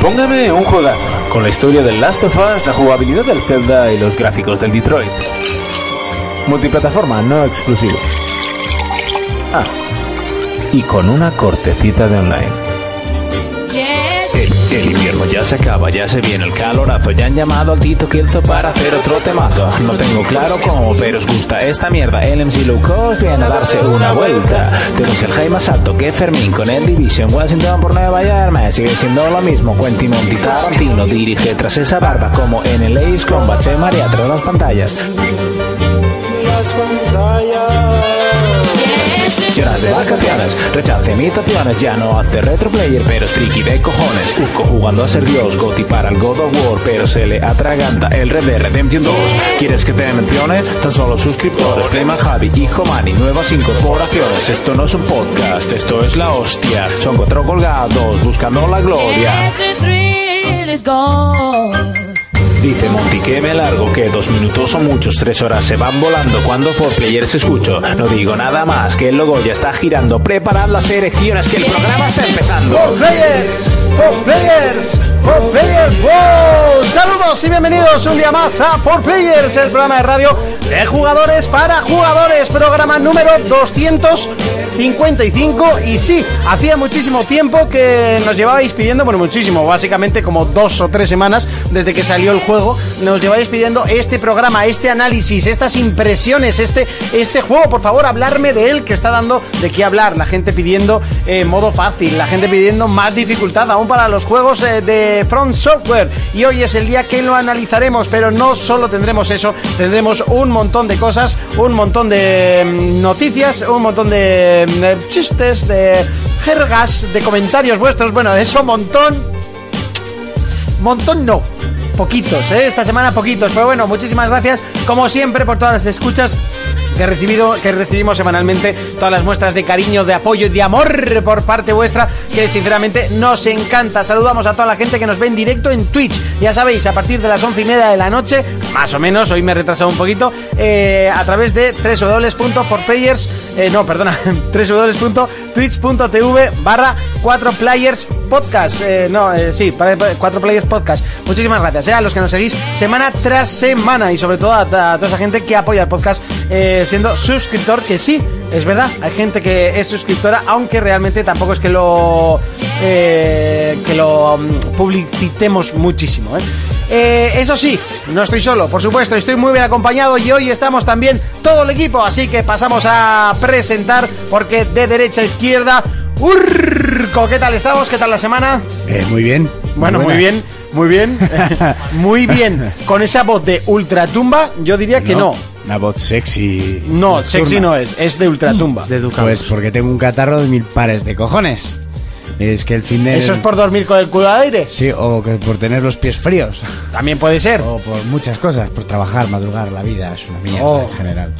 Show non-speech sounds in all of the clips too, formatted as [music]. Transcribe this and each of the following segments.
Póngame un juegazo con la historia del Last of Us, la jugabilidad del Zelda y los gráficos del Detroit. Multiplataforma, no exclusivo. Ah, y con una cortecita de online. El, el invierno ya se acaba, ya se viene el calorazo. Ya han llamado al Tito Kielzo para hacer otro temazo. No tengo claro cómo, pero os gusta esta mierda. El MC Low Cost viene a darse una vuelta. Tenemos el Jaime más alto que Fermín con el Division. Washington por Nueva York, me sigue siendo lo mismo. Quentin Monti Tarantino dirige tras esa barba, como en el Ace Combat se marea tras las pantallas. Las pantallas. Lloras de vacaciones, rechaza imitaciones, ya no hace retroplayer, pero es friki de cojones. Uco jugando a ser Dios, Goti para el God of War, pero se le atraganta el Red Dead Redemption 2. ¿Quieres que te mencione? Tan solo suscriptores, Playman Javi, Hijo Mani, nuevas incorporaciones. Esto no es un podcast, esto es la hostia. Son cuatro colgados buscando la gloria. Yes, the thrill is gone. Dice Monty que me largo, que dos minutos son muchos, tres horas se van volando cuando for players escucho. No digo nada más, que el logo ya está girando. Preparad las erecciones, que el programa está empezando. For players, for players, for players, wow. Saludos y bienvenidos un día más a For Players, el programa de radio de jugadores para jugadores, programa número 255. Y sí, hacía muchísimo tiempo que nos llevabais pidiendo, bueno, muchísimo, básicamente como dos o tres semanas desde que salió el juego, nos lleváis pidiendo este programa, este análisis, estas impresiones, este, este juego, por favor, hablarme de él, que está dando de qué hablar. La gente pidiendo eh, modo fácil, la gente pidiendo más dificultad aún para los juegos eh, de Front Software. Y hoy es el día que lo analizaremos, pero no solo tendremos eso, tendremos un montón de cosas, un montón de mm, noticias, un montón de mm, chistes, de jergas, de comentarios vuestros. Bueno, eso montón montón no. Poquitos, ¿eh? esta semana poquitos. Pero bueno, muchísimas gracias, como siempre, por todas las escuchas que, he recibido, que recibimos semanalmente, todas las muestras de cariño, de apoyo y de amor por parte vuestra, que sinceramente nos encanta. Saludamos a toda la gente que nos ve en directo en Twitch. Ya sabéis, a partir de las once y media de la noche, más o menos, hoy me he retrasado un poquito, eh, a través de www.forplayers, eh, no, perdona, [laughs] www.twitch.tv barra 4 Players Podcast. Eh, no, eh, sí, para 4 Players Podcast. Muchísimas gracias eh, a los que nos seguís semana tras semana y sobre todo a, a toda esa gente que apoya el podcast eh, siendo suscriptor, que sí, es verdad, hay gente que es suscriptora, aunque realmente tampoco es que lo, eh, que lo mm, publicitemos muchísimo. ¿eh? Eh, eso sí, no estoy solo, por supuesto, estoy muy bien acompañado y hoy estamos también todo el equipo, así que pasamos a presentar porque de derecha a izquierda... Urco, ¿qué tal estamos? ¿Qué tal la semana? Eh, muy bien. Bueno, muy buenas. bien, muy bien, muy bien. Con esa voz de ultratumba, yo diría que no. Una voz sexy. No, nocturna. sexy no es, es de ultratumba. Pues porque tengo un catarro de mil pares de cojones. Es que el fin de. Eso es por dormir con el culo al aire. Sí, o que por tener los pies fríos. [laughs] También puede ser. O por muchas cosas. Por trabajar, madrugar, la vida es una mierda Oh. en general.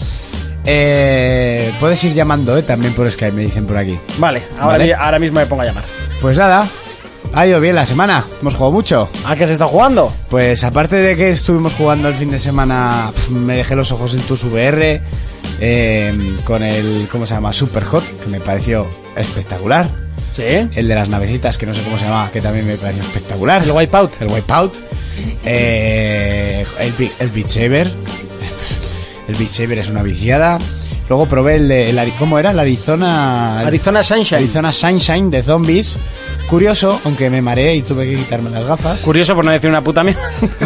Eh, puedes ir llamando, ¿eh? También por Skype, me dicen por aquí. Vale, ahora, Vale. mi- ahora mismo me pongo a llamar. Pues nada, ha ido bien la semana. Hemos jugado mucho. ¿A qué se está jugando? Pues aparte de que estuvimos jugando el fin de semana, pf, me dejé los ojos en tus VR eh, con el, ¿cómo se llama? Super Hot, que me pareció espectacular. Sí. El de las navecitas, que no sé cómo se llamaba, que también me pareció espectacular. El Wipeout. El Wipeout. Eh, el, Bi- el Beat Saber. El Beat Saber es una viciada. Luego probé el de, el Ari- ¿cómo era? El Arizona... Arizona Sunshine. Arizona Sunshine de Zombies. Curioso, aunque me mareé y tuve que quitarme las gafas. Curioso por no decir una puta mierda.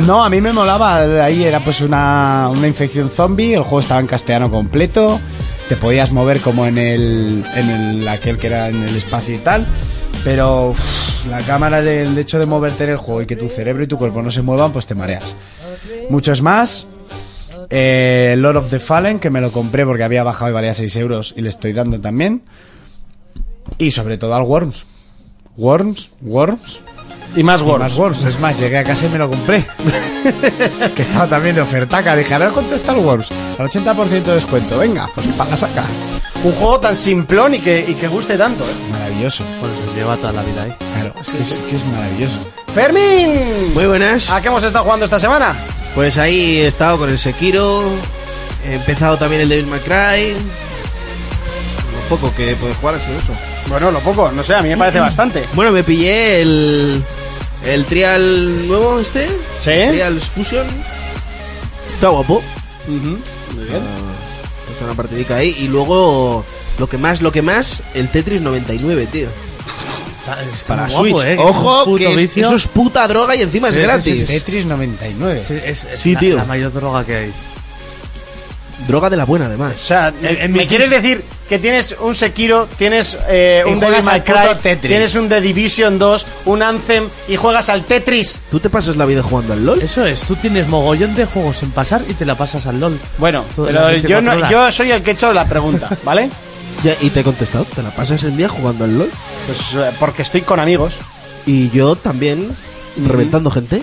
No, a mí me molaba. Ahí era pues una, una infección zombie. El juego estaba en castellano completo. Te podías mover como en el, en el- aquel que era en el espacio y tal. Pero uf, la cámara, el hecho de moverte en el juego y que tu cerebro y tu cuerpo no se muevan, pues te mareas. Muchos más. Eh, Lord of the Fallen, que me lo compré porque había bajado y valía 6 euros y le estoy dando también. Y sobre todo al Worms. Worms, Worms, Y más y Worms. Más Worms, es más, llegué a casa y me lo compré. [laughs] que estaba también de ofertaca. Dije, a ver cuánto está el Worms. Al 80% de descuento. Venga, pues para la saca. Un juego tan simplón y que, y que guste tanto, ¿eh? Maravilloso. Bueno, se lleva toda la vida ahí. Claro, es que es, que es maravilloso. ¡Fermín! Muy buenas. ¿A qué hemos estado jugando esta semana? Pues ahí he estado con el Sekiro. He empezado también el Devil May Cry. Lo poco que puedes jugar ha sido eso. Bueno, lo poco, no sé, a mí me parece bastante. Bueno, me pillé el. El trial nuevo este, ¿Sí? Trial Fusion, está guapo. Muy bien. Pues una partidica ahí. Y luego, lo que más, lo que más, el Tetris 99, tío. para Switch. ¿eh? Ojo, que es- eso es puta droga y encima es Sí, sí, gratis. Tetris 99. es, es Sí, la, tío. la mayor droga que hay. Droga de la buena, O además. sea, En- en ¿me mi quieres decir que tienes un Sekiro, tienes eh, Y un Devil juegas May al puto Cry, Tetris. tienes un The Division 2, un Anthem y juegas al Tetris? ¿Tú te pasas la vida jugando al LOL? Eso es, tú tienes mogollón de juegos sin pasar y te la pasas al LOL. Bueno, Todas pero las yo, 24 no- horas. yo soy el que he hecho la pregunta, ¿vale? Ya, y te he contestado, te la pasas el día jugando al LOL. Pues eh, porque estoy con amigos. Y yo también, Mm. reventando gente.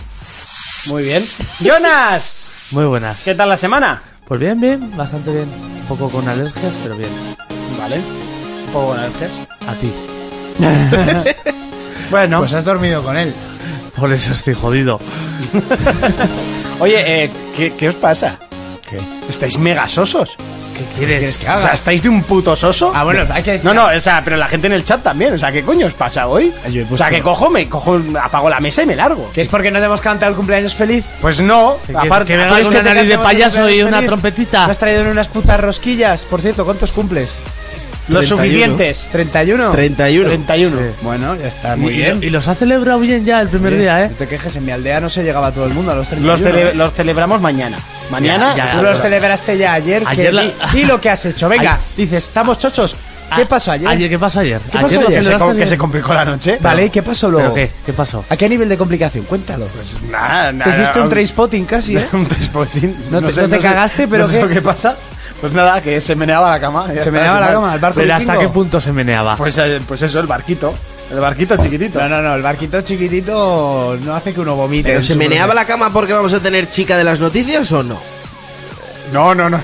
Muy bien. ¡Jonas! Muy buenas. ¿Qué tal la semana? Pues bien, bien, bastante bien. Un poco con alergias, pero bien. Vale. Un poco con alergias. A ti. bueno, Pues has dormido con él. por eso estoy jodido. Oye, eh, ¿qué, qué os pasa? ¿Qué? ¿Estáis mega sosos? ¿Qué quieres? ¿Quieres que O sea, haga? ¿estáis de un puto soso? Ah, bueno, hay que decir- No, no, o sea, pero la gente en el chat también. O sea, ¿qué coño os pasa hoy? Yo he O sea, puesto- que cojo, me cojo, apago la mesa y me largo. ¿Que es porque no te hemos cantado el cumpleaños feliz? Pues no, ¿Que quieres aparte que me hagas ¿quieres una te nariz de cantemos payaso el y una feliz? trompetita? ¿No has traído unas putas rosquillas? Por cierto, ¿cuántos cumples? Los 31. suficientes. ¿31? Ah. 31. 31. Bueno, ya está, Y- muy y, bien. y los ha celebrado bien ya el primer Oye, día, No ¿eh? te quejes, en mi aldea no se llegaba todo el mundo a los 31. Los, cele- ¿eh? los celebramos mañana. Mañana. Ya, ya, Tú pero- los celebraste ya ayer. Ayer que la- di- di lo que has hecho. Venga, [laughs] Ay- dices, estamos chochos. ¿Qué A- pasó ayer? Ayer, ¿qué pasó ayer? ¿Qué pasó lo ayer? Que se, celebraste com- que bien. se complicó la noche. Vale, ¿y qué pasó ¿Pero luego? qué? ¿Qué pasó? ¿A qué nivel de complicación? Cuéntalo. Pues, Nada, nada. te hiciste un trace spotting casi, [laughs] ¿eh? un trainspotting. No te- no te cagaste, pero no sé ¿qué? lo que pasa? Pues nada, que se meneaba la cama. ya Se está, me daba la mal. cama, al barco ¿Pero hasta qué vikingo. punto se meneaba? Pues, eh, pues eso, el barquito. El barquito chiquitito. No, no, no, el barquito chiquitito no hace que uno vomite. ¿Pero en se su meneaba la cama porque vamos a tener chica de las noticias o no? No, no, no.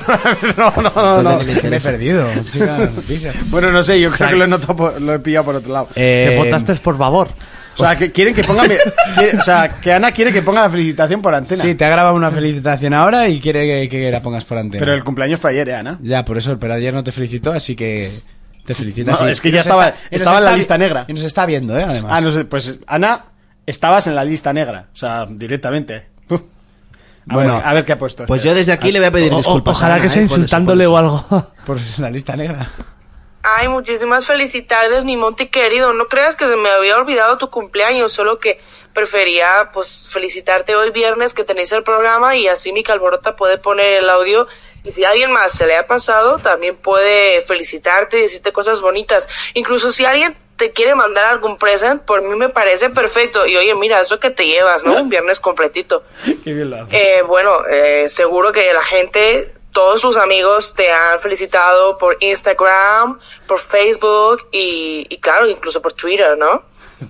No, no, no. no. Entonces, me Me he interesa. perdido. [laughs] chica, noticias. Bueno, no sé, yo creo que lo he, notado por- lo he pillado por otro lado. Que Eh, votaste por favor. O sea, que quieren que ponga. mi- quiere- o sea, que Ana quiere que ponga la felicitación por antena. Sí, te ha grabado una felicitación ahora y quiere que, que la pongas por antena. Pero el cumpleaños fue ayer, ¿eh, Ana. Ya, por eso, pero ayer no te felicitó, así que te felicito. No, así. es que Y ya nos estaba- y nos estaba en la lista negra. Y nos está viendo, ¿eh? Además. Ah, no sé, pues Ana, estabas en la lista negra. O sea, directamente. Uf. Ah, Bueno, a ver qué ha puesto. Pues yo desde aquí le voy a pedir O- o- disculpas. a ojalá Ana, que sea ¿eh? por eso, por insultándole eso. o algo. Por la lista negra. Ay, muchísimas felicidades, mi Monty querido. No creas que se me había olvidado tu cumpleaños, solo que prefería pues felicitarte hoy viernes que tenéis el programa y así mi calborota puede poner el audio y si a alguien más se le ha pasado, también puede felicitarte y decirte cosas bonitas. Incluso si alguien te quiere mandar algún present, por mí me parece perfecto. Y oye, mira, eso que te llevas, ¿no? Un viernes completito. Qué bien lo hace. Eh, bueno, eh, seguro que la gente, todos tus amigos te han felicitado por Instagram, por Facebook y, y claro, incluso por Twitter, ¿no?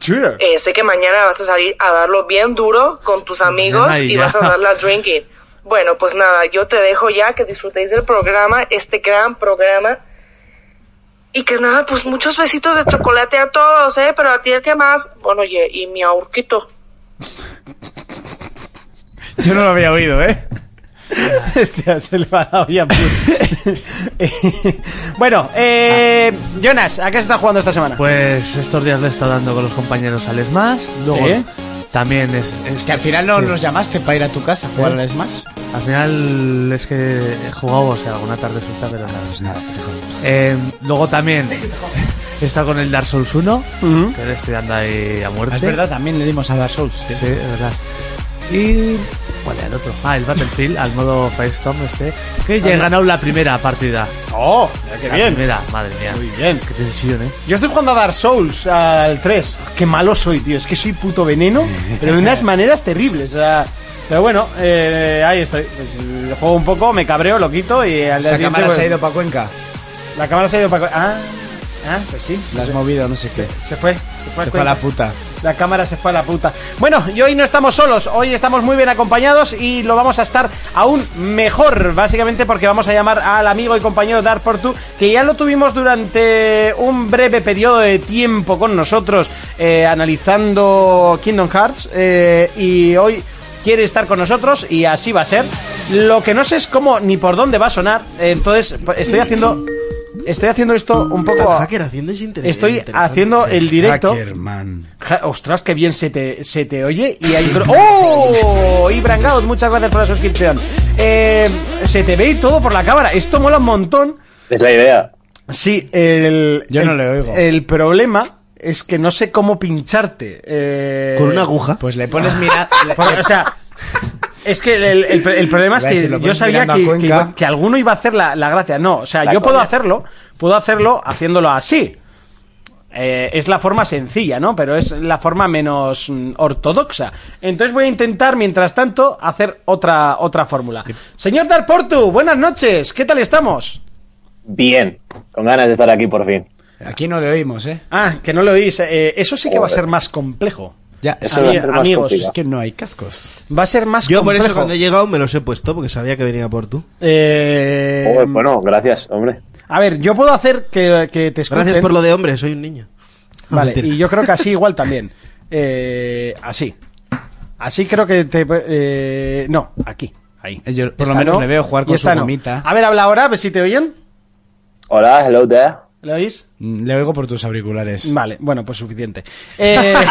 Twitter. Eh, sé que mañana vas a salir a darlo bien duro con tus amigos Ay, y ya. vas a darla drinking. Bueno, pues nada, yo te dejo ya que disfrutéis del programa, este gran programa. Y que nada, pues muchos besitos de chocolate a todos, ¿eh? Pero a ti el que más. Bueno, oye, y mi ahorquito. [laughs] Yo no lo había oído, ¿eh? [laughs] Hostia, se le va a dar bien. [laughs] bueno, eh, Jonas, ¿a qué se está jugando esta semana? Pues estos días le he estado dando con los compañeros al Smash. Luego Sí. también es, es- [laughs] Que al final no sí. nos llamaste para ir a tu casa a jugar ¿Eh? al Smash. Al final es que he jugado, o sea, alguna tarde suelta, pero nada. Pues nada, Eh, luego también está con el Dark Souls 1, Ujú. que le estoy dando ahí a muerte. Es verdad, también le dimos a Dark Souls. Sí, sí, es verdad. Y. ¿Cuál era el otro? Ah, el Battlefield, al modo Firestorm este. Que ya he ganado la primera partida. ah, Oh, mira qué la bien. primera, madre mía. Muy bien. Qué tensión, eh. Yo estoy jugando a Dark Souls al 3. Qué malo soy, tío. Es que soy puto [laughs] veneno, pero de unas maneras terribles. O sea, pero bueno, eh, ahí estoy. Pues, eh, juego un poco, me cabreo, lo quito y al día Esa siguiente, cámara pues, se ha ido para Cuenca. La cámara se ha ido para. Ah, ah, pues sí. La has movido, no sé qué. Se fue. Se fue, Se fue a la puta. La cámara se fue a la puta. Bueno, y hoy no estamos solos, hoy estamos muy bien acompañados y lo vamos a estar aún mejor, básicamente porque vamos a llamar al amigo y compañero Dar Portu, que ya lo tuvimos durante un breve periodo de tiempo con nosotros eh, analizando Kingdom Hearts eh, y hoy quiere estar con nosotros y así va a ser. Lo que no sé es cómo ni por dónde va a sonar, entonces estoy haciendo Estoy haciendo esto un poco. a- Hacker haciendo es inter- Estoy interesante. haciendo el Ah, directo. man. Ja- ostras, qué bien se te, se te oye. Y hay. [laughs] gro- ¡Oh! Y Brangaut, muchas gracias por la suscripción. Eh, se te ve y todo por la cámara. Esto mola un montón. Es la idea. Sí, el. Yo no el- le oigo. El problema es que no sé cómo pincharte. eh, Con una aguja. Pues le pones mira. le- porque, o sea, es que el, el- el problema es Iba a que decir, lo yo pones sabía mirando a que, que, Cuenca. iba- que alguno iba a hacer la, la gracia. No, o sea, La yo puedo coña. hacerlo, puedo hacerlo haciéndolo así. Eh, es la forma sencilla, ¿no? Pero es la forma menos mm, ortodoxa. Entonces voy a intentar, mientras tanto, hacer otra, otra fórmula. Señor Darportu, buenas noches. ¿Qué tal estamos? Bien. Con ganas de estar aquí por fin. Aquí no le oímos, ¿eh? Ah, que no lo oís. Eh, eso sí que va a Joder. ser más complejo. Ya, Eso es va a que- ser más amigos, complicado. Pues es que no hay cascos. Va a ser más Yo por complejo. eso cuando he llegado me los he puesto porque sabía que venía por tú. Eh, Joder, pues bueno, gracias, hombre. A ver, yo puedo hacer que, que te escuchen. Gracias por lo de hombre, soy un niño. [laughs] No, Vale, mentira. y yo creo que así igual también. Eh, así. Así creo que te... eh, no, aquí. Ahí. Eh, yo por lo Esta menos no, le veo jugar y con su esta no. gomita. A ver, habla ahora, a ver si te oyen. Hola, hello there. ¿Lo oís? Mm, Le oigo por tus auriculares. Vale, bueno, pues suficiente. [laughs] Eh, [laughs]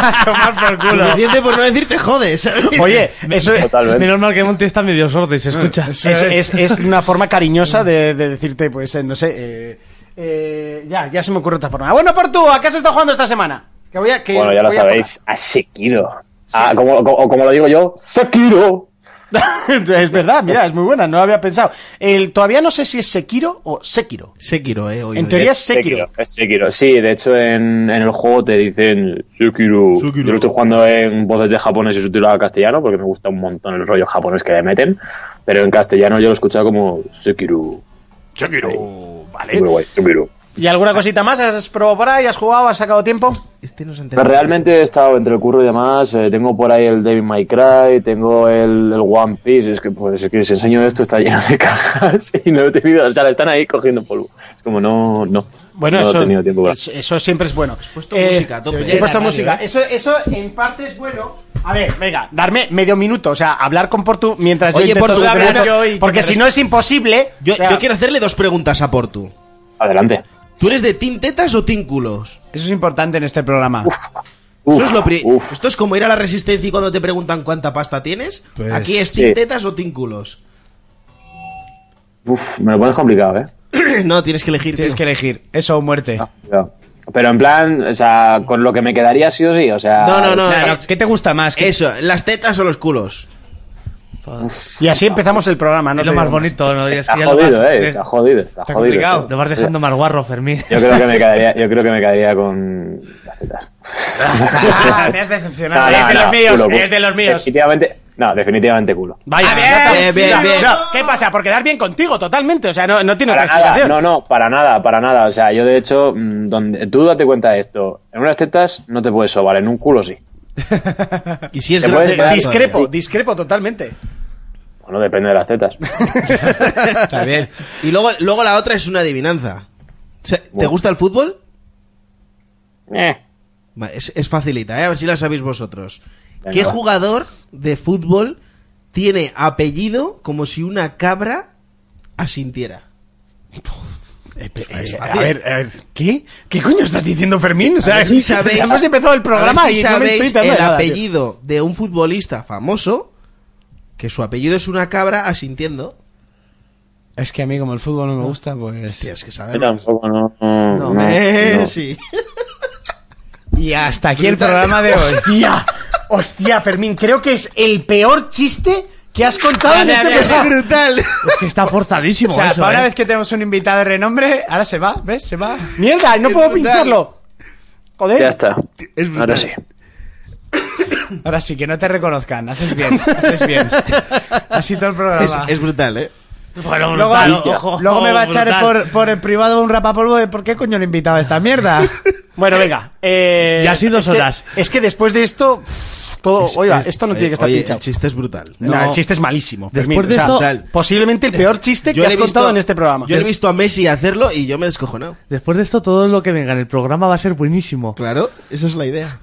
Ah, Suficiente por no decirte [laughs] jodes. ¿sabes? oye, eso es, Totalmente. Menos mal que Monty está medio sordo [laughs] y se escucha. es, es- es una forma cariñosa de, de decirte, pues, eh, no sé... eh, eh, ya, ya se me ocurre otra forma. Bueno, por tú, ¿a qué has estado jugando esta semana? Que voy a, que Bueno, ya lo voy a sabéis, a Sekiro. Ah, como, como- o como lo digo yo, Sekiro. [laughs] es verdad, mira, es muy buena, no lo había pensado. El, todavía no sé si es Sekiro o Sekiro. Sekiro, eh. hoy En no teoría es. es Sekiro. Es Sekiro. Sí, de hecho en, en el juego te dicen Sekiro. Sekiro. Yo lo estoy jugando en voces de japonés y subtitulado a castellano porque me gusta un montón el rollo japonés que le meten. Pero en castellano yo lo escuchaba como Sekiro. Sekiro. Vale. Muy guay, Sekiro. ¿Y alguna cosita más? ¿Has probado por ahí? ¿Has jugado? ¿Has sacado tiempo? Este no se Pero entera. realmente he estado entre el curro y demás. eh, tengo por ahí el David My Cry, tengo el, el One Piece. Es que, pues, es que si enseño esto está lleno de [laughs] cajas y no he tenido. O sea, le están ahí cogiendo polvo. Es como no, no. Bueno, no eso, he tenido tiempo para- Pues, es- eso siempre es bueno. Eh, puesto música a tope. sí, Ya He era puesto radio, música. ¿eh? Eso, eso en parte es bueno. A ver, venga, darme medio minuto, o sea, hablar con Portu mientras Oye, yo intento Portu, solucionar habla esto, yo y que porque me si no es imposible. Yo, o sea, yo quiero hacerle dos preguntas a Portu. Adelante. ¿Tú eres de tintetas o tinculos? Eso es importante en este programa. Eso es lo pri- uf. Esto es como ir a la resistencia y cuando te preguntan cuánta pasta tienes. Pues- Aquí es Sí. tintetas o [clears throat] tinculos. Uf, me lo pones complicado, ¿eh? no, tienes que elegir. Tienes que tío. elegir eso o muerte. Cuidado. Pero en plan, o sea, con lo que me quedaría sí o sí, o sea... No, no, no. Claro, es- ¿Qué te gusta más? ¿Qué- Eso, las tetas o los culos. Y así empezamos el programa, ¿no? es lo te más digo bonito, ¿no? Y es Está que ya lo jodido, vas, eh, de- está jodido, está, Está jodido. complicado. lo vas dejando más guarro, Fermín. Yo creo que me quedaría, yo creo que me quedaría con las tetas. [laughs] [laughs] Ah, me has decepcionado. es de los míos, culo, culo. es de los míos. Definitivamente, no, definitivamente culo. Vaya, Ah, bien, ya está. bien, bien, bien. No, ¿Qué pasa? Por quedar bien contigo, totalmente. O sea, no, no tiene otra Para nada, explicación. no, no, para nada, para nada. O sea, yo de hecho, mm, donde, tú date cuenta de esto. En unas tetas no te puedes sobar, en un culo sí. Y si es Te grande, puedes quedar- Discrepo, discrepo totalmente. Bueno, depende de [laughs] las tetas. [laughs] Está bien. Y luego, luego la otra es una adivinanza. O sea, ¿Te Bueno. gusta el fútbol? Eh, Va, Es, es facilita, ¿eh? a ver si la sabéis vosotros. Venga, ¿Qué va. jugador de fútbol tiene apellido como si una cabra asintiera? Eh, a ver, a ver, ¿qué? ¿Qué coño estás diciendo, Fermín? O A sea, [laughs] ver [laughs] si sabéis, hemos empezado el a programa ver si y no me estoy sabéis enterando el de nada, tío. apellido de un futbolista famoso que su apellido es una cabra asintiendo. Es que a mí como el fútbol no me gusta, pues... Tienes que Eh, [laughs] yo saberlo. tampoco, no. no, no, no. Messi. Y hasta aquí el Brutal. programa de [laughs] hoy. Hostia, hostia, Fermín, creo que es el peor chiste que has contado en este [laughs] Es programa. brutal. [laughs] Es que está forzadísimo O sea, eso, para una ¿eh? vez que tenemos un invitado de renombre, ahora se va, ¿ves? Se va. Mierda, no Es puedo brutal. pincharlo. Joder. Ya está. Es brutal. Ahora sí. [laughs] Ahora sí, que no te reconozcan. Haces bien, haces bien. Así todo el Es, programa. es brutal, ¿eh? Bueno, Luego, brutal, luego- ojo, [laughs] luego me va a echar brutal. por, por el privado un rapapolvo de por qué coño le invitaba a esta mierda. Bueno, venga. Eh, Y así dos es que- horas. es que después de esto, pff, todo. Es- oiga, es- esto no tiene que estar oye, pinchado. El chiste es brutal. No, el chiste es malísimo. Fermín. Después de O sea, esto- Tal. posiblemente el peor [laughs] chiste que le has he visto- contado en este programa. Yo le he visto a Messi hacerlo y yo me he descojonado. Después de esto, todo lo que venga en el programa va a ser buenísimo. Claro, esa es la idea.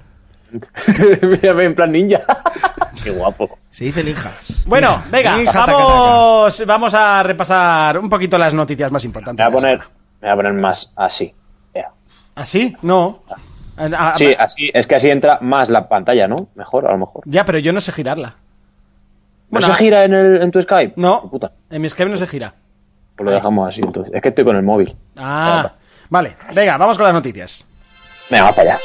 Mírame en plan ninja. [laughs] Qué guapo. Se dice ninja. Bueno, venga, Hija, taca, vamos, vamos a repasar un poquito las noticias más Me importantes. voy a de la poner, semana. me voy a poner más así. Ya. ¿Así? No. Ah, ah, Sí, así, es que así entra más la pantalla, ¿no? Mejor, a lo mejor. Ya, pero yo no sé girarla. ¿No Bueno, se gira en, el, en tu Skype? No, Puta, en mi Skype no se gira. pues lo dejamos así entonces. Es que estoy con el móvil. Ah, vale. Venga, vamos con las noticias. Venga, vamos para allá.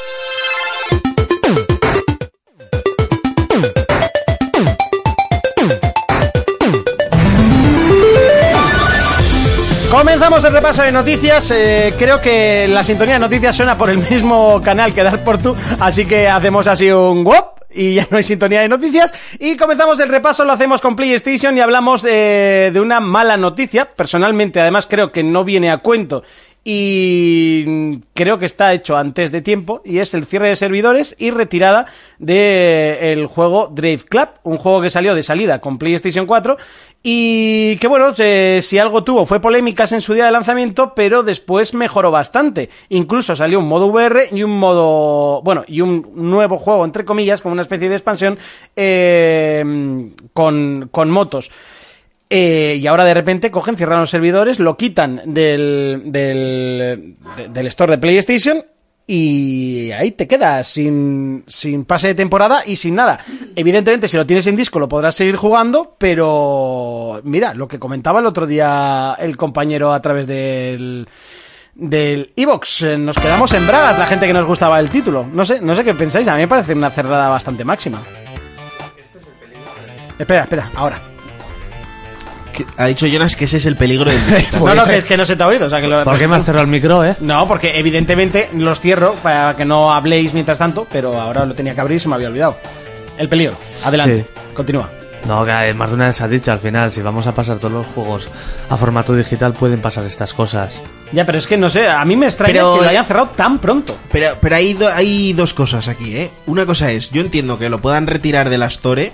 Comenzamos el repaso de noticias. eh, creo que la sintonía de noticias suena por el mismo canal que Dar por tú, así que hacemos así un WOP y ya no hay sintonía de noticias. Y comenzamos el repaso, lo hacemos con PlayStation y hablamos eh, de una mala noticia. Personalmente, además, creo que no viene a cuento y creo que está hecho antes de tiempo y es el cierre de servidores y retirada del juego Drive Club, un juego que salió de salida con PlayStation 4 y que bueno, eh, si algo tuvo fue polémicas en su día de lanzamiento, pero después mejoró bastante. Incluso salió un modo VR y un modo, bueno, y un nuevo juego entre comillas, como una especie de expansión eh, con, con motos. Eh, y ahora de repente cogen, cierran los servidores, lo quitan del, del, de- del store de PlayStation y ahí te quedas sin, sin pase de temporada y sin nada. Evidentemente, si lo tienes en disco lo podrás seguir jugando, pero mira, lo que comentaba el otro día el compañero a través del del Evox, nos quedamos en bragas la gente que nos gustaba el título. No sé, no sé qué pensáis, a mí me parece una cerrada bastante máxima. Espera, espera, ahora. Que- ha dicho Jonas que ese es el peligro [laughs] del digital. No, no, que es que no se te ha oído. O sea, que lo- ¿Por qué me has cerrado el micro, eh? No, porque evidentemente los cierro para que no habléis mientras tanto, pero ahora lo tenía que abrir y se me había olvidado. El peligro. Adelante. Continúa. No, que eh, más de una vez has dicho al final, si vamos a pasar todos los juegos a formato digital, pueden pasar estas cosas. Ya, pero es que no sé, a mí me extraña Pero- que lo hayan cerrado tan pronto. Pero, pero hay, do- hay dos cosas aquí, ¿eh? Una cosa es, yo entiendo que lo puedan retirar de la Store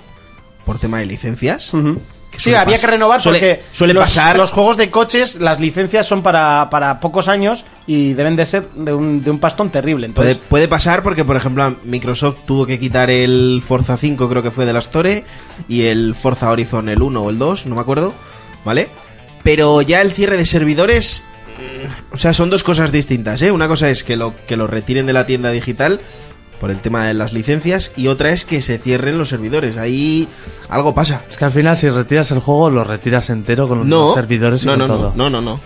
por tema de licencias. que Sí, suele había pas- que renovar suele- porque suele los, pasar. los juegos de coches, las licencias son para, para pocos años y deben de ser de un, de un pastón terrible. Puede, Entonces, Pues- puede pasar porque, por ejemplo, Microsoft tuvo que quitar el Forza 5, creo que fue de la Store, y el Forza Horizon el 1 o el 2, no me acuerdo, ¿vale? Pero ya el cierre de servidores, mm, o sea, son dos cosas distintas, ¿eh? Una cosa es que lo, que lo retiren de la tienda digital por el tema de las licencias, y otra es que se cierren los servidores, ahí algo pasa. Es que al final, si retiras el juego, lo retiras entero con los No, servidores y no, con no, no, todo. no, no, no.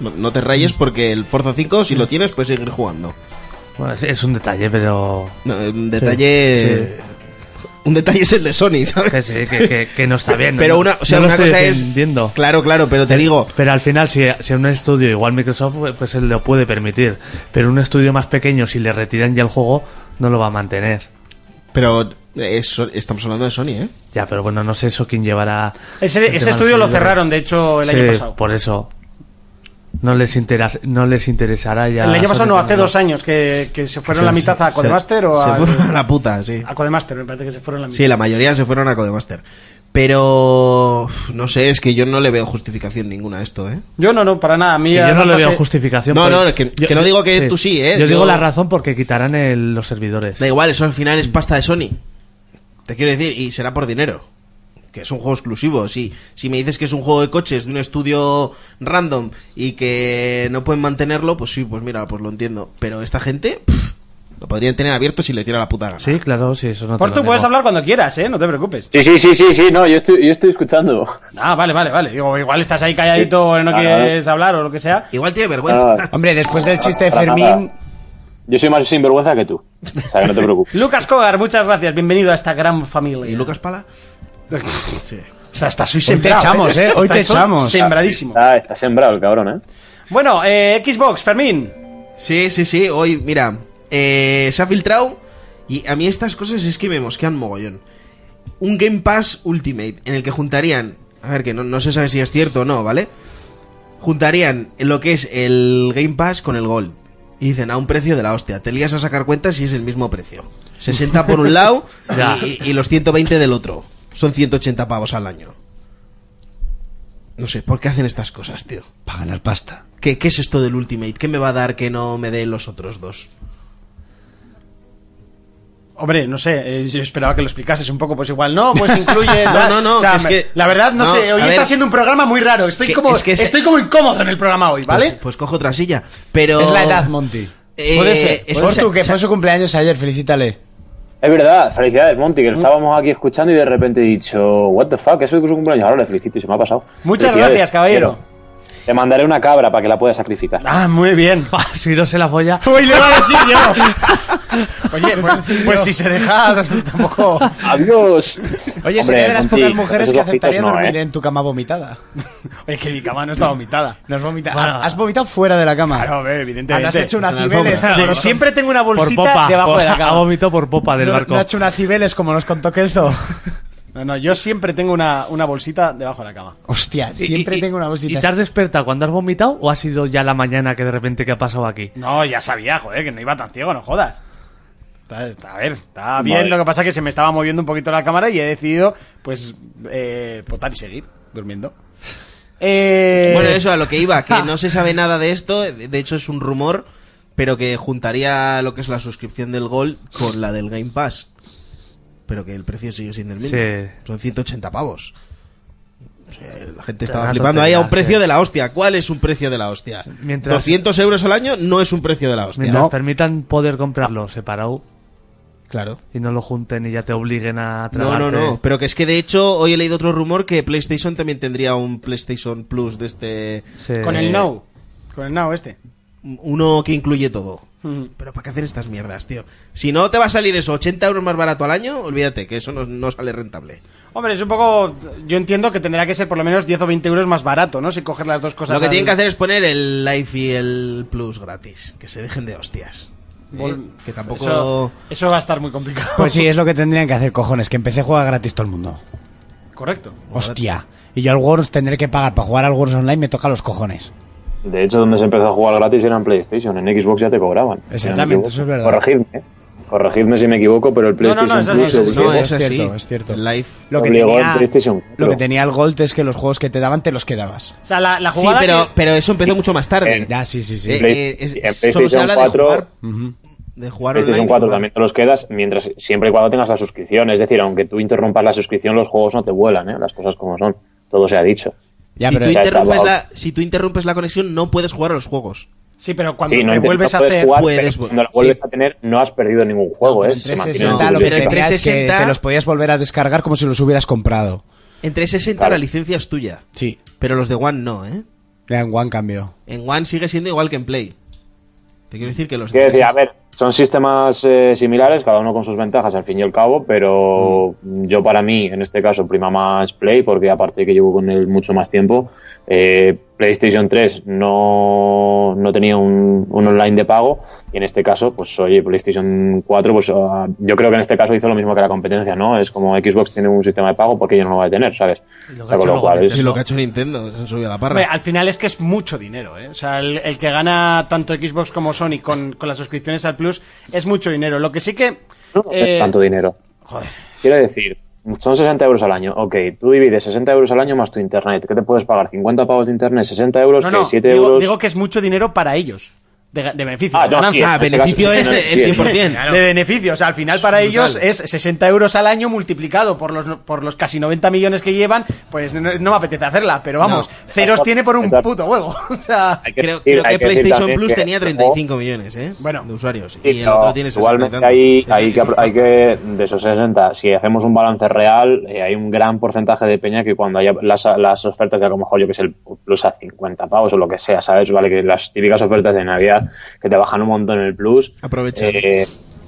No- no te rayes porque el Forza 5, si lo tienes, puedes seguir jugando. Bueno, es, es un detalle, pero. No, un detalle. Un detalle es el de Sony, ¿sabes? Que sí, que, que- que no está bien. Pero no- una, o sea, no una lo estoy cosa es. defendiendo. Claro, claro, pero te digo. Pero al final, si, si un estudio, igual Microsoft, pues, pues se lo puede permitir. Pero un estudio más pequeño, si le retiran ya el juego, no lo va a mantener. Pero eso, estamos hablando de Sony, ¿eh? Ya, pero bueno, no sé eso quién llevará. el ese, ese tema de los estudio lo servidores. cerraron, de hecho, el Sí, año pasado. Por eso. No les, interas- no les interesará ya. El año pasado no, hace solucionarlo. dos años que, que se fueron Sí, la sí, mitad a sí. Codemaster o se a, fueron a la puta, sí. a Codemaster, me parece que se fueron la mitad. Sí, la mayoría se fueron a Codemaster. Pero. uf, No sé, es que yo no le veo justificación ninguna a esto, ¿eh? Yo no, no, para nada. A mí Que yo no además le veo pasé- justificación. No, por- no, que- que no digo que tú sí, ¿eh? Yo, digo Yo- la razón porque quitarán el- los servidores. Da igual, eso al final es pasta de Sony. Te quiero decir, y será por dinero. Que es un juego exclusivo. Si, si me dices que es un juego de coches de un estudio random y que no pueden mantenerlo, pues sí, pues mira, pues lo entiendo. Pero esta gente pff, lo podrían tener abierto si les diera la puta gana. Sí, claro, sí, eso no te Por lo tú nego. puedes hablar cuando quieras, ¿eh? No te preocupes. Sí, sí, sí, sí, sí, no, yo estoy, yo estoy escuchando. Ah, vale, vale, vale. Digo, igual estás ahí calladito, no Ah, quieres hablar o lo que sea. Igual tiene vergüenza. Ah, Hombre, después del chiste de Para Fermín, nada. yo soy más sinvergüenza que tú. O sea, que no [laughs] te preocupes. Lucas Cogar, muchas gracias. Bienvenido a esta gran familia. [laughs] ¿Y Lucas Pala? Hasta, hasta soy te sembrado. echamos, ¿eh? Hoy Hasta te soy echamos. Sembradísimo. Está, Ah, está sembrado el cabrón, ¿eh? Bueno, eh, Xbox, Fermín. Sí, sí, sí. Hoy, mira, eh, se ha filtrado. Y a mí estas cosas es que me mosquean mogollón. Un Game Pass Ultimate en el que juntarían. A ver, que no, no se sabe si es cierto o no, ¿vale? Juntarían lo que es el Game Pass con el Gold. Y dicen a un precio de la hostia. Te lías a sacar cuentas si es el mismo precio. 60 por un lado Ya. y, y- y los 120 del otro. Son 180 pavos al año. No sé, ¿por qué hacen estas cosas, tío? para ganar pasta. ¿Qué, ¿Qué es esto del Pues, Ultimate? ¿Qué me va a dar que no me dé los otros dos? Hombre, no sé, eh, yo esperaba que lo explicases un poco, pues igual no, pues incluye. [laughs] No, no, no, o sea, es que- La verdad, no, no, sé, hoy a está ver. siendo un programa muy raro. Estoy, Que- como, es que es- estoy como incómodo en el programa hoy, ¿vale? Pues, pues cojo otra silla. Pero. Es la edad, Monty. Eh, Puede ser, es- Por se- tu, que se- fue su cumpleaños ayer, felicítale. Es verdad, felicidades, Monty, Mm. que lo estábamos aquí escuchando y de repente he dicho, what the fuck, eso es su cumpleaños, ahora le felicito y se me ha pasado. Muchas Felicidades, gracias, caballero. quiero. Te mandaré una cabra para que la puedas sacrificar. [laughs] Ah, muy bien. [laughs] si no se la folla. Uy, le va a decir yo. [laughs] Oye, pues, pues si se deja, [laughs] tampoco. Adiós. Oye, Hombre, sería de las Monty, pocas con mujeres esos que ojitos aceptaría no, dormir ¿eh? en tu cama vomitada. Oye, que mi cama no está vomitada. No has vomitado. Bueno. Has vomitado fuera de la cama. Claro, hombre, evidentemente. Ah, has hecho una Sí, Cibeles. sí, Siempre tengo una Por bolsita popa. debajo [laughs] de la Ha cama. vomitado por popa del No, barco. no ha hecho una cibeles como nos contó Kelzo. [laughs] No, no, yo siempre tengo una, una bolsita debajo de la cama. Hostia, Y- siempre y- tengo una ¿Y bolsita. te has despertado cuando has vomitado o ha sido ya la mañana que de repente que ha pasado aquí? No, ya sabía, joder, que no iba tan ciego, no jodas. Está- está- a ver, está bien. Vale. Lo que pasa es que se me estaba moviendo un poquito la cámara y he decidido, pues, eh, potar y seguir durmiendo. Eh, Bueno, eso a lo que iba, [laughs] que no se sabe nada de esto, de hecho es un rumor, pero que juntaría lo que es la suscripción del Gold con la del Game Pass. Pero que el precio sigue siendo el mismo. Sí. Son 180 pavos. O sea, La gente Te da estaba flipando ahí a tontería, un precio sí. de la hostia. ¿Cuál es un precio de la hostia? Mientras- 200 euros al año no es un precio de la hostia. Mientras No. permitan poder comprarlo separado Claro. y no lo junten y ya te obliguen a No, tragarte. no, no. Pero que es que de hecho hoy he leído otro rumor que PlayStation también tendría un PlayStation Plus de este... Sí. Con eh, el no. Con el no este. Uno que incluye todo. Mm. Pero ¿para qué hacer estas mierdas, tío? Si no te va a salir eso 80 euros más barato al año, olvídate que eso no, no sale rentable. Hombre, es un poco. Yo entiendo que tendrá que ser por lo menos 10 o 20 euros más barato, ¿no? Si coger las dos cosas. Lo que al- tienen que hacer es poner el Life y el Plus gratis. Que se dejen de hostias. ¿eh? Vol- Que tampoco... Eso, eso va a estar muy complicado. Pues sí, es lo que tendrían que hacer, cojones, que empecé a jugar gratis todo el mundo. Correcto. Hostia. Y yo al Wars tendré que pagar. Para jugar al Wars Online me toca los cojones. De hecho, donde se empezó a jugar gratis era en PlayStation, en Xbox ya te cobraban. Exactamente, eso Si no es me verdad. equivoco. Corregidme, ¿eh? corregidme si me equivoco, pero el No, no, PlayStation no, es así, Plus es así. obligó- No, es, es así. cierto, es cierto. El Life... Lo que, obligó tenía, al PlayStation lo que cuatro. tenía el Gold es que los juegos que te daban te los quedabas. O sea, la, la Sí, jugada. pero, que- pero eso empezó mucho más tarde. Eh, Ya, sí, sí, sí. Eh, Play- eh, es- en solo se PlayStation habla 4 de jugar, Ujú. de jugar PlayStation online. 4 también te los quedas mientras siempre y cuando tengas la suscripción. Es decir, aunque tú interrumpas la suscripción, los juegos no te vuelan, ¿eh? las cosas como son. Todo se ha dicho. Ya, si, pero- tú Ya está, interrumpes va. la, si tú interrumpes la conexión, no puedes jugar a los juegos. Sí, pero cuando sí, no te inter- vuelves no a puedes hacer. jugar, Puedes, pero cuando la vuelves a tener no has perdido ningún juego, ¿eh? En Se mantiene en 360 tu lo que pero en biblioteca. tenía es que 360 te los podías volver a descargar como si los hubieras comprado. En 360 Claro. la licencia es tuya, Sí. pero los de One no, ¿eh? Era en One cambio. En One sigue siendo igual que en Play. Te quiero decir que los Quiero decir, 360 a ver, son sistemas eh, similares, cada uno con sus ventajas al fin y al cabo, pero Mm. yo para mí, en este caso, prima más Play, porque aparte que llevo con él mucho más tiempo, eh, PlayStation 3 no, no tenía un, un online de pago, y en este caso, pues oye, PlayStation 4, pues ah, yo creo que en este caso hizo lo mismo que la competencia, ¿no? Es como Xbox tiene un sistema de pago, porque yo no lo voy a tener, ¿sabes? Lo que O ha hecho sea, con lo luego cual es- Sí, lo que ha hecho Nintendo, se han subido a la Hombre, parra. al final es que es mucho dinero, ¿eh? O sea, el, el que gana tanto Xbox como Sony con, con las suscripciones al Plus es mucho dinero. Lo que sí que. no, no es eh, tanto dinero. Joder. Quiero decir, son 60 euros al año. Ok, tú divides 60 euros al año más tu internet. ¿Qué te puedes pagar? ¿50 pavos de internet? ¿60 euros? No, Pues que no, 7 digo, euros. digo que es mucho dinero para ellos. De, ga- de beneficio. Ah, de no, sí, ganancia. Ah, en ese beneficio caso sí, es no, sí, el es- 100%. De beneficios. al final para brutal. ellos es 60 euros al año multiplicado por los, por los casi 90 millones que llevan. Pues no, no me apetece hacerla, pero vamos, No. ceros tiene por un Claro. puto huevo. [laughs] O sea, Hay Creo, decir- creo hay que decir PlayStation también Plus que tenía este 35 millones, ¿eh? Bueno. de usuarios. Sí, y el no, otro tiene 60 y igualmente tantos. hay, Eso- hay, que, eso es hay pasta. que, de esos 60, si hacemos un balance real, eh, hay un gran porcentaje de peña que cuando haya las, las ofertas de a lo mejor, yo que sé, el plus a 50 pavos o lo que sea, ¿sabes? Vale, que las típicas ofertas de Navidad que te bajan un montón el plus. Aprovechan. eh,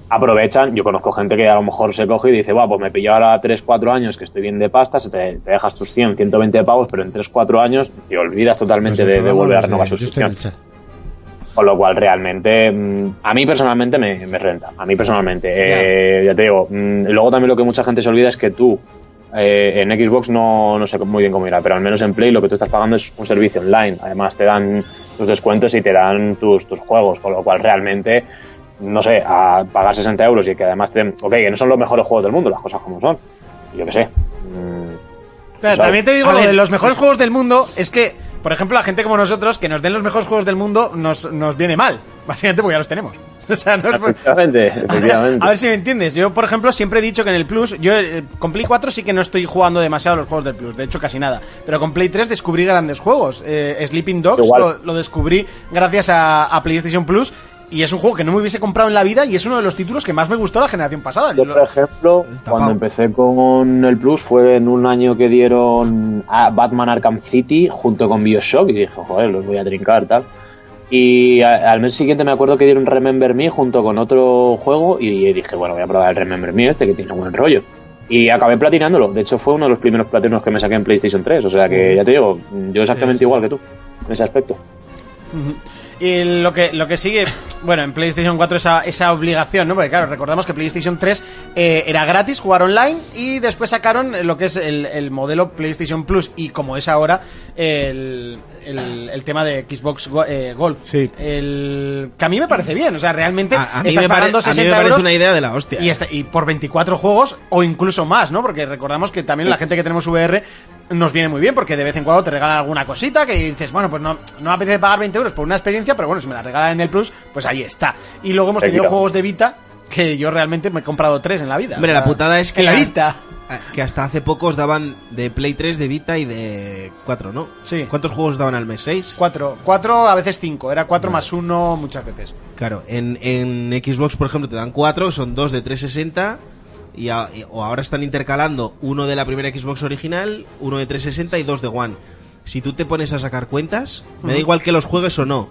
aprovechan. Yo conozco gente que a lo mejor se coge y dice, va, pues me pillo ahora 3, 4 años que estoy bien de pasta, se te, te dejas tus 100, 120 pavos, pero en 3, 4 años te olvidas Pues totalmente de, de volver a renovar Yo estoy en suscripción. el chat. Con lo cual, realmente, mm, a mí personalmente me, me renta. A mí personalmente. Eh, ya te digo. mm, Luego también lo que mucha gente se olvida es que tú, eh, en Xbox no, no sé muy bien cómo irá, pero al menos en Play lo que tú estás pagando es un servicio online. Además, te dan tus descuentos y te dan tus, tus juegos. Con lo cual, realmente, no sé, a pagar 60 euros y que además te. Ok, que no son los mejores juegos del mundo, las cosas como son. Yo qué sé. mm, Pero ¿sabes? también te digo, A lo ver. de los mejores juegos del mundo es que, por ejemplo, la gente como nosotros, que nos den los mejores juegos del mundo, nos, nos viene mal. Básicamente porque ya los tenemos. [laughs] O sea, no es por- [laughs] Efectivamente, efectivamente. [laughs] A ver si me entiendes. Yo, por ejemplo, siempre he dicho que en el Plus, yo eh, con Play 4 sí que no estoy jugando demasiado a los juegos del Plus, de hecho casi nada. Pero con Play 3 descubrí grandes juegos. Eh, Sleeping Dogs Igual. lo, lo descubrí gracias a, a PlayStation Plus y es un juego que no me hubiese comprado en la vida y es uno de los títulos que más me gustó la generación pasada. Yo, Lo- por ejemplo, Tapado. cuando empecé con el Plus fue en un año que dieron a Batman Arkham City junto con Bioshock y dije, joder, los voy a trincar, tal. Y a- al mes siguiente me acuerdo que dieron Remember Me junto con otro juego y dije, bueno, voy a probar el Remember Me este que tiene buen rollo. Y acabé platinándolo. De hecho, fue uno de los primeros platinos que me saqué en PlayStation 3. O sea que ya te digo, yo exactamente igual que tú en ese aspecto. Y lo que, lo que sigue, bueno, en PlayStation 4 esa, esa obligación, ¿no? Porque claro, recordamos que PlayStation 3 eh, era gratis jugar online y después sacaron eh, lo que es el, el modelo PlayStation Plus y como es ahora el, el- el tema de Xbox Go- eh, Golf. Sí. El, que a mí me parece bien, o sea, realmente A, a mí, estás me pare- pagando a mí 60 me parece euros una idea de la hostia. y, esta- y por 24 juegos o incluso más, ¿no? Porque recordamos que también la gente que tenemos VR nos viene muy bien porque de vez en cuando te regalan alguna cosita que dices, bueno, pues no, no me apetece pagar 20 euros por una experiencia, pero bueno, si me la regalan en el Plus, pues ahí está. Y luego hemos Te tenido quita. juegos de Vita que yo realmente me he comprado tres en la vida. Hombre, O sea, la putada es que, Ah, En la Vita. a- que hasta hace poco os daban de Play 3, de Vita y de 4, ¿no? Sí. ¿Cuántos juegos daban al mes? ¿6? Cuatro, cuatro, a veces cinco. Era cuatro más uno muchas veces. Claro, en, en Xbox, por ejemplo, te dan 4, son 2 de 360. Y a- y- o ahora están intercalando uno de la primera Xbox original, uno de 360 y dos de One. Si tú te pones a sacar cuentas, me da igual que los juegues o no.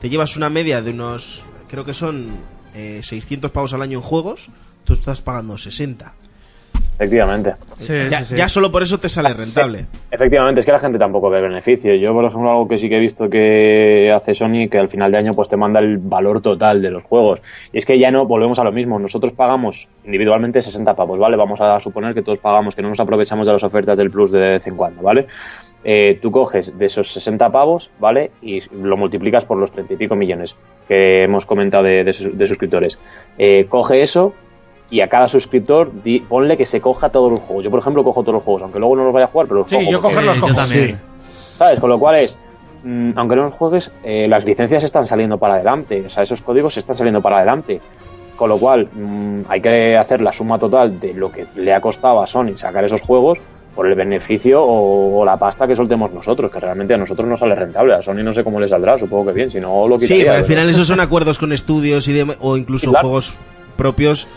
Te llevas una media de unos, creo que son eh, 600 pavos al año en juegos, tú estás pagando 60. Efectivamente. Sí, ya, sí, sí. ya solo por eso te sale rentable. Efectivamente, es que la gente tampoco ve beneficio. Yo, por ejemplo, algo que sí que he visto que hace Sony, que al final de año pues te manda el valor total de los juegos. Y es que ya no volvemos a lo mismo. Nosotros pagamos individualmente 60 pavos, ¿vale? Vamos a suponer que todos pagamos, que no nos aprovechamos de las ofertas del Plus de vez en cuando, ¿vale? Eh, tú coges de esos 60 pavos, ¿vale? Y lo multiplicas por los 30 y pico millones que hemos comentado de, de sus- de suscriptores. Eh, coge eso y a cada suscriptor di- ponle que se coja todos los juegos. Yo, por ejemplo, cojo todos los juegos, aunque luego no los vaya a jugar, pero los Sí, cojo. yo porque- coger los Eh, yo cojos. también. ¿Sabes? Con lo cual es, mm, aunque no los juegues, eh, las licencias están saliendo para adelante. O sea, esos códigos están saliendo para adelante. Con lo cual, mm, hay que hacer la suma total de lo que le ha costado a Sony sacar esos juegos por el beneficio o, o la pasta que soltemos nosotros, que realmente a nosotros no sale rentable. A Sony no sé cómo le saldrá, supongo que bien, si no lo quitaría. Sí, pero al pero- final esos [laughs] son acuerdos con estudios y dem- o incluso Sí, claro. cuando juegos propios.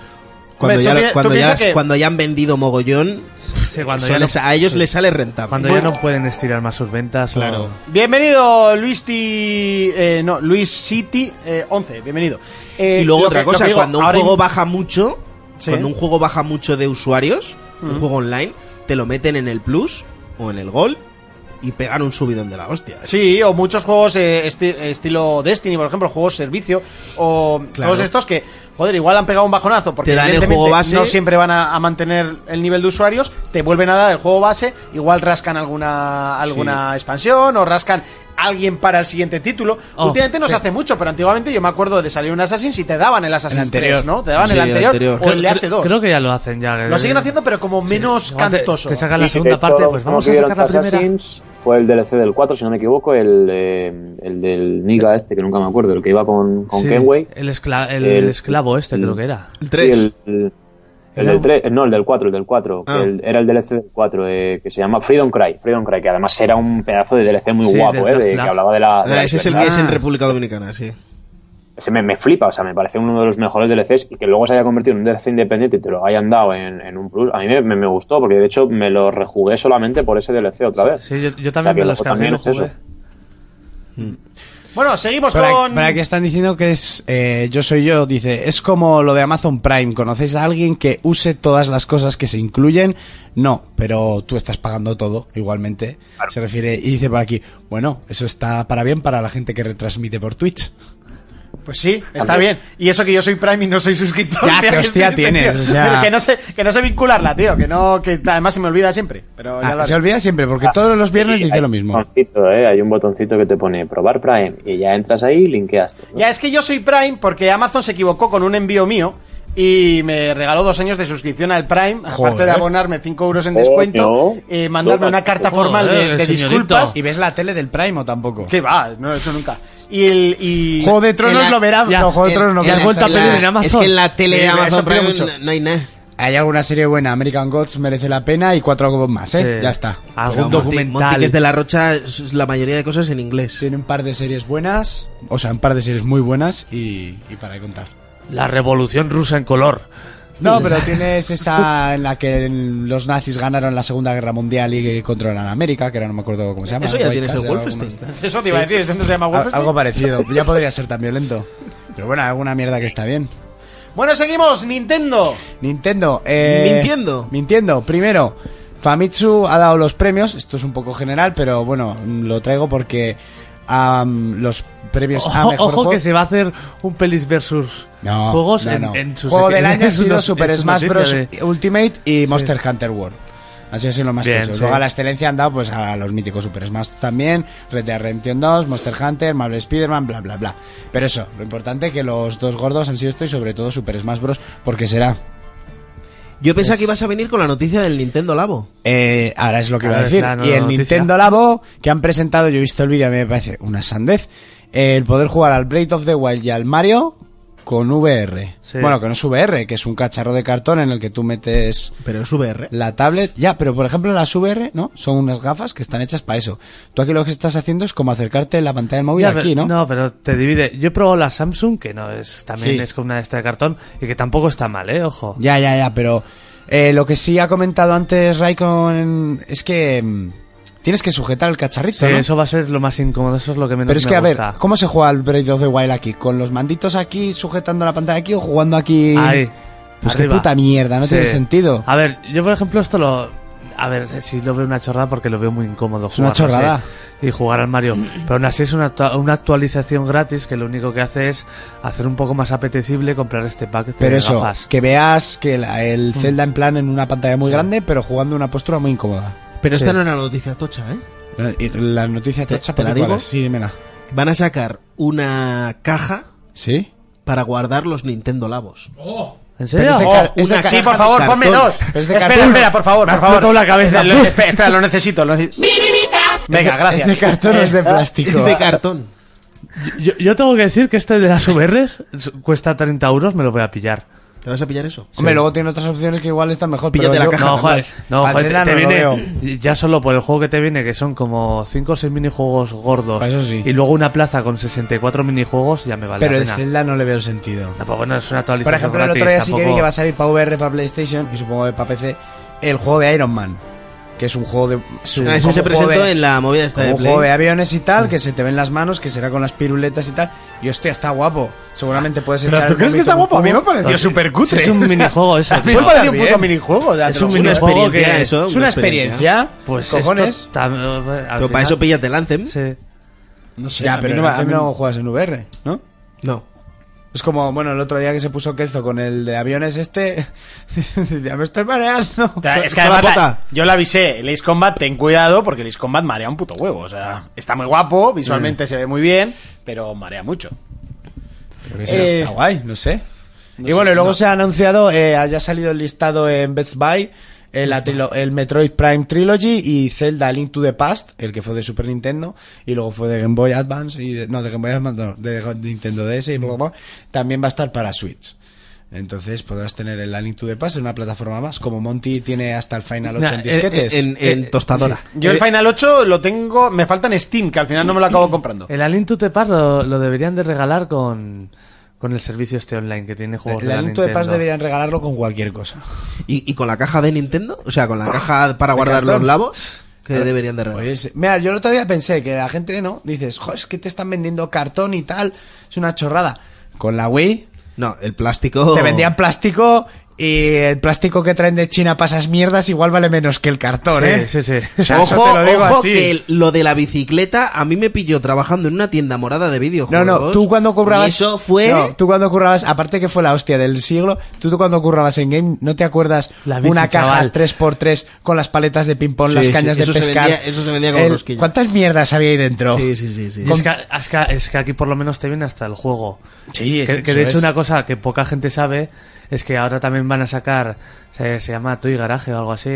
Cuando, Hombre, ya, tú pi- cuando, tú ya, piensa que- cuando ya han vendido mogollón, Sí, cuando eso ya no- les- a ellos les sale rentable. Cuando ya no pueden estirar más sus ventas. Claro. o- Bienvenido, Luis Ti. eh, no, Luis City eh, 11. Bienvenido. Eh, y luego lo otra que- lo cosa, que digo, cuando un ahora juego in- baja mucho, Sí. Mm. cuando un juego baja mucho de usuarios, un juego online, te lo meten en el Plus o en el Gold y pegan un subidón de la hostia. ¿eh? Sí, o muchos juegos eh, esti- estilo Destiny, por ejemplo, juegos servicio, o Claro. todos estos que, joder, igual han pegado un bajonazo, porque Te dan el evidentemente juego base. no siempre van a, a mantener el nivel de usuarios, te vuelven a dar el juego base, igual rascan alguna, alguna expansión, o rascan alguien para el siguiente título. Oh, Últimamente no se sí. hace mucho, pero antiguamente yo me acuerdo de salir un Assassin's y te daban el Assassin's 3, anterior. ¿no? Te daban Sí, el el anterior, anterior. o el de Pues hace creo- dos. Creo que ya lo hacen ya. Lo siguen haciendo, pero como menos Igual te- cantoso. Te, sacan Y, la de segunda hecho, parte, pues como vamos a tuvieron sacar la primera. Assassins, Fue el DLC del 4, si no me equivoco, el, eh, el del Niga este, que nunca me acuerdo, el que iba con, con Sí, Kenway. El, escla- el El- esclavo este, el- creo que era. El 3. Sí, el, el- el Era del un- 3, no, el del 4, el del 4. Ah. era el DLC del 4, eh, que se llama Freedom Cry, Freedom Cry, que además era un pedazo de DLC muy Sí, del guapo, eh, Black de- que Flag. Ah, hablaba de la... de la Ah, ese es el que libertad. es en República Dominicana, sí. Se me, me flipa, o sea, me parece uno de los mejores DLCs y que luego se haya convertido en un DLC independiente y te lo hayan dado en, en un plus. A mí me, me- me gustó, porque de hecho me lo rejugué solamente por ese DLC otra vez. Sí, yo, yo O sea, también que me lo luego descargué y también lo es eso. jugué. Bueno, seguimos Por, con... aquí, por aquí están diciendo que es eh, Yo soy yo, dice, es como lo de Amazon Prime, ¿conocéis a alguien que use todas las cosas que se incluyen? No, pero tú estás pagando todo igualmente. Se refiere y dice por aquí, bueno, eso está para bien para la gente que retransmite por Twitch. Pues sí, está bien. Y eso que yo soy Prime y no soy suscriptor. [laughs] Ya, Mira qué que hostia triste, tienes, tío. o sea. Pero Que no, sé, que no sé vincularla, tío. Que no, que además se me olvida siempre. Pero ya Ah, lo haré. se olvida siempre porque todos los viernes Sí, dice hay lo Un mismo. botoncito, eh, hay un botoncito que te pone probar Prime y ya entras ahí y linkeas. todo. Ya es que yo soy Prime porque Amazon se equivocó con un envío mío. y me regaló dos años de suscripción al Prime, aparte Joder. de abonarme 5 euros en descuento, Coño. eh, mandarme Toma. una carta Joder, formal de, de el señorito. disculpas. ¿Y ves la tele del Prime o tampoco? Que va, no lo he hecho nunca. Y el. Y Juego de Tronos en la- lo verás. ya, No, Juego de En- Tronos no en la- verás. vuelto a en la- pedir en Amazon. Es que en la tele Sí, de eso Amazon pide Prime mucho. no- no hay nada. Hay alguna serie buena. American Gods merece la pena y cuatro cobos más, ¿eh? Sí. Ya está. Pero Algún Monty- documental. Monty, que es de la Rocha, es la mayoría de cosas en inglés. Tiene un par de series buenas, o sea, un par de series muy buenas y, y para de contar. La revolución rusa en color. No, pero tienes esa en la que los nazis ganaron la Segunda Guerra Mundial y controlan América, que ahora no me acuerdo cómo se llama. Eso ya White tienes el Castle, Wolfenstein. alguna- Eso te iba a decir, eso no se llama Al- Wolfenstein. Algo parecido, ya podría ser tan violento. Pero bueno, alguna mierda que está bien. Bueno, seguimos, Nintendo. Nintendo. Eh, Mintiendo. Mintiendo. Primero, Famitsu ha dado los premios. Esto es un poco general, pero bueno, lo traigo porque am, los premios [laughs] a Ojo, mejor ojo juego- que se va a hacer un pelis versus No, juegos no, en, no. en su juego sec- del año ha [laughs] en su sido not- en Super su Smash Bros. noticia de- Ultimate y Monster Hunter World. Así ha sido lo más Bien, tocho. sí. Luego a la excelencia han dado pues a los míticos Super Smash también, Red Dead Redemption 2, Monster Hunter, Marvel Spider-Man, bla bla bla. Pero eso, lo importante es que los dos gordos han sido esto y sobre todo Super Smash Bros. porque será Yo pensaba que ibas a venir con la noticia del Nintendo Labo. Eh, ahora es lo que iba a Ahora es decir. la y nueva el noticia. Nintendo Labo que han presentado, yo he visto el vídeo, a mí me parece una sandez. eh, El poder jugar al Breath of the Wild y al Mario con VR. Sí. Bueno, que no es VR, que es un cacharro de cartón en el que tú metes Pero es VR. la tablet. Ya, pero por ejemplo las VR, ¿no? Son unas gafas que están hechas para eso. Tú aquí lo que estás haciendo es como acercarte la pantalla del móvil Ya, aquí, pero- ¿no? pero te divide. Yo he probado la Samsung, que no es, también Sí. es como una de esta de cartón, y que tampoco está mal, eh, ojo. Ya, ya, ya, pero eh, lo que sí ha comentado antes Raikon es que mm, tienes que sujetar el cacharrito, Sí, ¿no? eso va a ser lo más incómodo, eso es lo que menos Pero es me que, a ver, gusta. ¿cómo se juega el Breath of the Wild aquí? ¿Con los manditos aquí sujetando la pantalla aquí o jugando aquí? Ahí. Pues qué arriba. puta mierda, no tiene sentido. A ver, yo por ejemplo esto lo... A ver, si lo veo una chorrada porque lo veo muy incómodo Es una jugar, no sé, chorrada. y jugar al Mario. Pero aún así es una, actua- una actualización gratis que lo único que hace es hacer un poco más apetecible comprar este pack de Pero eso, gafas. Mm. que veas que la- el Zelda en plan en una pantalla muy grande, pero jugando en una postura muy incómoda. Pero Sí. esta no era una noticia tocha, ¿eh? Y La noticia ¿Te- tocha, te la ¿cuál digo? es? Sí, dímela. Van a sacar una caja ¿Sí? para guardar los Nintendo Labos. ¿En serio? Pero este ca- este una ca- Sí, caja por de favor, cartón. ponme dos. Pero es de espera, cartón. espera, por favor, Me ha por favor. explotado la cabeza. Lo- espera, espera, lo necesito. lo necesito. Ah, Venga, gracias. Este cartón es [laughs] de plástico. Es de cartón. Yo, yo tengo que decir que este de las VRs cuesta 30 euros, me lo voy a pillar. ¿Te vas a pillar eso? Hombre, luego tiene otras opciones que igual están mejor. Píllate pero la yo- [laughs] caja. No, joder, no, joder, te, Valderrama te lo viene ya solo por el juego que te viene, que son como 5 o 6 minijuegos gordos, Eso sí. y luego una plaza con 64 minijuegos, ya me vale Pero la el pena. Zelda no le veo el sentido. Tampoco pues bueno, es una Por actualización ejemplo, el gratis, otro día sí que vi tampoco- que va a salir para VR, para PlayStation y supongo que para PC el juego de Iron Man, que es un juego de. es un- Ah, eso como se un juego presentó de- en la movida esta como de un Play. juego de aviones y tal, que se te ven las manos, que será con las piruletas y tal. Y hostia, está guapo. Seguramente puedes echar. el vómito en un cubo. pareció súper cutre. Es un minijuego eso, A mí [laughs] tío. me pareció un Está puto bien. minijuego. ya Es te lo un juro. una minijuego experiencia que- eso. Es una experiencia. Pues cojones. esto tam- eh, al Pero para final- eso píllate el Anthem. Sí. No sé, a Ya, mí pero no no, me- a mí no juegas en VR, ¿no? No. Es como, bueno, el otro día que se puso Kelzo con el de aviones este. [laughs] ya me estoy mareando. O sea, es que Con la además la- pota. yo le avisé, el Ace Combat, ten cuidado porque el Ace Combat marea un puto huevo. O sea, está muy guapo, visualmente se ve muy bien, pero marea mucho. Pero que eso Eh, está guay, no sé. y bueno, y luego se ha anunciado, eh, ya ha salido el listado en Best Buy, eh, la trilo- el Metroid Prime Trilogy y Zelda Link to the Past, el que fue de Super Nintendo, y luego fue de Game Boy Advance, y de- no, de Game Boy Advance, no, de Nintendo DS, y bla, bla, bla. también va a estar para Switch. Entonces podrás tener el A Link to the Past en una plataforma más, como Monty tiene hasta el Final 8 Nah, en eh, disquetes. En, en tostadora. Yo el Final 8 lo tengo, me falta en Steam, que al final no me lo acabo comprando. El Alien to the Past lo, lo deberían de regalar con, con el servicio este online que tiene juegos el de A la Link to the Past Nintendo. deberían regalarlo con cualquier cosa. ¿Y, y con la caja de Nintendo? O sea, con la caja para guardar cartón. los labos que deberían de regalar. Oye, sí. Pues, mira, yo el otro día pensé que la gente, ¿no? Dices, jo, es que te están vendiendo cartón y tal, es una chorrada. Con la Wii No, el plástico. te vendían plástico y el plástico que traen de China para esas mierdas igual vale menos que el cartón, ¿eh? Sí, sí, sí. [laughs] O sea, eso ojo, te lo digo ojo así. que el- lo de la bicicleta a mí me pilló trabajando en una tienda morada de No, videojuegos. no, tú cuando currabas... y Eso fue... No, tú cuando currabas, aparte que fue la hostia del siglo, tú, tú cuando currabas en Game, ¿no te acuerdas La bici, una caja chaval. 3x3 con las paletas de ping-pong, Sí, las sí, cañas eso de se pescar? vendía- eso se vendía como rosquilla. ¿Cuántas mierdas había ahí dentro? Sí, sí, sí, sí. Y es, que, es, que, es que aquí por lo menos te viene hasta el juego. Sí, que, que eso de hecho es. una cosa que poca gente sabe es que ahora también van a sacar, se, se llama Toy Garage o algo así.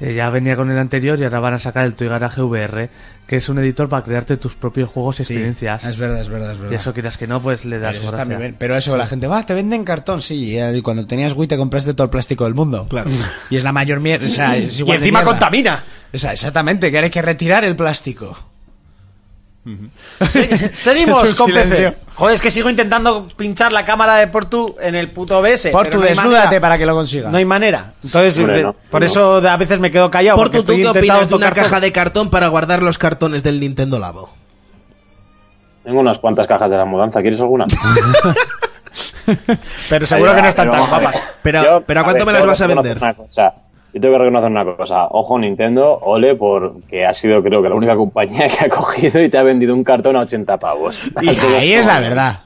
Eh, Ya venía con el anterior y ahora van a sacar el Toy Garage VR, que es un editor para crearte tus propios juegos y Sí, experiencias. Es verdad, es verdad, es verdad. y eso quieras que no, pues le das Pero eso, está gracia. muy bien. Pero eso, la gente, va, te venden cartón, sí. y, eh, cuando tenías Wii te compraste todo el plástico del mundo. Claro. Y es la mayor mierda. O sea, [laughs] Y es igual de encima mierda. contamina. O sea, exactamente, que ahora hay que retirar el plástico. Se- Es Seguimos un con silencio. PC. Joder, es que sigo intentando pinchar la cámara de Portu en el puto BS. Por Eh, pero tu no hay desnúdate manera. para que lo consigas. No hay manera. Entonces, Hombre, eh, no, por no. eso de- a veces me quedo callado. Portu, porque ¿tú estoy qué intentando opinas de una tocar caja todo. de cartón para guardar los cartones del Nintendo Labo? Tengo unas cuantas cajas de la mudanza. [laughs] ¿Quieres alguna? Pero seguro que no están tan Pero vamos a ver. guapas. Pero- pero ¿a cuánto me tengo las que vas a reconocer vender? una cosa. Yo tengo que reconocer una cosa. Ojo Nintendo, ole, porque ha sido creo que la única compañía [laughs] que ha cogido y te ha vendido un cartón a 80 pavos. [laughs] Y ahí es la verdad.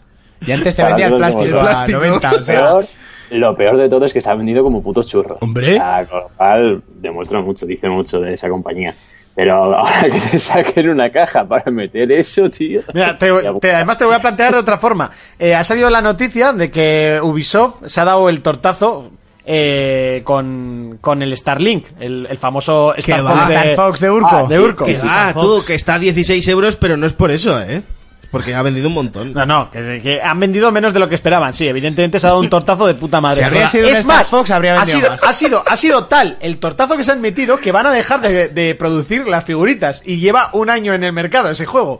Y antes te Para vendía el todos los plástico, a plástico. 90, o Lo sea. peor, lo peor de todo es que se ha vendido como putos churros. Hombre. O sea, con lo cual demuestra mucho, dice mucho de esa compañía. Pero ahora que te [laughs] saquen una caja para meter eso, tío. Mira, te- hostia te- puta. además te voy a plantear de otra forma. Eh, ha salido la noticia de que Ubisoft se ha dado el tortazo eh, con, con el Starlink, el, el famoso Star, va, Fox, de, Star Fox de Urco. Ah, de Urco. Que va, tú, que está a 16 euros, pero no es por eso, ¿eh? Porque ha vendido un montón. No, no, que, que han vendido menos de lo que esperaban. Sí, evidentemente se ha dado un tortazo de puta madre. Si habría Ahora, sido un es Star más, Fox, habría ha vendido sido, más. Ha sido, ha sido tal el tortazo que se han metido que van a dejar de, de producir las figuritas. Y lleva un año en el mercado ese juego.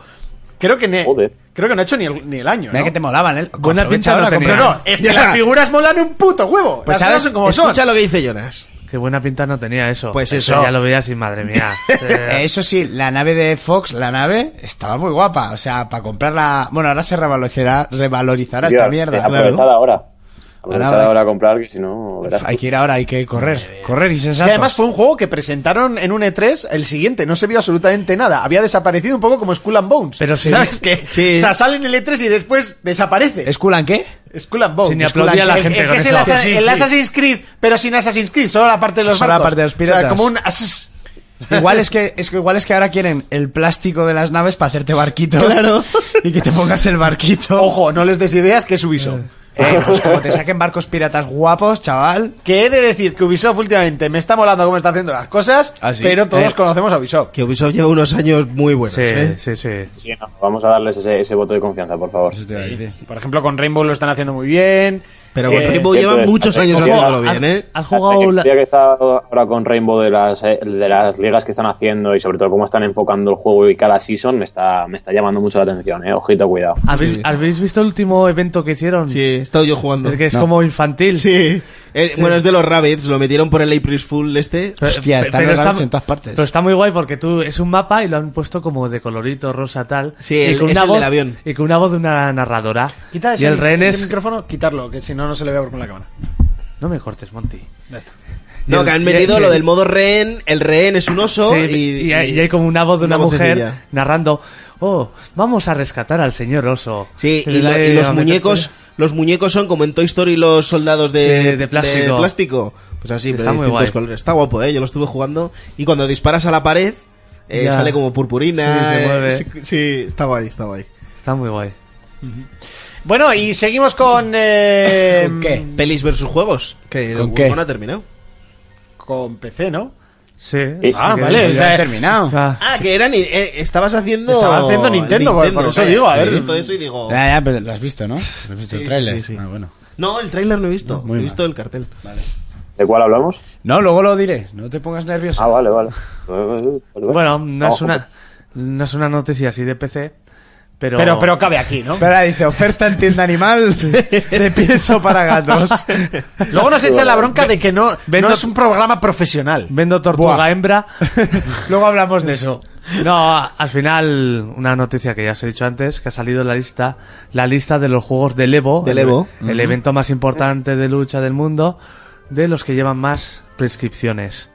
Creo que, ne- Joder. creo que no ha hecho ni el, ni el año. Mira ¿no? que te molaban, ¿eh? Buena Aprovecha pinta no ahora, tenía. Pero cómpralo. [laughs] no, es que las figuras molan un puto huevo. las Pues cosas sabes, son como Escucha son. lo que dice Jonas. Qué buena pinta no tenía eso. Pues eso. eso. Ya lo veías y madre mía. Eh, [laughs] Eso sí, la nave de Fox, la nave, estaba muy guapa. O sea, para comprarla. Bueno, ahora se revalorizará, revalorizará Tío, esta eh, mierda. aprovechad Claro. ahora. Aprovechad Ahora, ahora, a comprar, que si no, verás. Hay que ir ahora, hay que correr. Correr y Es sensato. que además fue un juego que presentaron en un E3 el siguiente, no se vio absolutamente nada. Había desaparecido un poco como Skull and Bones. Pero sí. ¿Sabes qué? Sí. O sea, sale en el E3 y después desaparece. ¿Esculan qué? Skull and Bones. Sí, ni Skull aplaudía and- la el- gente el con que es eso. el, Asa- Sí, sí, el sí. Assassin's Creed, pero sin Assassin's Creed, solo la parte de los Solo la barcos. parte de los O sea, piratas. como un ass- Igual es que, es que igual es que ahora quieren el plástico de las naves para hacerte barquitos y que te pongas el barquito. Ojo, no les des ideas que es Ubisoft. Eh, pues como te saquen barcos piratas guapos, chaval. Que he de decir que Ubisoft últimamente me está molando cómo está haciendo las cosas, Ah, sí. pero todos Eh. conocemos a Ubisoft. Que Ubisoft lleva unos años muy buenos, sí, ¿eh? sí, sí. Sí, no, vamos a darles ese, ese voto de confianza, por favor. Pues Eso te iba a decir. Por ejemplo, con Rainbow lo están haciendo muy bien. Pero con Eh, Rainbow llevan entonces, muchos hasta que años cogiera- haciéndolo Ah, bien, ¿eh? ¿Has Hasta jugado que la- el día que está ahora con Rainbow de las, eh, de las ligas que están haciendo y sobre todo cómo están enfocando el juego y cada season me está, me está llamando mucho la atención, eh. Ojito, cuidado. ¿Habéis, habéis visto el último evento que hicieron? Sí, he estado yo jugando. Mm. Es que es como infantil. [laughs] Sí. Eh, Bueno, es de los Rabbits, lo metieron por el April Fool este. Pero- Hostia, están pero los está- Rabbids en todas partes. Pero está muy guay porque tú es un mapa y lo han puesto como de colorito, rosa, tal. Sí, y el- es el voz, del avión. Y con una voz de una narradora. Quita ese, y el rehén ese es- micrófono, quitarlo, que si no, no se le ve con la cámara. No me cortes, Monty. Ya está. No, Y que han el- metido y el- lo del modo rehén, el rehén es un oso Sí, y, y, y hay y hay como una voz de una, mujer vocecilla. narrando, oh, vamos a rescatar al señor oso. Sí, y, Le- lo- y le- los le- muñecos, los muñecos son como en Toy Story los soldados de, Sí, de plástico. plástico. Pues así, pero Está de muy distintos guay. colores. Está guapo, eh. Yo lo estuve jugando y cuando disparas a la pared eh, Ya. sale como purpurina. Sí, se eh, mueve. sí, sí, está guay, está guay. Está muy guay. Bueno, y seguimos con. eh, ¿Con qué? Pelis versus juegos, que ¿Con el qué? Wukong ha terminado. Con PC, ¿no? Sí. Sí. Ah, Eh, Sí, vale. que- o Ya sea, he terminado. Ah, Ah, que eran eh, eh, estabas haciendo Estaba haciendo Nintendo, por- por eso vaya, digo, a sí, ver. Ah. he visto eso y digo. Ya, ya, pero lo has visto, ¿no? ¿Lo has visto Sí, el trailer? sí, sí, sí. Ah, bueno. No, el tráiler no he visto, Muy he mal. visto el cartel. ¿De cuál hablamos? No, luego lo diré. No te pongas nervioso. Ah, vale, vale. [laughs] bueno, no es Oh, Ojo, una, no es una noticia así de PC, pero... Pero, pero cabe aquí, ¿no? Espera, dice oferta en tienda animal de pienso para gatos. [laughs] Luego [laughs] nos echan la bronca de que no, Vendo- no es un programa profesional. Vendo tortuga [laughs] Buah. hembra. Luego hablamos de eso. No, a- al final, una noticia que ya os he dicho antes, que ha salido en la lista, la lista de los juegos del Evo. Del el- Evo. El, evento más importante de lucha del mundo, de los que llevan más prescripciones.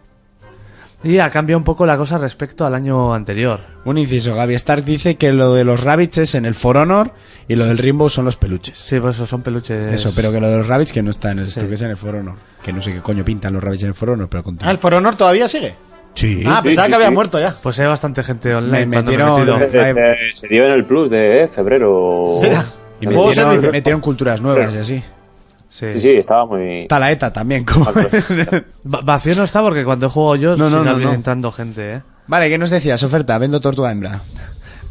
Y ha cambiado un poco la cosa respecto al año anterior. Un inciso, Gaby Stark dice que lo de los rabbits es en el For Honor y lo del Rainbow son los peluches. Sí, pues esos son peluches. Eso, pero que lo de los rabbits que no está en el Sí. esto, que es en el For Honor. Que no sé qué coño pintan los rabbits en el For Honor, pero Ah, continúa. el For Honor todavía sigue. Sí. ah, sí, pensaba sí, que había sí. muerto ya. Pues hay bastante gente online. Me cuando me he metieron- metido. Eh, se dio en el plus de eh, febrero. Mira. y Juegos en metieron, licencia. metieron culturas nuevas y así. [laughs] Sí. Sí, sí, estaba muy... Está la ETA también, como... Va- Vacío no está porque cuando juego yo No, no, sigue no, no. entrando gente, ¿eh? [laughs] vale, ¿qué nos decías? Oferta, vendo tortuga hembra.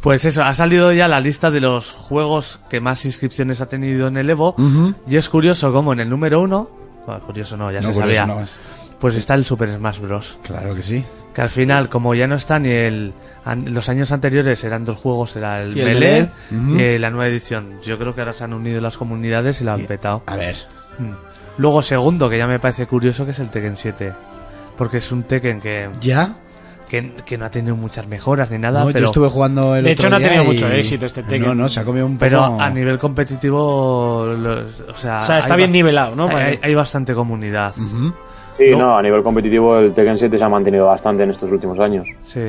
Pues eso, ha salido ya la lista de los juegos que más inscripciones ha tenido en el Evo. Y es curioso cómo en el número uno. bueno, curioso no, ya No, se curioso sabía. no eh. es. Pues está el Super Smash Bros. Claro que sí. Que al final, como ya no está ni el. an- los años anteriores eran dos juegos, era el Sí, el Melee y eh, la nueva edición. Yo creo que ahora se han unido las comunidades y la han petado. A ver, Mm. Luego, segundo, que ya me parece curioso, que es el Tekken 7. Porque es un Tekken que, ¿ya? que, que no ha tenido muchas mejoras ni nada, No, pero. yo estuve jugando el De otro hecho, no ha día tenido y- mucho éxito este Tekken. No, no, se ha comido un Pero poco... a nivel competitivo, los- o sea, Ah, O sea, está hay bien ba- nivelado, ¿no? Hay, Vale. hay- hay bastante comunidad. Ujú. [laughs] Sí, No. no. a nivel competitivo el Tekken 7 se ha mantenido bastante en estos últimos años. Sí.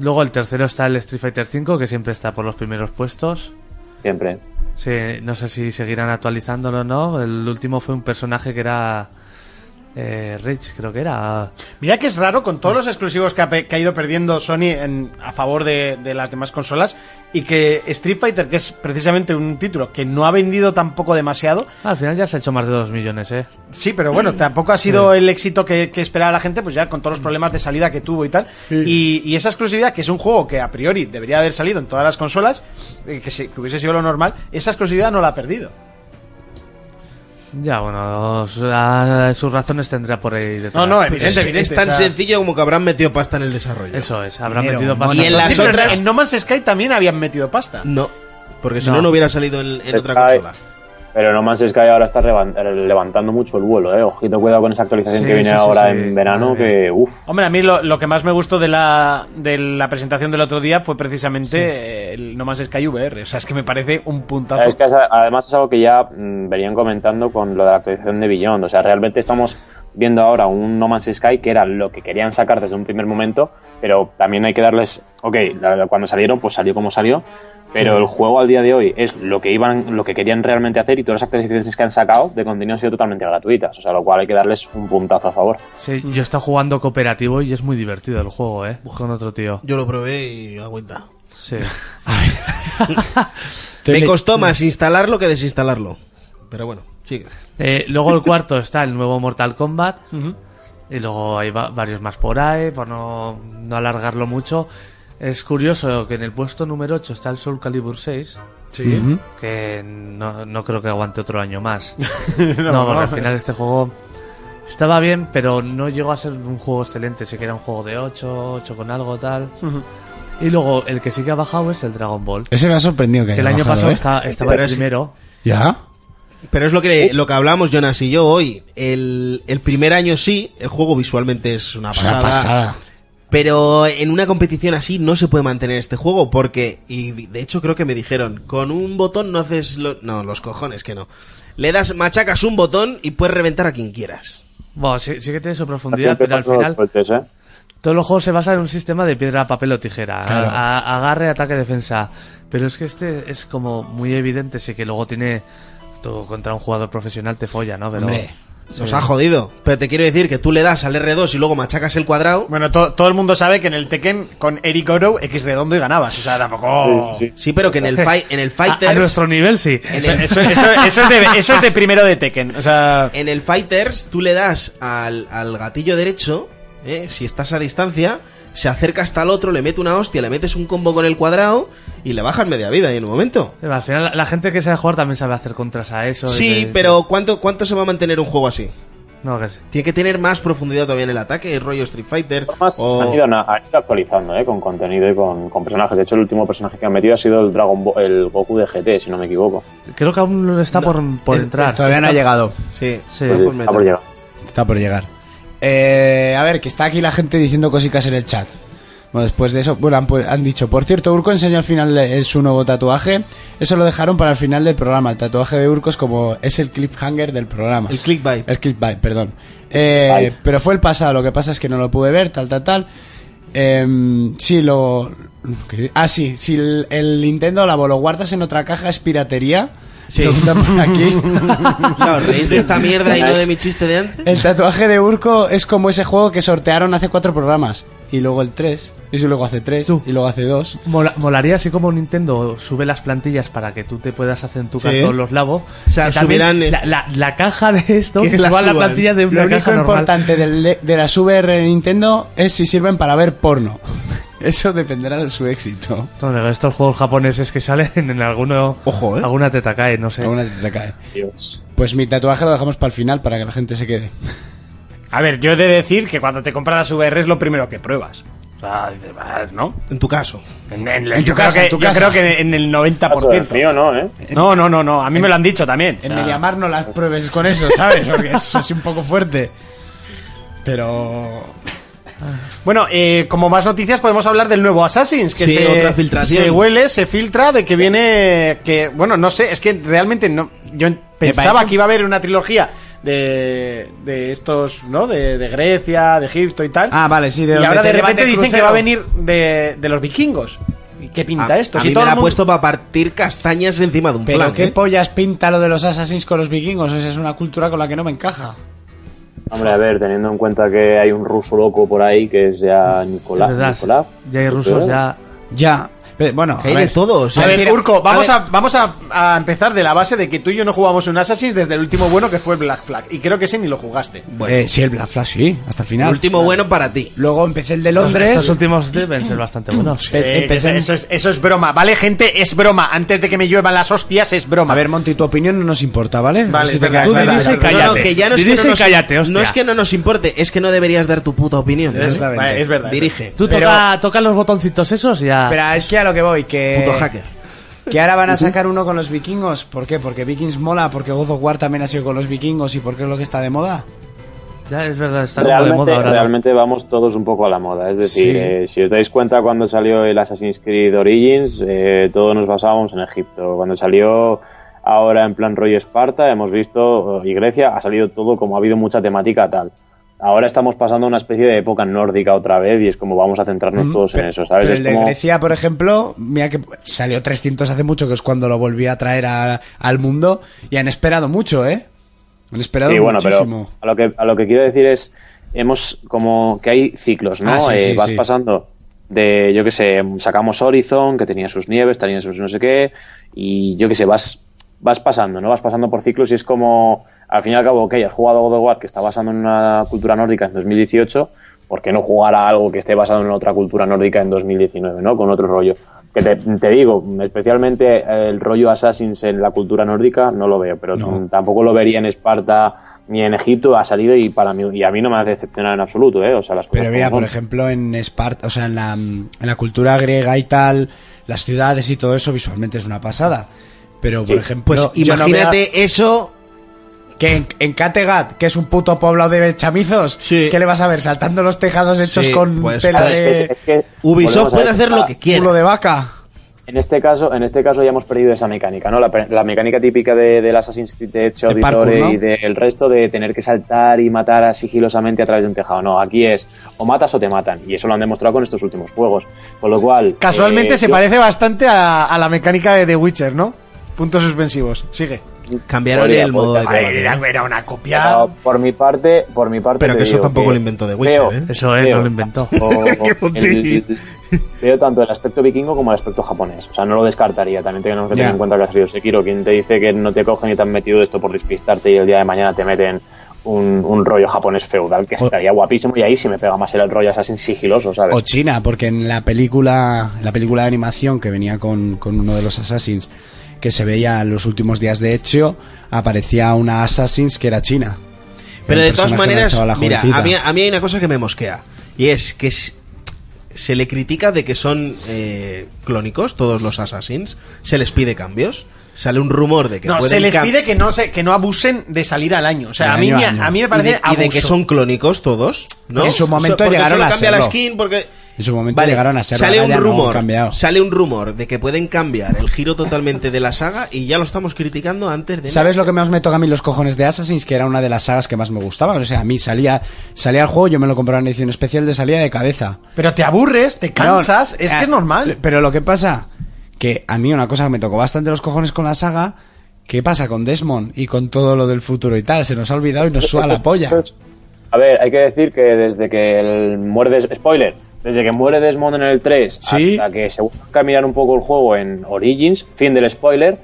Luego el tercero está el Street Fighter V, que siempre está por los primeros puestos. Siempre. Sí, no sé si seguirán actualizándolo o no. El último fue un personaje que era eh, Rich, creo que era. Ah, Mira que es raro con todos los exclusivos que ha, pe- que ha ido perdiendo Sony en- a favor de, de las demás consolas y que Street Fighter, que es precisamente un título que no ha vendido tampoco demasiado, Al final ya se ha hecho más de 2 millones, ¿eh? sí, pero bueno, tampoco ha sido el éxito que, que esperaba la gente, pues ya con todos los problemas de salida que tuvo y tal. Y, y esa exclusividad, que es un juego que a priori debería haber salido en todas las consolas, eh, que, se- que hubiese sido lo normal, esa exclusividad no la ha perdido. Ya, bueno, os- a- sus razones tendrá por ahí detrás. No, no, Pues evidente, evidente. es tan o sea, sencillo como que habrán metido pasta en el desarrollo. Eso es, habrán Dinero, metido pasta. Y en sí, las pero en- otras- en No Man's Sky también habían metido pasta. Mm. No, porque si No. no, no hubiera salido en, en otra Ay. consola. Pero No Man's Sky ahora está revan- levantando mucho el vuelo, ¿eh? Ojito, cuidado con esa actualización Sí, que viene sí, sí, ahora sí. en verano, Madre que uff. Hombre, a mí lo, lo que más me gustó de la, de la presentación del otro día fue precisamente eh, el No Más Sky VR. O sea, es que me parece un puntazo. Es que es- además es algo que ya mm, venían comentando con lo de la actualización de Beyond. O sea, realmente estamos viendo ahora un No Man's Sky que era lo que querían sacar desde un primer momento, pero también hay que darles, ok, la- la- cuando salieron, pues salió como salió, pero el juego al día de hoy es lo que iban, lo que querían realmente hacer y todas las actualizaciones que han sacado de contenido han sido totalmente gratuitas, o sea, lo cual hay que darles un puntazo a favor. Sí, yo he estado jugando cooperativo y es muy divertido el juego, ¿eh? Con otro tío. Yo lo probé y aguanta. [laughs] Sí. Me costó más instalarlo que desinstalarlo. Pero bueno, sigue. Eh, luego el cuarto está el nuevo Mortal Kombat. Y luego hay va- varios más por ahí, por no, no alargarlo mucho. Es curioso que en el puesto número 8 está el Soul Calibur 6. Sí. que no, no creo que aguante otro año más. [laughs] no, porque al final este juego estaba bien, pero no llegó a ser un juego excelente. Sí que era un juego de 8, 8 con algo, tal. Y luego el que sí que ha bajado es el Dragon Ball. Ese me ha sorprendido que Que el haya año bajado, pasado ¿eh? esta- estaba el Pero es- primero. ¿Ya? Pero es lo Uh. que, lo que hablamos Jonas y yo hoy. El, el primer año sí, el juego visualmente es una Es una pasada. pasada. Pero en una competición así no se puede mantener este juego porque, y de hecho creo que me dijeron, con un botón no haces... lo- No, los cojones que no. Le das, machacas un botón y puedes reventar a quien quieras. Bueno, sí, sí que tiene su profundidad, Siempre pero al son los final fuertes, ¿eh? todos los juegos se basan en un sistema de piedra, papel o tijera. Claro. A- a- agarre, ataque, defensa. Pero es que este es como muy evidente, sí que luego tiene... Tú contra un jugador profesional te folla, ¿no? Pero... Hombre. Nos ha jodido. Pero te quiero decir que tú le das al R2 y luego machacas el cuadrado. Bueno, to- todo el mundo sabe que en el Tekken con Eric Oro X redondo y ganabas. O sea, Oh. tampoco. Sí, sí. Sí, pero que en el, fi- en el eh, A, Fighters... a nuestro nivel sí. en Eso, el- eso- eso- eso es de, eso es de primero de Tekken. O sea, En el Fighters, tú le das al, al gatillo derecho, ¿eh? si estás a distancia, se acerca hasta el otro, le mete una hostia, le metes un combo con el cuadrado y le bajas media vida en un momento. Al final, la, la gente que sabe jugar también sabe hacer contras a eso. y Sí, que- pero ¿cuánto, ¿cuánto se va a mantener un juego así? No, que sí. Tiene que tener más profundidad todavía en el ataque, rollo Street Fighter. Además, han Oh. O... ido, na- han ido actualizando, ¿eh? Con contenido y con, con personajes. De hecho, el último personaje que han metido ha sido el Dragon Ball, el Goku de GT, si no me equivoco. Creo que aún está por, por es- entrar. Todavía no ha llegado. Sí, Sí. no, Pues sí, pues está por meta. llegar. Está por llegar. Eh, a ver, que está aquí la gente diciendo cositas en el chat. Bueno, después de eso, bueno, han, pu- han dicho, por cierto, Urco enseñó al final de- eh, su nuevo tatuaje. Eso lo dejaron para el final del programa. El tatuaje de Urco es como, es el cliffhanger del programa. El clickbait. El clickbait, perdón. Eh, Bye. pero fue el pasado, lo que pasa es que no lo pude ver, tal, tal, tal. Em, sí, lo... ¿qué? Ah, sí, si el, el Nintendo la lo guardas en otra caja es piratería. Sí. Preguntan por [laughs] aquí. O sea, ¿os reís de [laughs] esta mierda y no de mi chiste de antes? El tatuaje de Urco es como ese juego que sortearon hace cuatro programas. y luego el 3, y si luego hace 3, Tú. y luego hace 2. Mola- molaría así como Nintendo sube las plantillas para que tú te puedas hacer en tu Sí. cartón los lavos. O sea, que también subirán la, es- la- la caja de esto, Que que la suba la suban. plantilla de Lo una único caja normal. importante del- de las VR de Nintendo es si sirven para ver porno. [laughs] Eso dependerá de su éxito. Entonces, estos juegos japoneses que salen en alguno... Ojo, ¿eh? Alguna teta cae, no sé. Alguna te cae. Dios. Pues mi tatuaje lo dejamos para el final para que la gente se quede. A ver, yo he de decir que cuando te compras las VR es lo primero que pruebas. O sea, dices, "Ah, ¿no? En tu caso. En, en- En tu yo, casa, creo que, en tu yo casa. creo que en el Caso del 90%. mío, no, ¿eh? No, no, no, no. A mí me lo han dicho también. En O sea, Mediamar no las pruebes con eso, ¿sabes? [laughs] Porque eso es un poco fuerte. Pero... Bueno, eh, como más noticias podemos hablar del nuevo Assassin's, que Sí, se, otra filtración. se huele, se filtra de que viene, que bueno, no sé, es que realmente no, yo pensaba parece? que iba a haber una trilogía de, de estos, ¿no? De, de Grecia, de Egipto y tal. Ah, vale, sí, de y donde ahora te de llevan repente de dicen que crucero. va a venir de, de los vikingos. ¿Y ¿Qué pinta a, esto? a Si mí todo me el la ha mundo- puesto para partir castañas encima de un Pero plan. qué ¿eh? pollas pinta lo de los assassins con los vikingos. Esa es una cultura con la que no me encaja. Hombre, a ver, teniendo en cuenta que hay un ruso loco por ahí que es ya Nicolás. Es verdad, Nicolás ya hay rusos, ya... Ya. Pero, bueno, eh, Que hay de todo, o sea, A ver, mira, Urco, vamos, a a, ver. vamos a, a empezar de la base de que tú y yo no jugamos un Assassin's desde el último bueno que fue Black Flag. Y creo que ese ni lo jugaste. Bueno, Eh, sí, el Black Flash, sí, hasta el el final. último bueno para ti. Luego empecé el de Estos Londres. últimos deben ser Mm, bastante buenos. Sí, que Empecé- eso- eso, es, eso es broma, ¿vale, gente? Es broma. Antes de que me lluevan las hostias, es broma. A ver, Monty, tu opinión no nos importa, ¿vale? Vale, Así te verdad, queda tú claro. dirige- Cállate. No, no, que ya no es Dirige que no nos, y cállate, hostia. no es que no nos importe, es que no deberías dar tu puta opinión. ¿eh? es, Exactamente. vale, es verdad. Dirige. Tú Pero- toca, toca los botoncitos esos y ya... Pero es que a lo que voy, que. Puto hacker. Que ahora van a sacar uno con los vikingos. ¿Por qué? Porque Vikings mola, porque God of War también ha sido con los vikingos y porque es lo que está de moda. Ya es verdad, está como de Realmente, moda ahora. ¿no? realmente vamos todos un poco a la moda. Es decir, Sí. eh, si os dais cuenta, cuando salió el Assassin's Creed Origins, eh, todos nos basábamos en Egipto. Cuando salió ahora en plan rollo Esparta, hemos visto, eh, y Grecia, ha salido todo como ha habido mucha temática tal. Ahora estamos pasando a una especie de época nórdica otra vez y es como vamos a centrarnos todos en Mm, Pe- eso, ¿sabes? Pero Es el de como- Grecia, por ejemplo, mira que salió 300 hace mucho, que es cuando lo volví a traer a- al mundo, y han esperado mucho, ¿eh? Han esperado Sí, bueno, muchísimo. pero a lo que a lo que quiero decir es hemos como que hay ciclos, ¿no? Ah, sí, Eh, sí, vas sí. pasando de yo que sé, sacamos Horizon, que tenía sus nieves, tenía sus no sé qué y yo que sé, vas vas pasando, ¿no? Vas pasando por ciclos y es como al fin y al cabo, ok, has jugado a God of War que está basado en una cultura nórdica en 2018, ¿por qué no jugar a algo que esté basado en otra cultura nórdica en 2019, ¿no? Con otro rollo. Que te, te digo, especialmente el rollo Assassins en la cultura nórdica no lo veo, pero No. tampoco lo vería en Esparta ni en Egipto. Ha salido y para mí y a mí no me ha decepcionado en absoluto, ¿eh? O sea, las cosas Pero mira, como por son. ejemplo, en Esparta, o sea, en la, en la cultura griega y tal, las ciudades y todo eso visualmente es una pasada. Pero, por Sí. ejemplo, Pues yo no veo- imagínate eso. que en, en Kattegat, que es un puto poblado de chamizos, Sí. ¿qué le vas a ver? Saltando los tejados hechos Sí, con pues, tela A ver, de es que- es que Ubisoft volvemos a puede ver, hacer lo ah, que quiera. culo de vaca. En este caso, en este caso ya hemos perdido esa mecánica, ¿no? La, pe- la mecánica típica de, del Assassin's Creed de hecho De parkour, Auditore ¿no? y del resto de tener que saltar y matar a- sigilosamente a través de un tejado. No, aquí es o matas o te matan y eso lo han demostrado con estos últimos juegos. Con lo cual, Casualmente eh, se yo- parece bastante a, a la mecánica de The Witcher, ¿no? Puntos suspensivos. Sigue. Cambiaron Podría, el modo de podría. combate. Era, ¿eh? era una copia. Pero por mi parte, por mi parte. Pero te que eso digo tampoco que lo inventó The Witcher, veo- ¿eh? Eso él Creo. no lo inventó. [laughs] o- o Qué el- tontín. veo tanto el aspecto vikingo como el aspecto japonés. O sea, no lo descartaría. También tenemos que Ya. tener en cuenta que ha sido Sekiro. Quien te dice que no te cogen y te han metido esto por despistarte y el día de mañana te meten un, un rollo japonés feudal que estaría guapísimo y ahí sí me pega más el rollo Assassin sigiloso, ¿sabes? O China, porque en la película, en la película de animación que venía con, con uno de los Assassins, que se veía en los últimos días de hecho, aparecía una Assassins que era China. Era Pero un de personaje de todas una maneras, chavala mira, jovencita. a mí, a mí hay una cosa que me mosquea. Y es que s- se le critica de que son eh, clónicos todos los assassins. Se les pide cambios. Sale un rumor de que No, pueden se les cam- pide que no, se, que no abusen de salir al año. O sea, Al a mí, año, me- año. a mí me y parece de, y de que abuso. son clónicos todos, ¿no? En su momento porque llegaron solo a cambia la serlo. skin porque En su momento llegaron a serlo, sale ahora un ya no, han rumor, cambiado. sale un rumor de que pueden cambiar el giro totalmente de la saga y ya lo estamos criticando antes de ¿Sabes lo que más me toca a mí los cojones de Assassins? Que era una de las sagas que más me gustaban. O sea, a mí salía, salía el juego, yo me lo compraba en edición especial de salida de cabeza. Pero te aburres, te cansas. es Ah, que es normal. Pero lo que pasa, que a mí una cosa que me tocó bastante los cojones con la saga, ¿qué pasa con Desmond y con todo lo del futuro y tal? Se nos ha olvidado y nos suda la polla. A ver, hay que decir que desde que el muerde spoiler, Desde que muere Desmond en el 3 Sí. hasta que se vuelve a caminar un poco el juego en Origins, fin del spoiler,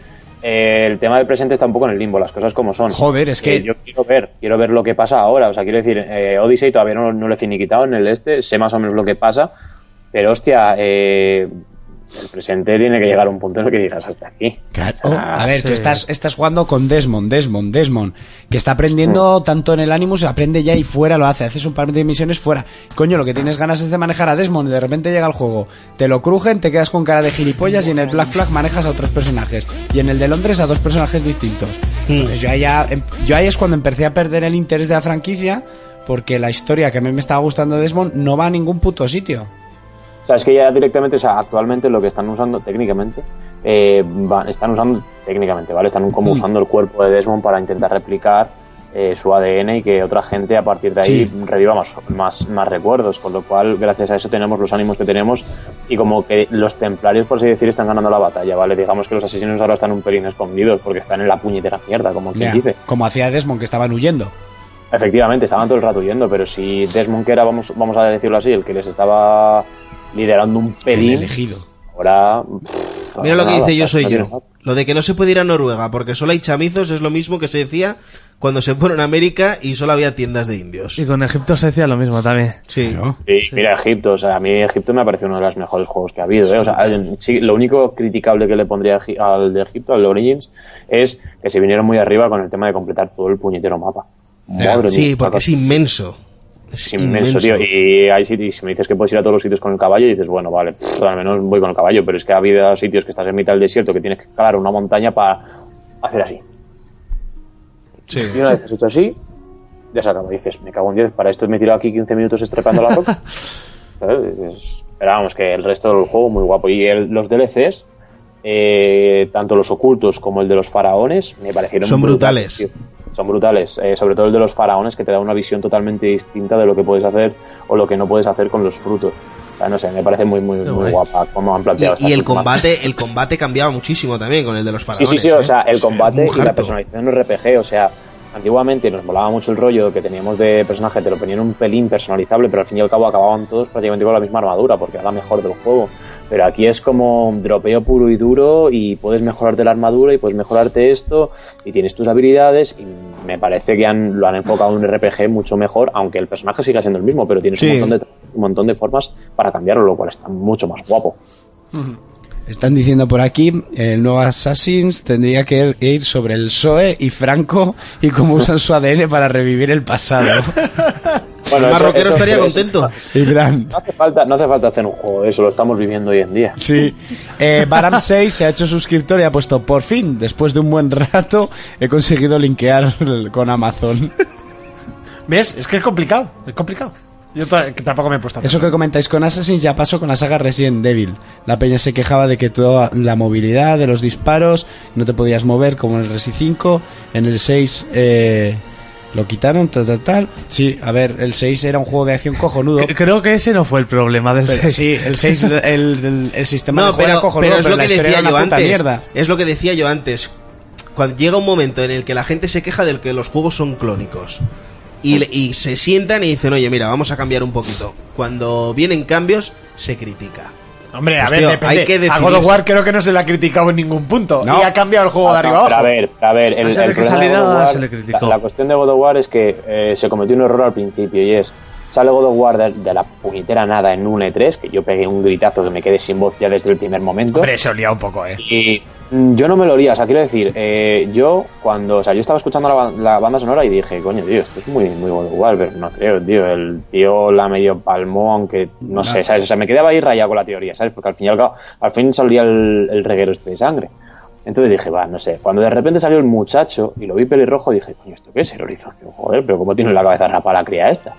eh, el tema del presente está un poco en el limbo, las cosas como son. Joder, es que- Eh, yo quiero ver, quiero ver lo que pasa ahora. O sea, quiero decir, eh, Odyssey todavía no, no lo he finiquitado en el este, sé más o menos lo que pasa, pero hostia, eh, el presente tiene que llegar a un punto en el que digas hasta aquí. Claro. A ver, tú sí. estás, estás jugando con Desmond, Desmond, Desmond, que está aprendiendo tanto en el Animus, aprende ya y fuera lo hace, haces un par de misiones fuera. Coño, lo que tienes ganas es de manejar a Desmond y de repente llega el juego, te lo crujen, te quedas con cara de gilipollas y en el Black Flag manejas a otros personajes y en el de Londres a dos personajes distintos. Entonces, yo, ahí ya- em- yo ahí es cuando empecé a perder el interés de la franquicia porque la historia que a mí me estaba gustando de Desmond no va a ningún puto sitio. O sea, es que ya directamente, o sea, actualmente lo que están usando técnicamente, eh, va- están usando técnicamente, ¿vale? Están como Mm. usando el cuerpo de Desmond para intentar replicar eh, su ADN y que otra gente a partir de ahí Sí. reviva más, más, más recuerdos, con lo cual gracias a eso tenemos los ánimos que tenemos y como que los templarios, por así decir, están ganando la batalla, ¿vale? Digamos que los asesinos ahora están un pelín escondidos porque están en la puñetera mierda, como quien Ya, dice. como hacía Desmond, que estaban huyendo. Efectivamente, estaban todo el rato huyendo, pero si Desmond, que era, vamos, vamos a decirlo así, el que les estaba liderando un El pelín... elegido. Ahora. pff, Mira lo que Pues nada, dice yo no soy tiene nada. yo. Lo de que no se puede ir a Noruega porque solo hay chamizos es lo mismo que se decía cuando se fueron a América y solo había tiendas de indios. Y con Egipto se decía lo mismo también. Sí. Claro. Sí, mira Egipto, o sea, a mí Egipto me ha parecido uno de los mejores juegos que ha habido. ¿eh? O sea, sí, lo único criticable que le pondría a Egi- al de Egipto, al de Origins, es que se vinieron muy arriba con el tema de completar todo el puñetero mapa. Madre Sí, mía, porque una es inmenso. Es inmenso, tío. Y hay sitios, si me dices que puedes ir a todos los sitios con el caballo, y dices, bueno, vale, pff, al menos voy con el caballo, pero es que ha habido sitios que estás en mitad del desierto que tienes que calar una montaña para hacer así. Sí. Y una vez has hecho así, ya se acaba. Dices, me cago en 10, para esto me he tirado aquí 15 minutos estrepando la [laughs] roca. ¿Sabes? Dices, pero vamos, que el resto del juego muy guapo. Y el- los DLCs, eh, tanto los ocultos como el de los faraones, me parecieron Son brutales. tío. Son brutales, eh, sobre todo el de los faraones, que te da una visión totalmente distinta de lo que puedes hacer o lo que no puedes hacer con los frutos. O sea, no sé, me parece muy, muy, Qué guay. muy guapa cómo han Y, planteado. estas y el últimas- combate, el combate cambiaba muchísimo también con el de los Sí, faraones. sí, sí, ¿eh? o sea, el combate Un y la harto. personalización en RPG, o sea, antiguamente nos molaba mucho el rollo que teníamos de personaje, te lo ponían un pelín personalizable, pero al fin y al cabo acababan todos prácticamente con la misma armadura, porque era la mejor del juego. Pero aquí es como dropeo puro y duro y puedes mejorarte la armadura y puedes mejorarte esto y tienes tus habilidades y me parece que han, lo han enfocado en un RPG mucho mejor, aunque el personaje siga siendo el mismo, pero tienes un, Sí. montón de, un montón de formas para cambiarlo, lo cual está mucho más guapo. Están diciendo por aquí, el nuevo Assassins tendría que ir sobre el PSOE y Franco y cómo usan su ADN para revivir el pasado. Bueno, el eso- marroquero eso- estaría eso- [laughs] contento. Y gran. No hace falta, no hace falta hacer un juego de eso, lo estamos viviendo hoy en día. Sí. Eh, Baram6 se ha hecho suscriptor y ha puesto, por fin, después de un buen rato, he conseguido linkear con Amazon. ¿Ves? Es que es complicado, es complicado. Yo ta- que tampoco me he puesto a Eso que comentáis con Assassin's ya pasó con la saga Resident Evil. La peña se quejaba de que toda la movilidad de los disparos no te podías mover como en el Resi 5, en el 6 eh, lo quitaron, tal, tal, tal. Sí, a ver, el 6 era un juego de acción [laughs] cojonudo. C- Creo que ese no fue el problema del Pero 6. sí, el 6, el, el- el sistema de No, juego era pero, cojonudo, pero es pero lo la que historia decía era yo una puta antes. mierda. Es lo que decía yo antes. Cuando llega un momento en el que la gente se queja del que los juegos son clónicos. Y, le- y se sientan y dicen, oye, mira, vamos a cambiar un poquito. Cuando vienen cambios, se critica. Hombre, a Pues, ver, tío, depende. hay que decidir a God of War creo que no se le ha criticado en ningún punto. No. Y ha cambiado el juego de arriba Ah, abajo. pero a ver, pero a ver, el, Antes de el que problema de saliera, God of War- se le criticó. La, la cuestión de God of War es que eh, se cometió un error al principio y es sale God of War de, de la puñetera nada en un E3, que yo pegué un gritazo que me quedé sin voz ya desde el primer momento. Hombre, se olía un poco, eh. Y mm, yo no me lo olía, o sea, quiero decir, eh, yo cuando, o sea, yo estaba escuchando la, ba- la banda sonora y dije, coño, tío, esto es muy, muy God of War, pero no creo, tío, el tío la medio palmó, aunque no sé, ¿sabes? O sea, me quedaba ahí rayado con la teoría, ¿sabes? Porque al fin y al cabo, al fin salía el, el reguero este de sangre. Entonces dije, va, no sé. Cuando de repente salió el muchacho y lo vi pelirrojo, dije, coño, ¿esto qué es el horizonte? Joder, pero ¿cómo tiene la cabeza rapada la cría esta?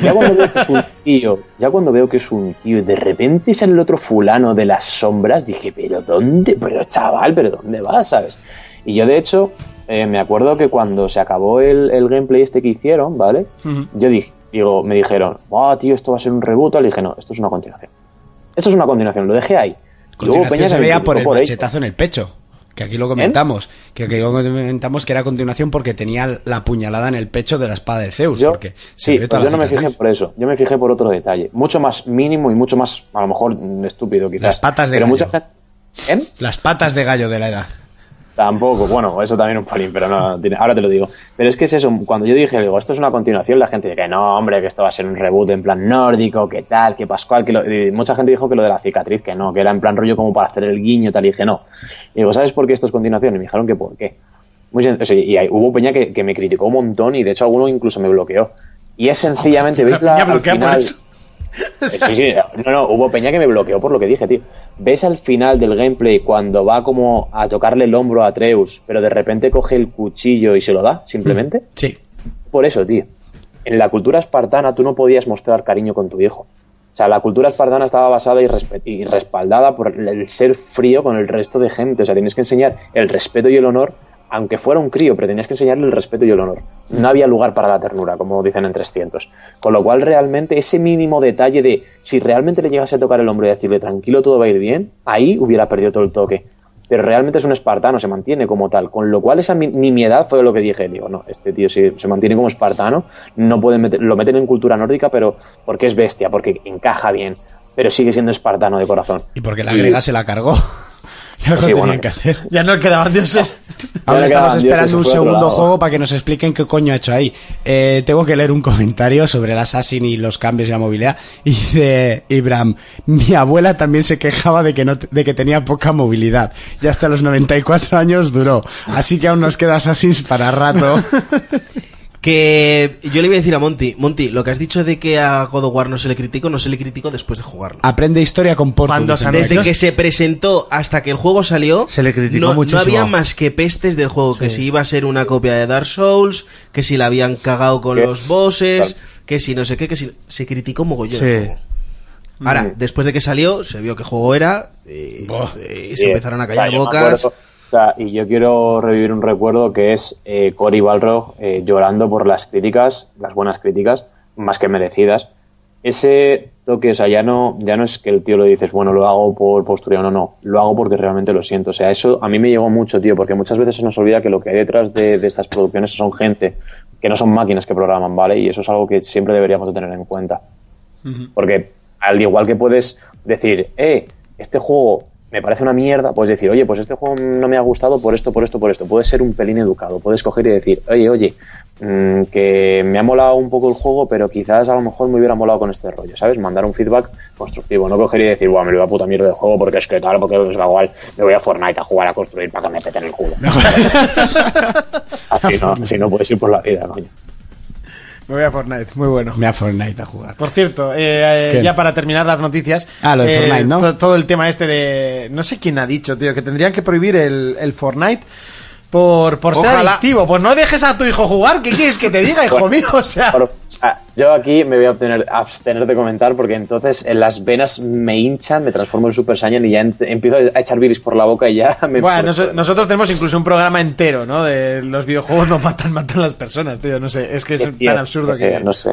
Ya cuando veo que es un tío, ya cuando veo que es un tío y de repente sale el otro fulano de las sombras, dije, pero ¿dónde? Pero chaval, pero ¿dónde vas? ¿Sabes? Y yo de hecho, eh, me acuerdo que cuando se acabó el, el gameplay este que hicieron, ¿vale? Yo dije, digo, me dijeron, ah, tío, esto va a ser un reboot. Le dije, no, esto es una continuación. Esto es una continuación, lo dejé ahí. Y luego Continuación Peña se me veía criticó por el ello. machetazo en el pecho. Que ¿Eh? aquí lo comentamos. Que aquí lo comentamos que era a continuación porque tenía la puñalada en el pecho de la espada de Zeus. Yo, porque se sí, ve pues toda yo la no me cicatriz. fijé por eso. Yo me fijé por otro detalle. Mucho más mínimo y mucho más, a lo mejor, mm, estúpido quizás. Las patas de Pero gallo. mucha gente... ¿Eh? Las patas de gallo de la edad. Tampoco, bueno, eso también un palín, pero no, tiene- ahora te lo digo. Pero es que es eso, cuando yo dije, digo, esto es una continuación, la gente dice que no, hombre, que esto va a ser un reboot en plan nórdico, que tal, que Pascual, que lo- y mucha gente dijo que lo de la cicatriz, que no, que era en plan rollo como para hacer el guiño, tal, y dije, no. Y digo, ¿sabes por qué esto es continuación? Y me dijeron que por qué. Muy sen- o sea, y hay- hubo Peña que, que me criticó un montón y de hecho alguno incluso me bloqueó. Y es sencillamente, ¿veis la, Peña al bloquea por final- eso. Sí, sí, no, no, hubo Peña que me bloqueó por lo que dije, tío. ¿Ves al final del gameplay cuando va como a tocarle el hombro a Atreus, pero de repente coge el cuchillo y se lo da, simplemente? Sí. Por eso, tío. En la cultura espartana tú no podías mostrar cariño con tu hijo. O sea, la cultura espartana estaba basada y, respe- y respaldada por el- el ser frío con el resto de gente. O sea, tienes que enseñar el respeto y el honor, aunque fuera un crío, pero tenías que enseñarle el respeto y el honor. No había lugar para la ternura, como dicen en 300. Con lo cual, realmente, ese mínimo detalle de si realmente le llegase a tocar el hombro y decirle tranquilo, todo va a ir bien, ahí hubiera perdido todo el toque. Pero realmente es un espartano, se mantiene como tal. Con lo cual, esa mi- nimiedad fue lo que dije. Digo, no, este tío sí, se mantiene como espartano. No pueden meter- lo meten en cultura nórdica, pero porque es bestia, porque encaja bien. Pero sigue siendo espartano de corazón. Y porque la grega se la cargó. [laughs] Ya lo Pues Sí, tenían bueno. que hacer. Ya no quedaban dioses. Ahora le quedaban estamos dioses, esperando un fue otro segundo lado. juego para que nos expliquen qué coño ha hecho ahí. Eh, tengo que leer un comentario sobre el Assassin y los cambios y la movilidad. [laughs] Y de Ibram, mi abuela también se quejaba de que, no, de que tenía poca movilidad. Y hasta los 94 años duró. Así que aún nos queda Assassin's para rato. Que yo le iba a decir a Monty, Monty, lo que has dicho de que a God of War no se le criticó, no se le criticó después de jugarlo. [laughs] Aprende historia con Porto. Cuando dicen se por anunció- aquí. Desde que se presentó hasta que el juego salió, Se le criticó no, muchísimo. No había más que pestes del juego, que si iba a ser una copia de Dark Souls, que si la habían cagado con ¿Qué? los bosses, que si no sé qué, que si se criticó mogollón. Sí. el juego. Ahora, después de que salió, se vio qué juego era y, y se Bien. empezaron a O sea, callar yo me bocas. acuerdo- o sea, y yo quiero revivir un recuerdo que es eh, Cory Balrog eh, llorando por las críticas, las buenas críticas, más que merecidas. Ese toque, o sea, ya no, ya no es que el tío lo dices, bueno, lo hago por postura no, no, lo hago porque realmente lo siento. O sea, eso a mí me llegó mucho, tío, porque muchas veces se nos olvida que lo que hay detrás de, de estas producciones son gente, que no son máquinas que programan, ¿vale? Y eso es algo que siempre deberíamos de tener en cuenta. Porque al igual que puedes decir, eh, este juego me parece una mierda, puedes decir, oye, pues este juego no me ha gustado por esto, por esto, por esto. Puedes ser un pelín educado, puedes coger y decir, oye, oye, mm, que me ha molado un poco el juego, pero quizás a lo mejor me hubiera molado con este rollo, ¿sabes? Mandar un feedback constructivo, no coger y decir, guau, me lo da puta mierda de juego porque es que tal, porque es igual, me voy a Fortnite a jugar a construir para que me peten el culo. así, no, así no puedes ir por la vida, coño. Me voy a Fortnite, muy bueno. Me a Fortnite a jugar. Por cierto, eh, eh, ¿Qué? ya para terminar las noticias. Ah, lo de eh, Fortnite, ¿no? to- todo el tema este de. No sé quién ha dicho, tío, que tendrían que prohibir el, el Fortnite por, por ser Ojalá. adictivo. Pues no dejes a tu hijo jugar, ¿qué quieres que te diga, hijo mío? [laughs] O sea. Por- ah, yo aquí me voy a obtener- abstener de comentar porque entonces en las venas me hinchan, me transformo en Super Saiyan y ya ent- empiezo a echar virus por la boca y ya [laughs] me. Bueno, noso- nosotros tenemos incluso un programa entero, ¿no? De los videojuegos no matan, matan a las personas, tío. No sé, es que es Tío, tan absurdo que. eh, No sé.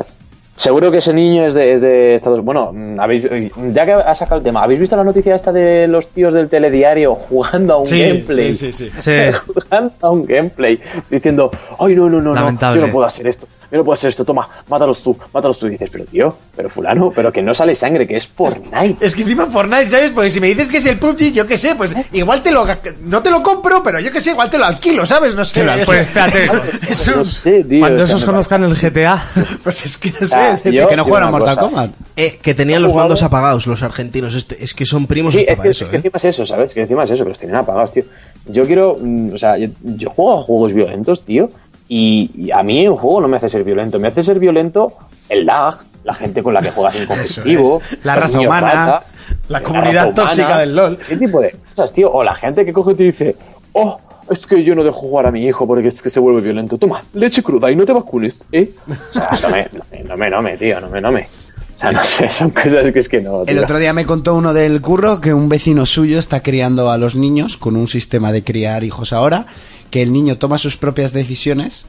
Seguro que ese niño es de, es de Estados Bueno, mm, habéis, eh, ya que ha sacado el tema, ¿habéis visto la noticia esta de los tíos del telediario jugando a un Sí, gameplay? sí, sí, [laughs] sí. Eh, Sí. jugando a un gameplay diciendo, ay, no, no, no, no, Lamentable. yo no puedo hacer esto, yo no puedo hacer esto, toma, mátalos tú, mátalos tú. Y dices, pero tío, pero fulano, pero que no sale sangre, que es Fortnite. Es que encima Fortnite, ¿sabes? Porque si me dices que es el PUBG, yo qué sé, pues igual te lo... No te lo compro, pero yo qué sé, igual te lo alquilo, ¿sabes? No sé. Pues [laughs] espérate. [laughs] Es un- No sé, tío. Cuando o sea, esos me conozcan el GTA. pues es que no Ah, sé. yo- que no digo jugaron a una Mortal cosa. Kombat. Eh, que tenían ¿Has los jugado? mandos apagados los argentinos. Este, es que son primos Sí, hasta es para que, eso, es que ¿eh? encima es eso, ¿sabes? Que encima es eso, que los tienen apagados, tío. Yo quiero, mm, o sea, yo, yo juego a juegos violentos, tío, y, y a mí un juego no me hace ser violento, me hace ser violento el lag, la gente con la que juegas en competitivo, es. La los raza niños humana, la comunidad raza tóxica del LOL. Ese tipo de cosas, tío, o la gente que coge y te dice, oh, es que yo no dejo jugar a mi hijo porque es que se vuelve violento. Toma, leche cruda y no te vacunes, ¿eh? O sea, no me, no me, no me, no me, tío, no me, no me. O sea, no sé, son cosas que es que no, tío. El otro día me contó uno del curro que un vecino suyo está criando a los niños con un sistema de criar hijos ahora, que el niño toma sus propias decisiones.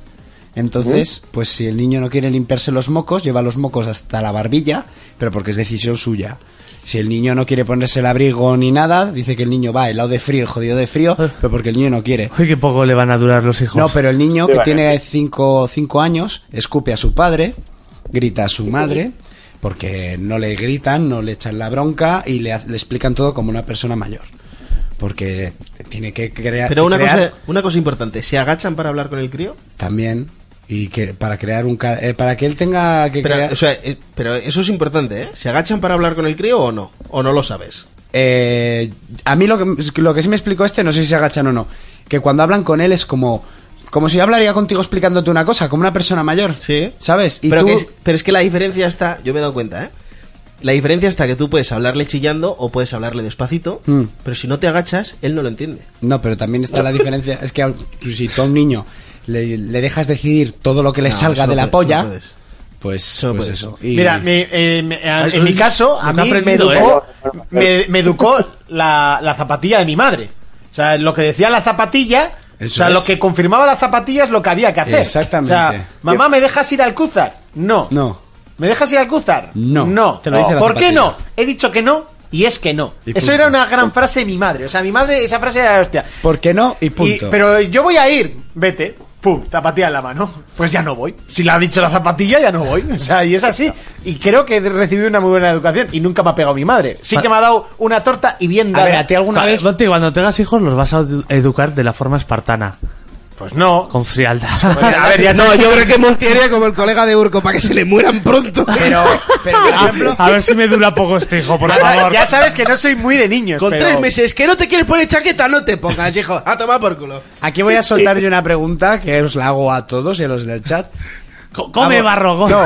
Entonces, pues si el niño no quiere limpiarse los mocos, lleva los mocos hasta la barbilla, pero porque es decisión suya. Si el niño no quiere ponerse el abrigo ni nada, dice que el niño va helado de frío, jodido de frío, pero porque el niño no quiere. [laughs] Uy, qué poco le van a durar los hijos. No, pero el niño Sí, que vale. tiene 5 años escupe a su padre, grita a su madre, porque no le gritan, no le echan la bronca y le, ha- le explican todo como una persona mayor. Porque tiene que crea- Pero una crear cosa, una cosa importante, ¿se agachan para hablar con el crío? también y que para crear un ca- eh, para que él tenga que Pero, crear o sea, eh, pero eso es importante, ¿eh? ¿Se agachan para hablar con el crío o no? ¿O no lo sabes? Eh, a mí lo que, lo que sí me explicó este, no sé si se agachan o no, que cuando hablan con él es como como si yo hablaría contigo explicándote una cosa, como una persona mayor. Sí. ¿Sabes? Y pero, tú- que es, pero es que la diferencia está, yo me he dado cuenta, ¿eh? La diferencia está que tú puedes hablarle chillando o puedes hablarle despacito, Mm. pero si no te agachas, él no lo entiende. No, pero también está la diferencia. Es que al- si tú a un niño le, le dejas decidir todo lo que le No, eso salga no de la puedes, polla, no puedes. pues, no pues puedes. eso. Y- Mira, mi- eh, me- a- Ay, en mi caso, a lo que ha mí me aprendido, educó, ¿eh? me, me educó la, la zapatilla de mi madre. O sea, lo que decía la zapatilla, Eso o sea, es. lo que confirmaba la zapatilla es lo que había que hacer. Exactamente. O sea, mamá, ¿me dejas ir al Cúzar? No. No. ¿Me dejas ir al Cúzar? No. No. Te lo dice la ¿Por qué zapatilla. no? He dicho que no y es que no. Y Eso punto. era una gran frase de mi madre. O sea, mi madre, esa frase era la hostia. ¿Por qué no? Y punto. Y- pero yo voy a ir, vete, pum, zapatilla en la mano. Pues ya no voy. Si la ha dicho la zapatilla, ya no voy. O sea, y es así. Y creo que recibí una muy buena educación y nunca me ha pegado mi madre. Sí que me ha dado una torta y bien a dada. ver, ¿a ti alguna vez? Conti, cuando tengas hijos los vas a edu- educar de la forma espartana, Pues no. con frialdad. Pues, a ver, ya [laughs] No, sabes- yo creo que Montiel como el colega de Urco para que se le mueran pronto. Pero, pero, [laughs] por ejemplo, a ver si me dura poco este hijo, por ya sabes- favor. ya sabes que no soy muy de niños. [laughs] Con pero- tres meses, que no te quieres poner chaqueta, no te pongas, hijo. A tomar por culo. [laughs] aquí voy a soltar yo una pregunta que os la hago a todos y a los [laughs] del chat. Co- Come A vo- barro, go- [laughs] No.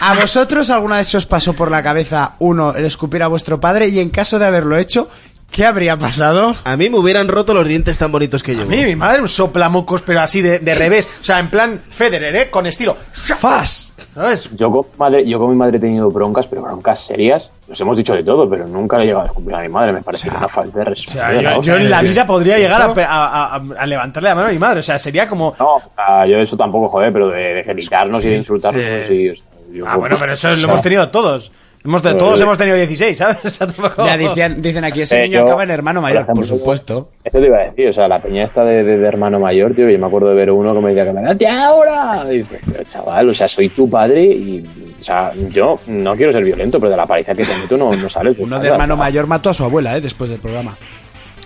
¿A vosotros alguna vez se os pasó por la cabeza, uno, el escupir a vuestro padre? Y en caso de haberlo hecho, ¿qué habría [laughs] pasado? A mí me hubieran roto los dientes tan bonitos que A llevo. mí, mi madre, un soplamocos, pero así de, de revés. O sea, en plan Federer, ¿eh? Con estilo. ¡Fas! ¿Sabes? Yo con, mi madre, yo con mi madre he tenido broncas, pero broncas serias. Nos hemos dicho de todo, pero nunca le he llegado a descubrir a mi madre. Me parece que es una falta de respeto. O sea, yo, yo en la vida podría llegar a, pe- a- a- a levantarle la mano a mi madre. O sea, sería como. No, ah, yo eso tampoco, joder, pero de, de gritarnos y de insultarnos. pues Sí. sí, o sea, yo- Ah, bueno, pero eso o lo sea, hemos tenido todos. Hemos de, todos Eh, hemos tenido 16, ¿sabes? [laughs] O sea, tampoco- Ya dicen, dicen aquí, ese eh, niño yo, acaba en hermano por mayor, por ejemplo, supuesto. Eso te iba a decir, o sea, la peña esta de, de- de hermano mayor, tío, yo me acuerdo de ver uno que me decía que me da tía ahora. Y pues, pero, chaval, o sea, soy tu padre y, o sea, yo no quiero ser violento, pero de la paliza que te meto no, no sales. Uno de nada, hermano o sea, mayor mató a su abuela, ¿eh? Después del programa.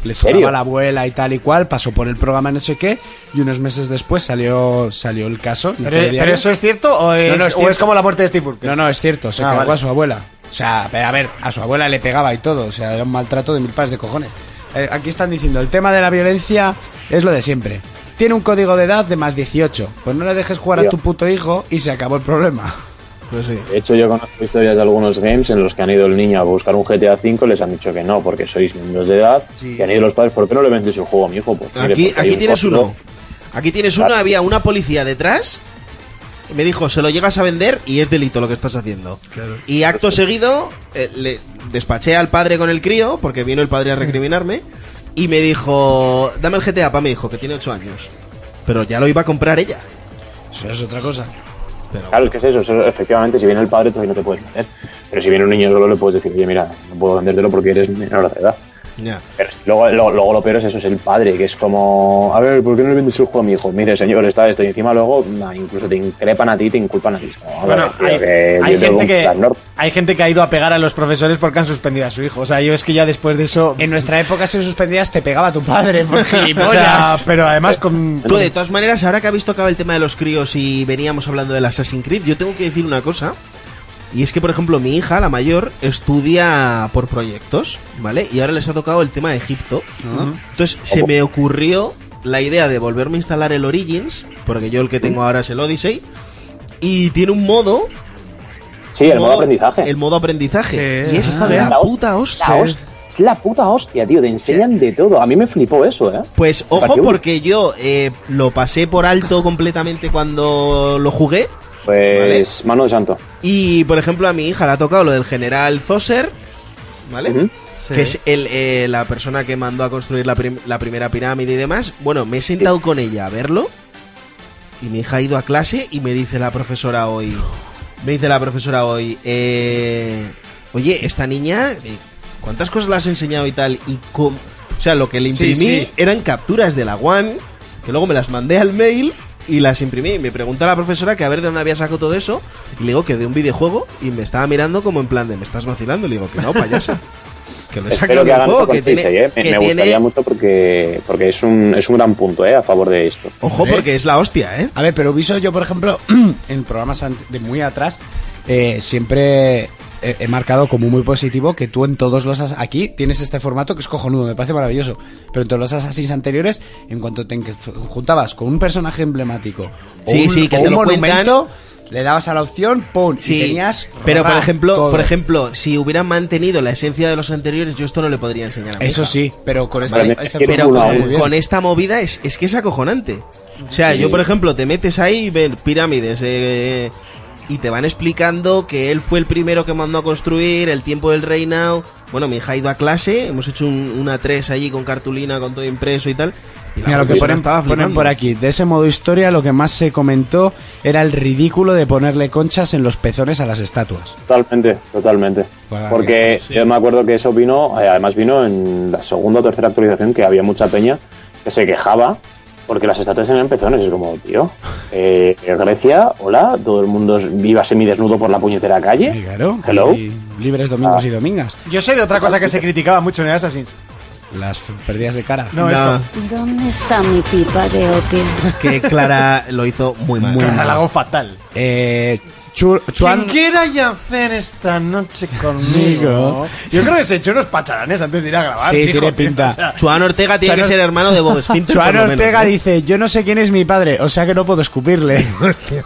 Le serio? sonaba la abuela y tal y cual, pasó por el programa no sé qué, y unos meses después salió, salió el caso. en el Pero, telediario. pero eso es cierto o es, No, no, es o cierto. es como la muerte de Steve Burke? No, no, es cierto, se Ah, cargó vale. a su abuela. O sea, pero a ver, a su abuela le pegaba y todo, o sea, era un maltrato de mil pares de cojones. Eh, aquí están diciendo, el tema de la violencia es lo de siempre. Tiene un código de edad de más 18, pues no le dejes jugar a Tío. tu puto hijo y se acabó el problema. [laughs] Pues sí. De hecho, yo conozco historias de algunos games en los que han ido el niño a buscar un GTA V, les han dicho que no, porque sois niños de edad, y han ido los padres, ¿por qué no le vendéis el juego a mi hijo? Pues mire, Aquí, porque hay aquí un tienes código". uno. Aquí tienes uno, Claro. había una policía detrás. y Me dijo, se lo llegas a vender y es delito lo que estás haciendo. Y acto seguido, eh, le despaché al padre con el crío, porque vino el padre a recriminarme. Y me dijo, dame el GTA para mi hijo, que tiene 8 años. Pero ya lo iba a comprar ella. Eso es otra cosa. Claro, es que es eso, eso, efectivamente, si viene el padre todavía no te puedes meter, pero si viene un niño solo le puedes decir, oye, mira, no puedo vendértelo porque eres menor de edad. Ya. Pero luego, luego, luego lo peor es eso, es el padre, que es como, a ver, ¿por qué no le vendes el juego a mi hijo? Mire, señor, está esto. Y encima luego nah, incluso te increpan a ti, te inculpan a ti. Es como, Bueno, "Vale, tío, hay, que hay yo tengo gente que, las normas". hay gente que ha ido a pegar a los profesores porque han suspendido a su hijo. O sea, yo es que ya después de eso. En nuestra época, si suspendías, te pegaba tu padre [laughs] por o sea, gilipollas. pero además con. Tú, de todas maneras, ahora que habéis tocado el tema de los críos y veníamos hablando del Assassin's Creed, yo tengo que decir una cosa. Y es que, por ejemplo, mi hija, la mayor, estudia por proyectos, ¿vale? Y ahora les ha tocado el tema de Egipto. Entonces, se me ocurrió la idea de volverme a instalar el Origins, porque yo el que tengo ahora es el Odyssey. Y tiene un modo. Sí, el modo aprendizaje. El modo aprendizaje. Sí. Y es Ah. la La puta hostia, hostia. eh. es la hos- Es la puta hostia, tío. Te enseñan de todo. A mí me flipó eso, ¿eh? Pues Para que ojo, uno- porque yo eh, lo pasé por alto completamente cuando lo jugué. Pues mano de santo. Y por ejemplo, a mi hija le ha tocado lo del general Zoser, ¿vale? Ujú. Sí. Que es el, eh, la persona que mandó a construir la, prim- la primera pirámide y demás. Bueno, me he sentado con ella a verlo. Y mi hija ha ido a clase y me dice la profesora hoy. Me dice la profesora hoy. eh, oye, esta niña, eh, ¿cuántas cosas le has enseñado y tal? Y com- o sea, lo que le Sí, imprimí sí. eran capturas de la One, que luego me las mandé al mail y las imprimí. Y me preguntó la profesora que a ver de dónde había sacado todo eso. Y le digo que de un videojuego y me estaba mirando como en plan de, ¿me estás vacilando? Y le digo que no, [laughs] payasa. Que lo he sacado Espero que de un hagan esto juego con que tiene... Pixel, ¿eh? Me, que me tiene- gustaría mucho porque, porque es, un, es un gran punto ¿eh? a favor de esto. Ojo, Hombre. porque es la hostia, ¿eh? A ver, pero Ubisoft, yo por ejemplo, [clears throat] en programas ant- de muy atrás, eh, siempre eh, he, he marcado como muy positivo que tú en todos los... as- Aquí tienes este formato que es cojonudo, me parece maravilloso. Pero en todos los Assassins anteriores, en cuanto te enc- juntabas con un personaje emblemático o Sí, un, sí, que o te un lo monumento, le dabas a la opción, ¡pum! Sí, y tenías... pero por ra, ejemplo, todo. por ejemplo, si hubieran mantenido la esencia de los anteriores, yo esto no le podría enseñar a mi Eso hija. sí, pero con esta, Vale, esta Pero pero Uno está a muy con, bien. con esta movida es, es que es acojonante. O sea, yo por ejemplo, te metes ahí y ves pirámides eh, y te van explicando que él fue el primero que mandó a construir, el tiempo del reinado. Bueno, mi hija ha ido a clase, hemos hecho un- una 3 allí con cartulina, con todo impreso y tal. Y la Mira, lo que profesora ponen, estaba ponen flipando. por aquí, de ese modo historia lo que más se comentó era el ridículo de ponerle conchas en los pezones a las estatuas. Totalmente, totalmente. Para Porque yo me acuerdo que eso vino, eh, además vino en la segunda o tercera actualización que había mucha peña que se quejaba porque las estatuas eran pezones. Es como, tío, eh, Grecia, hola, todo el mundo es- viva semidesnudo por la puñetera ¿Eh? calle. Sí, claro. Hello. Y libres domingos Ah. y domingas. Yo sé de otra cosa que se criticaba mucho en el Assassin's. Las f- perdidas de cara. No, Nah, esto. ¿Dónde está mi pipa de opio? que Clara lo hizo [laughs] muy muy La mal. hago fatal. Eh, Chu- Chuan, ¿Quién quiera yacer esta noche conmigo? Yo creo que se echó unos pacharanes antes de ir a grabar. Sí, hijo, tiene pinta. o sea, Chuan Ortega tiene Chuan Or- que ser hermano de Bob Esfinter. Chuan por lo menos, Ortega ¿eh? dice, yo no sé quién es mi padre, o sea que no puedo escupirle. Os- qué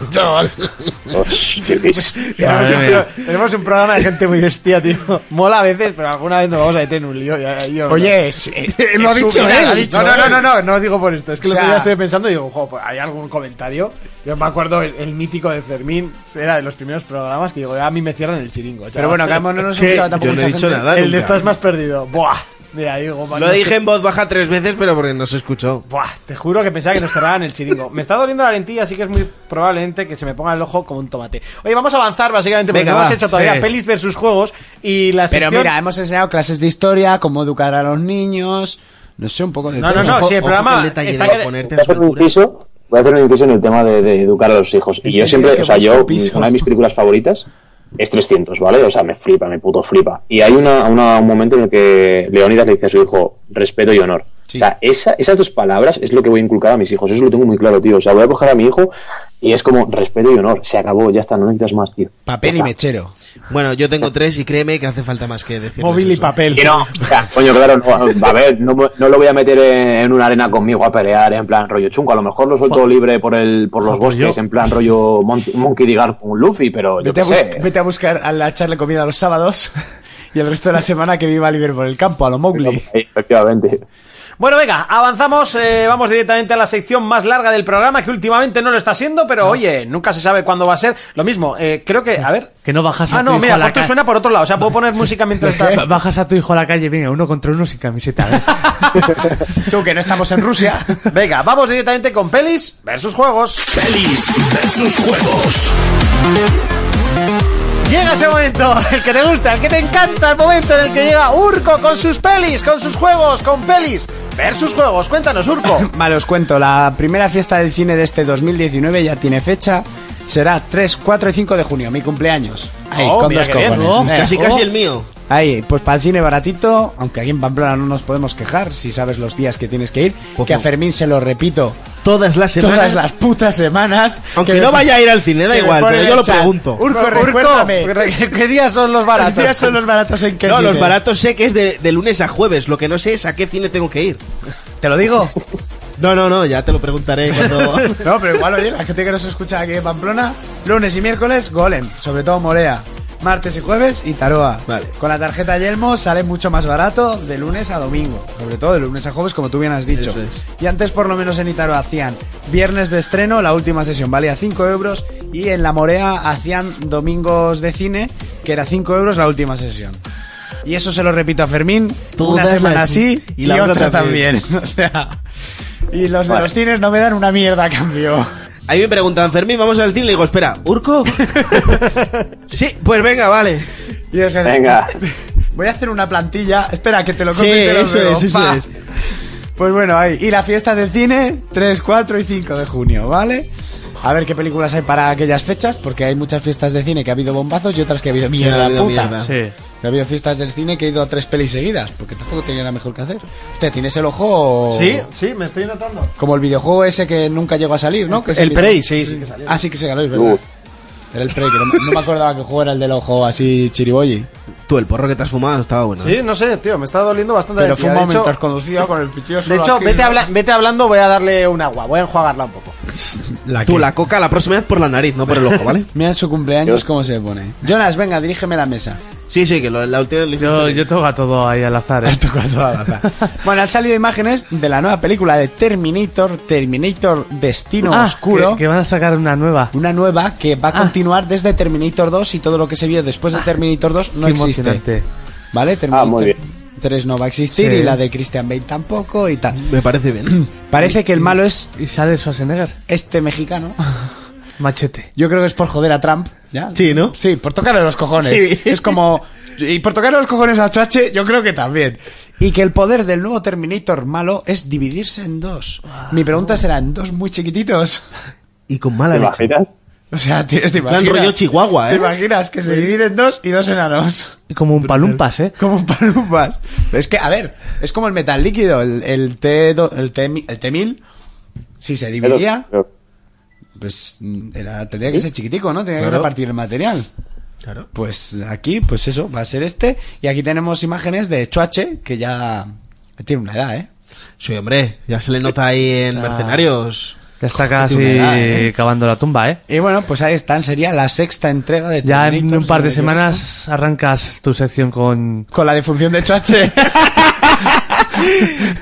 [laughs] bis- tenemos, un, pro- tenemos un programa de gente muy bestia, tío. Mola a veces, pero alguna vez nos vamos a meter en un lío. ya- ya- yo- Oye, es- eh, lo ha es dicho su- él. lo ha dicho no, no, él. no, no, no, no digo por esto. Es que O lo que sea- ya estoy pensando y digo, "Jo, pues, ¿hay algún comentario? Yo me acuerdo el, el mítico de Fermín, era de los primeros programas que digo, "Ah, a mí me cierran el chiringo. Pero chaval". bueno, que [laughs] no nos ¿Qué? escuchaba tampoco Yo no he mucha dicho gente. nada. El de nunca. estás más perdido. Buah. Mira, digo, Lo no sé- dije en voz baja tres veces, pero porque no se escuchó. Buah, te juro que pensaba que nos cerraban el chiringo. Me está doliendo la lentilla, así que es muy probablemente que se me ponga el ojo como un tomate. Oye, vamos a avanzar básicamente porque Venga, no hemos va, hecho todavía sí. pelis versus juegos y la Pero sección- mira, hemos enseñado clases de historia, cómo educar a los niños, no sé, un poco de No, todo. no, no, Ojo- si el ojo programa con el detalle está de que- ponerte Voy a a su hacer un altura. inciso, voy a hacer un inciso en el tema de, de educar a los hijos. Y yo Entendí siempre, que o sea, busco yo, piso. una de mis películas favoritas es 300, ¿vale? O sea, me flipa, me puto flipa. Y hay una, una- un momento en el que Leonidas le dice a su hijo, respeto y honor. O sea, esa- esas dos palabras es lo que voy a inculcar a mis hijos. Eso lo tengo muy claro, tío. O sea, voy a coger a mi hijo y es como, respeto y honor. Se acabó, ya está, no necesitas más, tío. Papel Ya y está. mechero. Bueno, yo tengo tres y créeme que hace falta más que decir. Móvil y papel. Y no, o sea, coño, claro, no, a ver, no, no lo voy a meter en, en una arena conmigo a pelear, en plan rollo chunco. A lo mejor lo suelto libre por el por los Joder, pues bosques, yo. en plan rollo Mon- Monkey D. Garp con Luffy, pero yo Vete qué a, bus- sé. vete a buscar a la echarle comida los sábados [laughs] y el resto de la semana que viva libre por el campo, a lo Mowgli. Sí, Eh, Efectivamente. Bueno, venga, avanzamos, eh, vamos directamente a la sección más larga del programa que últimamente no lo está siendo, pero oye, nunca se sabe cuándo va a ser. Lo mismo, eh, creo que, a ver. Que no bajas a Ah, tu no, hijo mira, a la corto ca- [laughs] suena por otro lado, o sea, puedo poner música mientras Ba- está. [laughs] Bajas a tu hijo a la calle, venga, uno contra uno sin camiseta. [laughs] ¿eh? Tú que no estamos en Rusia. Venga, vamos directamente con pelis versus juegos. Pelis versus juegos. Llega ese momento, el que te gusta, el que te encanta, el momento en el que llega Urco con sus pelis, con sus juegos, con pelis versus juegos. Cuéntanos, Urco. Vale, os cuento, la primera fiesta del cine de este 2019 ya tiene fecha. Será 3, 4 y 5 de junio, mi cumpleaños. Ahí, Oh, con mira dos qué bien, cojones. ¿no? Eh, Casi, casi el mío. Ahí, pues para el cine baratito, aunque aquí en Pamplona no nos podemos quejar si sabes los días que tienes que ir, Ojo. que a Fermín se lo repito Todas las semanas. todas las putas semanas. Aunque que no me- vaya a ir al cine, da que me igual, ponen pero en yo el lo chat. pregunto. Urco, Urco, recuérdame. ¿qué días son los Los baratos? días son los baratos en que No, los cines? baratos sé que es de, de lunes a jueves. Lo que no sé es a qué cine tengo que ir. Te lo digo. No, no, no, ya te lo preguntaré cuando. [laughs] No, pero igual, oye, la gente que nos escucha aquí en Pamplona, lunes y miércoles, Golem, sobre todo Morea. Martes y jueves y Taroa. Vale. Con la tarjeta Yelmo sale mucho más barato de lunes a domingo. Sobre todo de lunes a jueves, como tú bien has dicho. Eso es. Y antes, por lo menos en Itaroa, hacían viernes de estreno, la última sesión valía 5 euros. Y en La Morea hacían domingos de cine, que era 5 euros la última sesión. Y eso se lo repito a Fermín, una Todas semana las- sí y, y la otra, otra también. [laughs] también. O sea, y los de Vale. los cines no me dan una mierda a cambio. A mí me preguntan, Fermín, vamos al cine. Le digo, espera, ¿Urco? sí, pues venga, vale. Y es el- Venga. [laughs] Voy a hacer una plantilla. Espera, que te lo Sí, compre y te lo eso veo. es, eso Pa. es. Pues bueno, ahí. Y la fiesta del cine, 3, 4 y 5 de junio, ¿vale? A ver qué películas hay para aquellas fechas, porque hay muchas fiestas de cine que ha habido bombazos y otras que ha habido mierda ha habido puta. mierda. Sí. Ha habido fiestas del cine que he ido a tres pelis seguidas, porque tampoco tenía nada mejor que hacer. Usted, ¿tienes el ojo? Sí, sí, me estoy notando. Como el videojuego ese que nunca llegó a salir, ¿no? Que El se- Prey, sí, Uh, sí. Ah, sí que se ganó, es verdad. Uf, Era el Prey, que no, no me acordaba que juego era el del ojo así chiriboyi. Tú, el porro que te has fumado estaba bueno. ¿eh? Sí, no sé, tío, me está doliendo bastante. Pero la fue un tía. De momento hecho, conducido con el pitillo de hecho vete, habla- vete hablando, voy a darle un agua, voy a enjuagarla un poco. Tú, la coca la próxima vez por la nariz, no por el ojo, ¿vale? Mira su cumpleaños cómo se pone. Jonas, venga, dirígeme la mesa. [laughs] Sí, sí, que lo- la última vez lo Yo, dijiste. yo tengo a todo ahí al [laughs] azar, ¿eh? bueno, han salido imágenes de la nueva película de Terminator, Terminator Destino Ah, Oscuro. Que, que van a sacar una nueva. Una nueva que va a Ah. continuar desde Terminator 2 y todo lo que se vio después de Terminator 2 no Qué existe. emocionante. ¿Vale? Terminator muy bien. 3 no va a existir Sí. y la de Christian Bale tampoco y tal. Me parece bien. Parece que el malo es Y sale Schwarzenegger. este mexicano. Machete. Yo creo que es por joder a Trump. ¿Ya? Sí, ¿no? Sí, por tocarle los cojones. Sí. Es como. Y por tocarle los cojones a Chache, yo creo que también. Y que el poder del nuevo Terminator malo es dividirse en dos. Mi pregunta será: ¿en dos muy chiquititos? Y con ¿te mala leche. imaginas? O sea, tío, te Plan imaginas. rollo chihuahua, ¿Te ¿eh? imaginas que se dividen dos y dos enanos? [laughs] Y Como un palumpas, ¿eh? Como palumpas. Es que, a ver, es como el metal líquido, el, el, T, do- el, T, el T1000. Si se dividía, Pero- pues mm, era, tendría que ser chiquitico, ¿no? Tenía que Claro. repartir el material. Claro. Pues aquí, pues eso, va a ser este. Y aquí tenemos imágenes de Chuache, que ya tiene una edad, ¿eh? Sí, hombre, ya se le nota ahí en Mercenarios. Ya está casi Qué humedad, ¿eh? cavando la tumba, ¿eh? Y bueno, pues ahí están, sería la sexta entrega de Ya en Terminator, un par de si no me equivoco. semanas arrancas tu sección con... Con la defunción de Chuache. [laughs]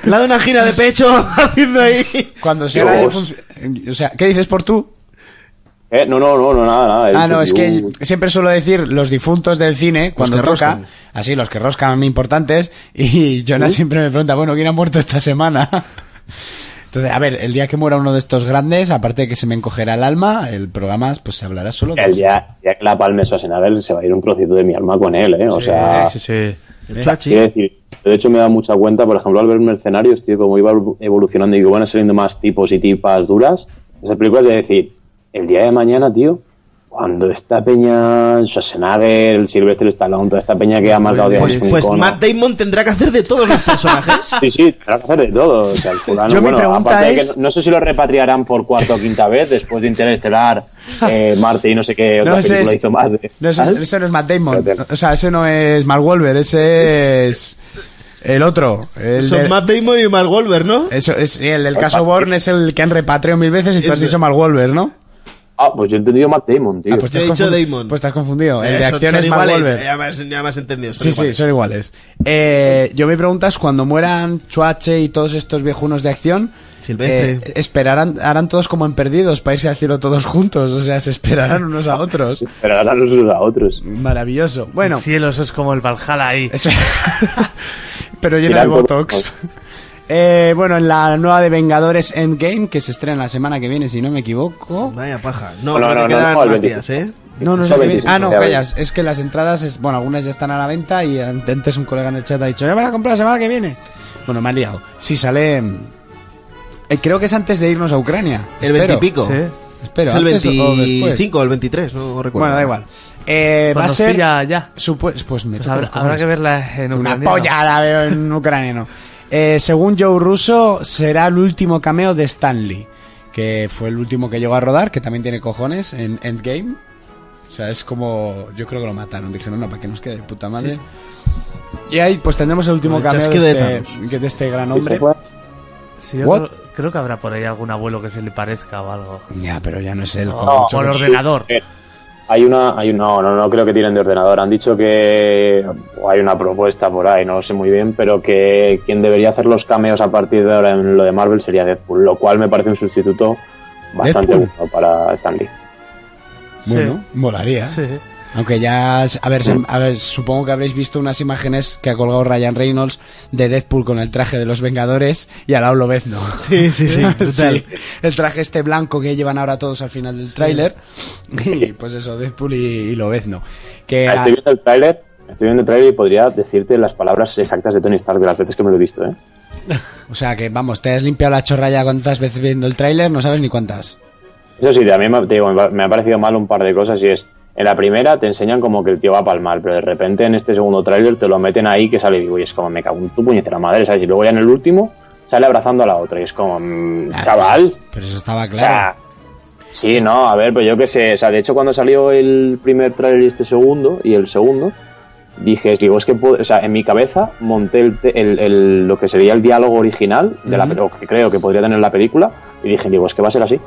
Le da una gira de pecho [laughs] haciendo ahí. Cuando sea la Dios. defunción. O sea, ¿qué dices por tú? Eh, no, no, no, no, nada, nada. Ah, He no, es dicho, que "Uh". siempre suelo decir los difuntos del cine cuando que toca, roscan. así los que roscan importantes, y [laughs] Jonas siempre me pregunta, bueno, ¿quién ha muerto esta semana? [laughs] Entonces, a ver, el día que muera uno de estos grandes, aparte de que se me encogerá el alma, el programa pues se hablará solo de El eso. día, el día que la palme Schwarzenegger se va a ir un trocito de mi alma con él, ¿eh? O sea, sí. Ah, Chachi. quiero decir, de hecho me da mucha cuenta, por ejemplo, al ver Mercenarios, tío, como iba evolucionando y que van saliendo más tipos y tipas duras, esas películas de decir, el día de mañana, tío, cuando esta peña Schwarzenegger, el Sylvester Stallone, toda esta peña que ha marcado Pues, digamos, un pues icono". Matt Damon tendrá que hacer de todos los personajes. Sí, sí, tendrá que hacer de todo. o sea, el fulano, Yo mi bueno, pregunta aparte de es- que no, no sé si lo repatriarán por cuarta o quinta vez después [laughs] de Interestelar, eh, Marte y no sé qué otra No sé, película es- hizo más. de- no, ese, ¿sabes? ese no es Matt Damon, Espérate. o sea, ese no es Mark Wolver, ese es el otro, [laughs] el Son de- Matt Damon y Mark Wolver, ¿no? Eso es, sí, el del caso Born es el que han repatriado mil veces y tú has Ese. dicho Mark Wolver, ¿no? Ah, pues yo he entendido Matt Damon, tío. Ah, pues Yo te he has dicho confundi- Damon. Pues te has confundido. El Eh, de son- acción son es Mark iguales, Wolver. Ya me has, ya me has entendido. son Sí, sí, iguales. son iguales. Eh, yo mi pregunta es, cuando mueran Chuache y todos estos viejunos de acción, Silvestre. eh, esperarán, harán todos como en perdidos para irse al cielo todos juntos, o sea, se esperarán unos a otros. Pero ahora los unos a otros. Maravilloso. Bueno, Cielo, eso es como el Valhalla ahí. eso- [laughs] pero lleno de Tirando Botox. Eh, bueno, en la nueva de Vengadores Endgame, que se estrena la semana que viene, si no me equivoco. Vaya paja. No, Bueno, pero no, te no, quedan no, el más 25. días, ¿eh? No, no, Son no, que 26 viene- Ah, no, de abril. callas. Es que las entradas, es, bueno, algunas ya están a la venta y antes un colega en el chat ha dicho, ya van a comprar la semana que viene. Bueno, me han liado. Si sale... mm, eh, creo que es antes de irnos a Ucrania. El Espero. veintipico. Sí. Espero, es el antes o- o después. 25 o el 23, no recuerdo. Bueno, da igual. Eh, va a Cuando ser... Pues pilla ya. supu- Pues, me Pues toca habrá, los habrá cojones. que verla en Una ucraniano. polla la veo en [laughs] ucraniano. Eh, según Joe Russo, será el último cameo de Stanley, que fue el último que llegó a rodar, que también tiene cojones en Endgame. O sea, es como. Yo creo que lo mataron. Dijeron, no, para que nos quede de puta madre. Y ahí, pues tendremos el último El cameo chasquido de de este, que- de este gran hombre. Sí, fue. Sí, yo What? creo, creo que habrá por ahí algún abuelo que se le parezca o algo. Ya, pero ya no es él. con O- mucho o el que- ordenador. Eh, Hay una, hay un- no, no, no creo que tiren de ordenador. Han dicho que o hay una propuesta por ahí, no lo sé muy bien, pero que quien debería hacer los cameos a partir de ahora en lo de Marvel sería Deadpool, lo cual me parece un sustituto bastante ¿Deadpool? Eh, bueno para Stanley. Bueno, molaría. ¿eh? Sí. Aunque ya, a ver, se- a ver, supongo que habréis visto unas imágenes que ha colgado Ryan Reynolds de Deadpool con el traje de los Vengadores y al lado lo ves, ¿no? Sí, sí, [laughs] sí, El traje este blanco que llevan ahora todos al final del tráiler. Y pues eso, Deadpool y, y lo ves, ¿no? Que Ah, a- Estoy viendo el tráiler, Estoy viendo el trailer y podría decirte las palabras exactas de Tony Stark de las veces que me lo he visto, ¿eh? O sea que, vamos, te has limpiado la chorra ya cuántas veces viendo el tráiler, no sabes ni cuántas. Eso sí, también me, te digo, me ha- me ha parecido mal un par de cosas y es, en la primera te enseñan como que el tío va a palmar, pero de repente en este segundo tráiler te lo meten ahí que sale vivo y es como, me cago en tu puñetera madre, ¿sabes? Y luego ya en el último sale abrazando a la otra y es como, mm, Ah, chaval, Pero eso, pero eso estaba claro. o sea, sí, no, a ver, pero yo qué sé. O sea, de hecho, cuando salió el primer trailer y este segundo, y el segundo, dije, digo, es que, puedo- o sea, en mi cabeza monté el, te- el- el- lo que sería el diálogo original, de la, pe- o que creo que podría tener la película, y dije, digo, es que va a ser así.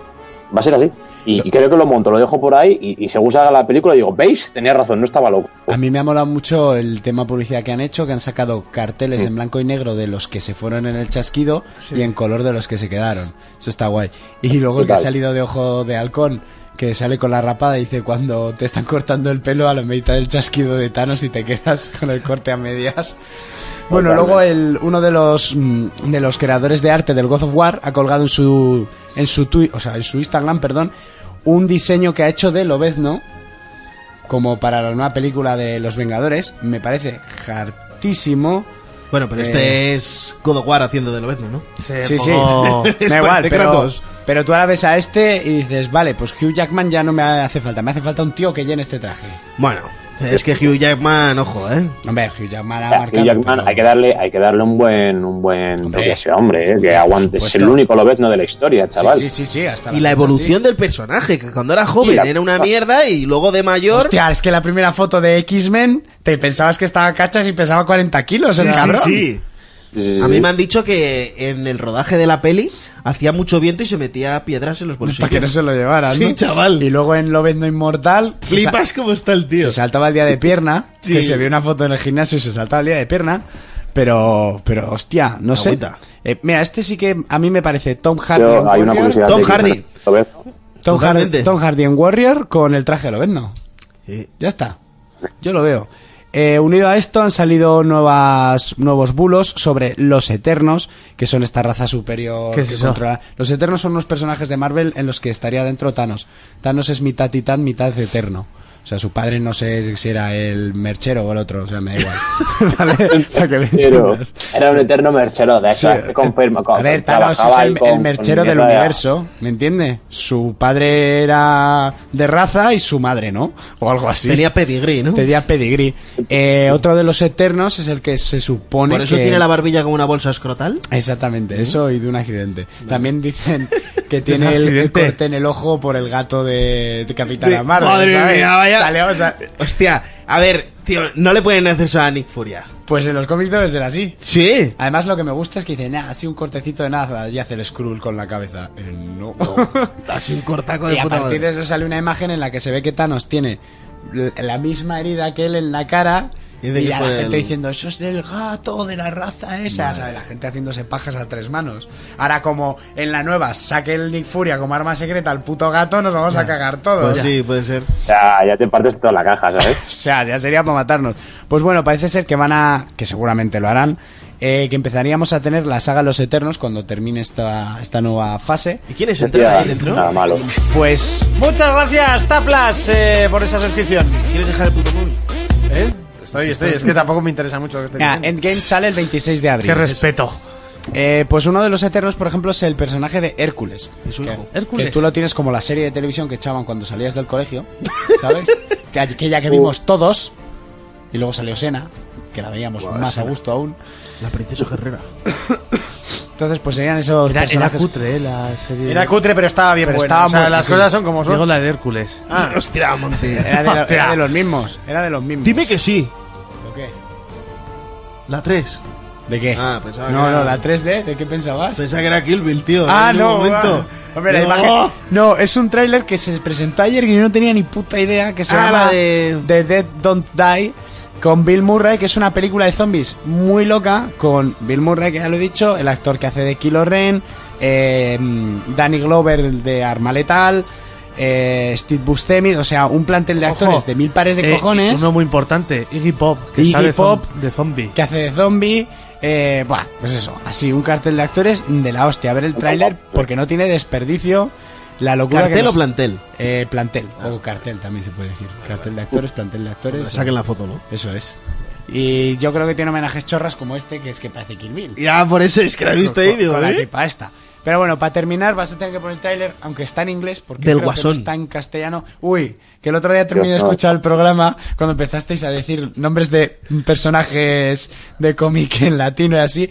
Va a ser así. Y, y creo que lo monto, lo dejo por ahí, y, y según salga la película, digo, ¿veis? Tenía razón, no estaba loco. A mí me ha molado mucho el tema publicidad que han hecho, que han sacado carteles en blanco y negro de los que se fueron en el chasquido y en color de los que se quedaron. Eso está guay. Y luego el que ha Total. salido de ojo de halcón, que sale con la rapada y dice cuando te están cortando el pelo a la mitad del chasquido de Thanos y te quedas con el corte a medias. Bueno, luego el, uno de los mm, de los creadores de arte del God of War ha colgado en su en su tui- o sea, en su Instagram, perdón, un diseño que ha hecho de Lobezno como para la nueva película de Los Vengadores, me parece hartísimo. Bueno, pero Eh. este es God of War haciendo de Lobezno, ¿no? Eh, Sí, sí. [laughs] sí. Da igual, de pero, Kratos. pero tú ahora ves a este y dices, vale, pues Hugh Jackman ya no me hace falta, me hace falta un tío que llene este traje. Bueno, es que Hugh Jackman, ojo, ¿eh? Hombre, Hugh Jackman ha O sea, marcado. y Jackman, pero- hay que darle, hay que darle un buen, un buen Hombre. toque a ese hombre, ¿eh? que aguante. Es el supuesto. único lobezno de la historia, chaval. Sí, sí, sí, sí, hasta Y la fecha, evolución sí. del personaje, que cuando era joven Y la- era una mierda y luego de mayor... Hostia, es que la primera foto de X-Men, te pensabas que estaba cachas y pesaba 40 kilos el Sí, sí, cabrón. sí. Sí, sí, sí, A mí sí. me han dicho que en el rodaje de la peli hacía mucho viento y se metía piedras en los bolsillos. Pues Para que no se lo llevaran. Sí, ¿no? chaval. Y luego en Lobezno Inmortal. se sa- Flipas cómo está el tío. Se saltaba el día de pierna. Sí. Que se vio una foto en el gimnasio y se saltaba el día de pierna. Pero, pero hostia, no sé. Agüita. Eh, mira, este sí que a mí me parece Tom Hardy. Yo- en hay una Warrior, curiosidad Tom de que- Hardy. Lobezno. Tom, Har- Totalmente. Tom Hardy en Warrior con el traje de Lobezno. Sí. Ya está. Yo lo veo. Eh, unido a esto han salido nuevas, nuevos bulos sobre los Eternos, que son esta raza superior ¿Qué es que eso? controla. Los Eternos son unos personajes de Marvel en los que estaría dentro Thanos. Thanos es mitad titán, mitad eterno. O sea, su padre no sé si era el merchero o el otro, o sea, me da igual. ¿Vale? [laughs] Para que me Pero entiendas. era un eterno merchero de eso, Sí. confirmo. A ver, Thanos es el, el merchero del universo, ¿me entiende? Su padre era de raza y su madre, ¿no? O algo así. Tenía pedigrí, ¿no? Tenía pedigrí. Eh, otro de los eternos es el que se supone Por eso que- tiene la barbilla como una bolsa escrotal. Exactamente, eso y de un accidente. También dicen [laughs] que tiene un el, el accidente. corte en el ojo por el gato de, de Capitana Marvel. Madre ¿sabes? mía, vaya. Sale, o sea, Hostia, a ver, tío, no le pueden hacer eso a Nick Furia. pues en los cómics debe ser así. Sí. Además, lo que me gusta es que dicen, ah, así un cortecito de nada y hace el Skrull con la cabeza. Eh, no. [laughs] Ha sido un cortaco de y a puta partir de madre. eso sale una imagen en la que se ve que Thanos tiene l- la misma herida que él en la cara Y y, dice que a fue la el- gente diciendo eso es del gato de la raza esa ¿sabes? la gente haciéndose pajas a tres manos ahora como en la nueva saque el Nick Furia como arma secreta al puto gato nos vamos a cagar todos Pues sí, puede ser. Ya, ya te partes toda la caja, o ¿sabes? sea, ya sería para matarnos. Pues bueno, parece ser que van a, que seguramente lo harán, eh, que empezaríamos a tener la saga Los Eternos cuando termine esta, esta nueva fase. ¿Y quiénes entran Ya, ahí dentro? nada malo. Pues Muchas gracias, Taplas, eh, por esa suscripción. ¿Quieres dejar el puto móvil? ¿Eh? Estoy, estoy, es que tampoco me interesa mucho lo que estés ya, diciendo. Endgame sale el 26 de abril. Qué respeto. Eh, pues uno de los eternos, por ejemplo, es el personaje de Hércules. Es un Que- hijo. Hércules. Que tú lo tienes como la serie de televisión que echaban cuando salías del colegio, [laughs] ¿sabes? que aquella que vimos todos, y luego salió Sena, que la veíamos Guau, más Sena. a gusto aún. La princesa guerrera. [coughs] Entonces, pues serían esos Era, era personajes. cutre, eh, la serie. Era cutre, pero estaba bien Pero buena. estaba O sea, muy- las sí. cosas son como Digo son. la de Hércules. Ah, Hostia, Monty. Era de, Hostia. era de los mismos, era de los mismos. Dime que sí. ¿O qué? La 3. ¿De qué? Ah, pensaba que no, era- no, la 3D, ¿de qué pensabas? Pensaba que era Kill Bill, [laughs] tío. Ah, en un no, momento. ah. Hombre, la Digo, imagen- ¡oh! No, es un tráiler que se presentó ayer que yo no tenía ni puta idea que se Ah, llama la de- The Dead Don't Die con Bill Murray, que es una película de zombies muy loca con Bill Murray, que ya lo he dicho, el actor que hace de Kilo Ren, eh, Danny Glover de Arma Letal, eh, Steve Buscemi, o sea, un plantel de Ojo. actores de mil pares de Eh, cojones Uno muy importante, Iggy Pop, que está Iggy de, zom- Pop. de zombie. que hace de zombie. Eh, buah, pues eso, así, un cartel de actores de la hostia. A ver el tráiler porque no tiene desperdicio. La locura que ¿Cartel o nos- plantel? Eh, plantel, o cartel también se puede decir. cartel de actores, plantel de actores. Uh, Saquen la foto, ¿no? Eso es. Y yo creo que tiene homenajes chorras como este, que es que parece Kill Bill. Ya, por eso es que la viste ahí, Con- digo, con la ¿eh? tipa esta. Pero bueno, para terminar vas a tener que poner el tráiler, aunque está en inglés, porque Del creo que no Guasón. está en castellano. Uy, que el otro día terminé de Dios, no. escuchar el programa cuando empezasteis a decir nombres de personajes de cómic en latino y así.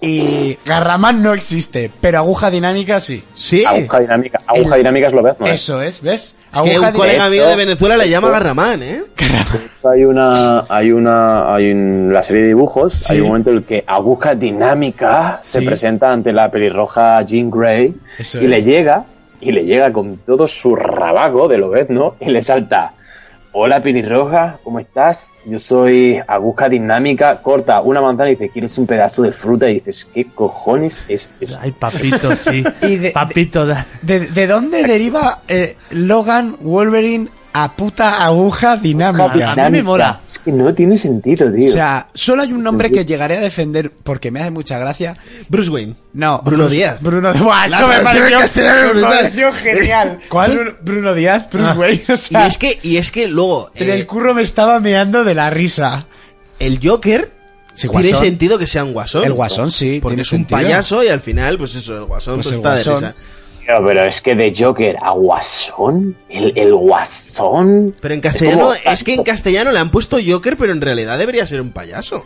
Y Garraman no existe, pero Aguja Dinámica sí. Sí. Aguja dinámica. Aguja El- dinámica es lo mismo. ¿eh? Eso es, ¿ves? Es que un Aguja colega Dinámica. mío de Venezuela le llama [laughs] Garramán, ¿eh? Hay una, hay una, hay un- la serie de dibujos. Hay un momento en el que Aguja Dinámica se Sí. presenta ante la pelirroja Jean Grey Eso y le es. llega y le llega con todo su rabago de lo ves, ¿no? Y le salta. Hola pelirroja, ¿cómo estás? Yo soy Aguja Dinámica. Corta una manzana y dice, ¿quieres un pedazo de fruta? Y dices, ¿qué cojones es esto? Ay, papito, sí. Y de- papito, da- [laughs] ¿De, de dónde deriva eh, Logan Wolverine a puta Aguja Dinámica? a mí me mola. Es que no tiene sentido, tío. O sea, solo hay un nombre que llegaré a defender porque me hace mucha gracia. Bruce Wayne. No. Bruno Bruce- Díaz. Bruno Buah, La eso me traducción en castellano pareció, me brutal. pareció genial. [laughs] ¿Cuál? Ah. Bruno, Bruno Díaz, Bruce Wayne. O Y sea, es que, y es que [laughs] luego, en eh, el curro me estaba meando de la risa. el Joker Sí, tiene Guasón. sentido que sea un guasón. El Guasón, sí, Porque tiene es un sentido. payaso y al final, pues eso, el guasón Pues pues el está Guasón. de risa. Pero, pero es que de Joker a Guasón, el, el Guasón. Pero en Es castellano, como- es, que en castellano le han puesto Joker, pero en realidad debería ser un payaso.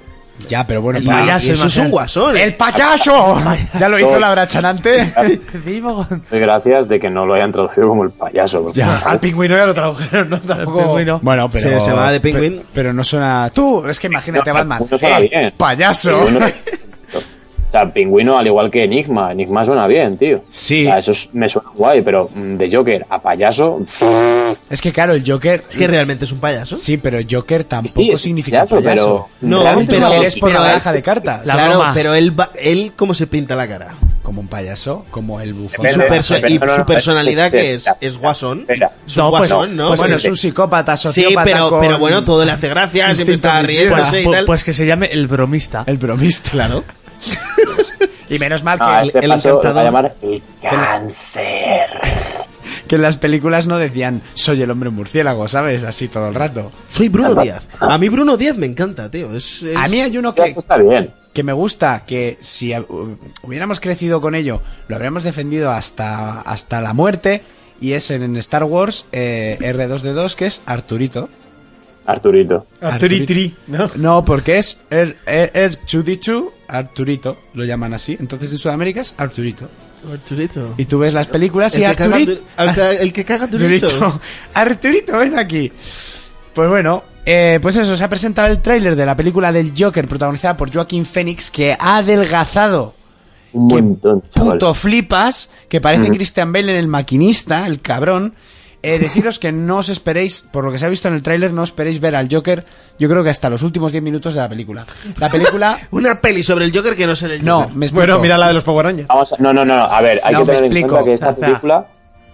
Ya, pero bueno. Y, para- payaso, y eso es imagínate. un guasón. ¡El payaso! ya lo hizo Laura Chanante. Vivo [laughs] con- Doy gracias de que no lo hayan traducido como el payaso. porque- Ya. Al pingüino ya lo tradujeron, ¿no? Tampoco. El pingüino. Bueno, pero. Se- se va de pe- Penguin. Pero, no suena. Tú, es que imagínate, No, Batman. no suena ¡Eh, bien. ¡Payaso! Pingüino- O sea, pingüino al igual que Enigma. Enigma suena bien, tío. Sí. O sea, eso es- me suena guay, pero mm, de Joker a payaso. [laughs] Es que claro, el Joker. Es que realmente es un payaso. Sí, pero Joker tampoco Sí, es significa payaso, payaso. pero- No, Realmente pero, Joker es por pero la él- baraja de cartas. La claro, broma. pero él, va- él cómo se pinta la cara. Como un payaso, como el bufón. Depende. Su perso- Espera, y no, no, su no, personalidad espera, que es, espera, es guasón. espera. Es un No, pues- guasón, ¿no? pues bueno, sí. es un psicópata, sí, sociópata. pero, con- pero bueno, todo le hace gracia, instinto siempre está homicida. riéndose y pues, tal. pues que se llame el bromista. El bromista. Claro. [laughs] y menos mal que, No, a este el paso lo va a encantador- llamar el cáncer. que en las películas no decían soy el hombre murciélago, ¿sabes? Así todo el rato. Soy Bruno Díaz. A mí Bruno Díaz me encanta, tío. Es, es- A mí hay uno que, Eso está bien. que me gusta, que si uh, hubiéramos crecido con ello, lo habríamos defendido hasta, hasta la muerte, y es en Star Wars eh, R2D2, que es Arturito. Arturito. Arturitri, ¿no? No, porque es er, er, Chudichu Arturito, lo llaman así. Entonces en Sudamérica es Arturito. Arturito. Y tú ves las películas y El que caga Arturito. Ah, Artur- al ca- el que caga Ah, Arturito. Arturito, Arturito, ven aquí. Pues bueno, eh, pues eso, se ha presentado el tráiler de la película del Joker protagonizada por Joaquin Phoenix que ha adelgazado. Un Qué montón, chaval. Puto flipas, que parece Christian Bale en el maquinista, el cabrón. Eh, deciros que no os esperéis, por lo que se ha visto en el tráiler, no esperéis ver al Joker, yo creo que hasta los últimos 10 minutos de la película. La película [laughs] Una peli sobre el Joker que no es el Joker. No, me explico. Bueno, mira la de los Power Rangers. Vamos a- no, no, no, no, a ver, hay No, que me tener en explico. cuenta que esta O sea- película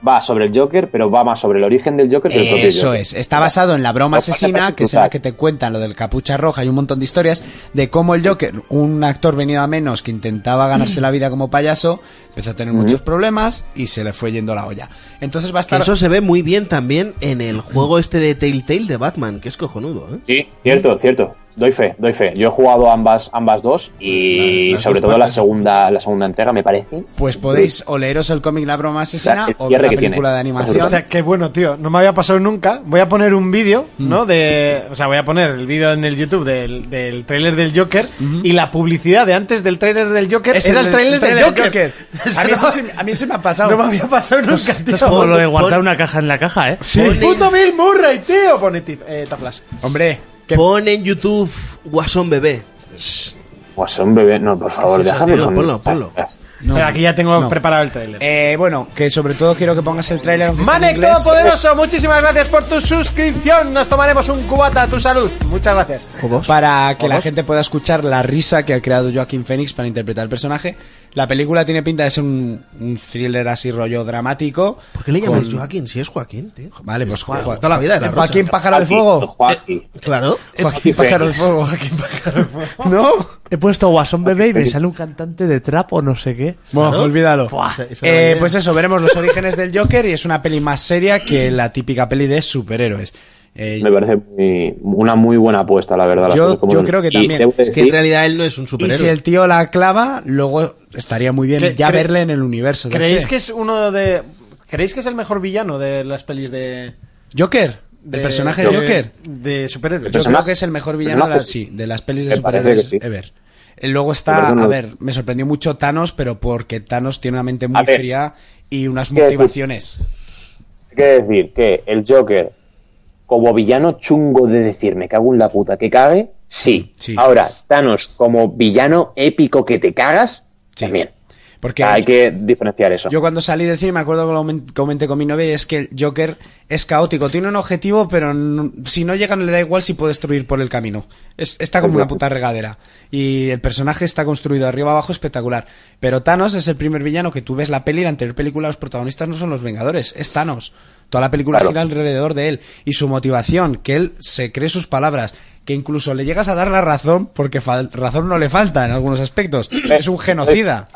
va sobre el Joker, pero va más sobre el origen del Joker que el propio Eso Joker. es, está basado en la broma No pasa asesina, nada, que es en la brutal. que te cuentan lo del capucha roja y un montón de historias, de cómo el Joker, un actor venido a menos que intentaba ganarse la vida como payaso, empezó a tener muchos problemas y se le fue yendo la olla. Entonces va a Que estar... eso se ve muy bien también en el juego este de Telltale de Batman, que es cojonudo, ¿eh? Sí, cierto, cierto. Doy fe, doy fe. Yo he jugado ambas, ambas dos Vale, y las sobre dos todo la partes. segunda, la segunda entrega me parece. Pues podéis o leeros el cómic La broma asesina O sea, el o ver la cierre que película tiene. de O animación. sea, qué bueno, tío. No me había pasado nunca. Voy a poner un vídeo, ¿no? De, o sea, voy a poner el vídeo en el YouTube del, del tráiler del Joker y la publicidad de antes del tráiler del Joker Es era el- el tráiler el del tráiler Joker. del [laughs] Joker. O sea, A mí eso no- sí- a mí eso me ha pasado. No me había pasado nunca, tío. Esto es como lo de guardar Pon- una caja en la caja, ¿eh? Sí. Puto Bill Murray, tío. Pone tip- eh, Taflas. Hombre, que- Pon en YouTube Guasón Bebé. Guasón bebé, Pues, no, por favor, Sí, sí, déjame tío, con- ponlo, ponlo. no. O sea, aquí ya tengo preparado el tráiler. Eh, bueno, que sobre todo quiero que pongas el tráiler aunque esté en Manek inglés. Todopoderoso, muchísimas gracias por tu suscripción. Nos tomaremos un cubata a tu salud. Muchas gracias. para que la dos. gente pueda escuchar la risa que ha creado Joaquín Phoenix para interpretar el personaje. La película tiene pinta de ser un, un thriller así rollo dramático. ¿Por qué le llamas Con- Joaquín? Si es Joaquín, tío. Vale, pues Juan, Toda la vida era Rocha. Joaquín Pájaro del Fuego. Claro. Joaquín Pájaro del Fuego, Joaquín Pájaro del Fuego. ¿No? He puesto Guasón Bebé y me sale un cantante de trap o no sé qué. qué? Bueno, olvídalo. Buah. Esa- esa Eh, era la pues idea. eso, veremos los orígenes del Joker y es una peli más seria que la típica peli de superhéroes. Eh, Me parece muy- una muy buena apuesta, la verdad. las Yo- cosas como yo son. creo que Y también. debo Es que en decir- realidad él no es un y superhéroe. si el tío la clava, luego estaría muy bien ¿Qué- ya cre- verle en el universo. de ¿Creéis C. que es uno de. ¿Creéis que es el mejor villano de las pelis de. Joker? de- ¿El personaje de Joker? De superhéroes. Yo creo personaje- que es el mejor villano de personaje, las, sí, de las pelis de me parece que superhéroes sí. ever. Eh, Luego Me está, parece a una- ver, me sorprendió mucho Thanos, pero porque Thanos tiene una mente muy A ver. fría y unas ¿Qué decir? motivaciones. Hay que decir que el Joker, como villano chungo de decir me cago en la puta que cague, sí. Sí. Ahora, Thanos, como villano épico que te cagas, Sí. también. Porque Hay que diferenciar eso. Yo cuando salí del cine me acuerdo que lo comen- comenté con mi novia y es que el Joker es caótico, tiene un objetivo, pero n- si no llegan le da igual si puede destruir por el camino. Es- está como una puta regadera. Y el personaje está construido arriba abajo espectacular. Pero Thanos es el primer villano que tú ves la peli, la anterior película, los protagonistas no son los Vengadores, es Thanos. Toda la película Claro. gira alrededor de él y su motivación, que él se cree sus palabras, que incluso le llegas a dar la razón porque fal- razón no le falta en algunos aspectos. Eh, es un genocida.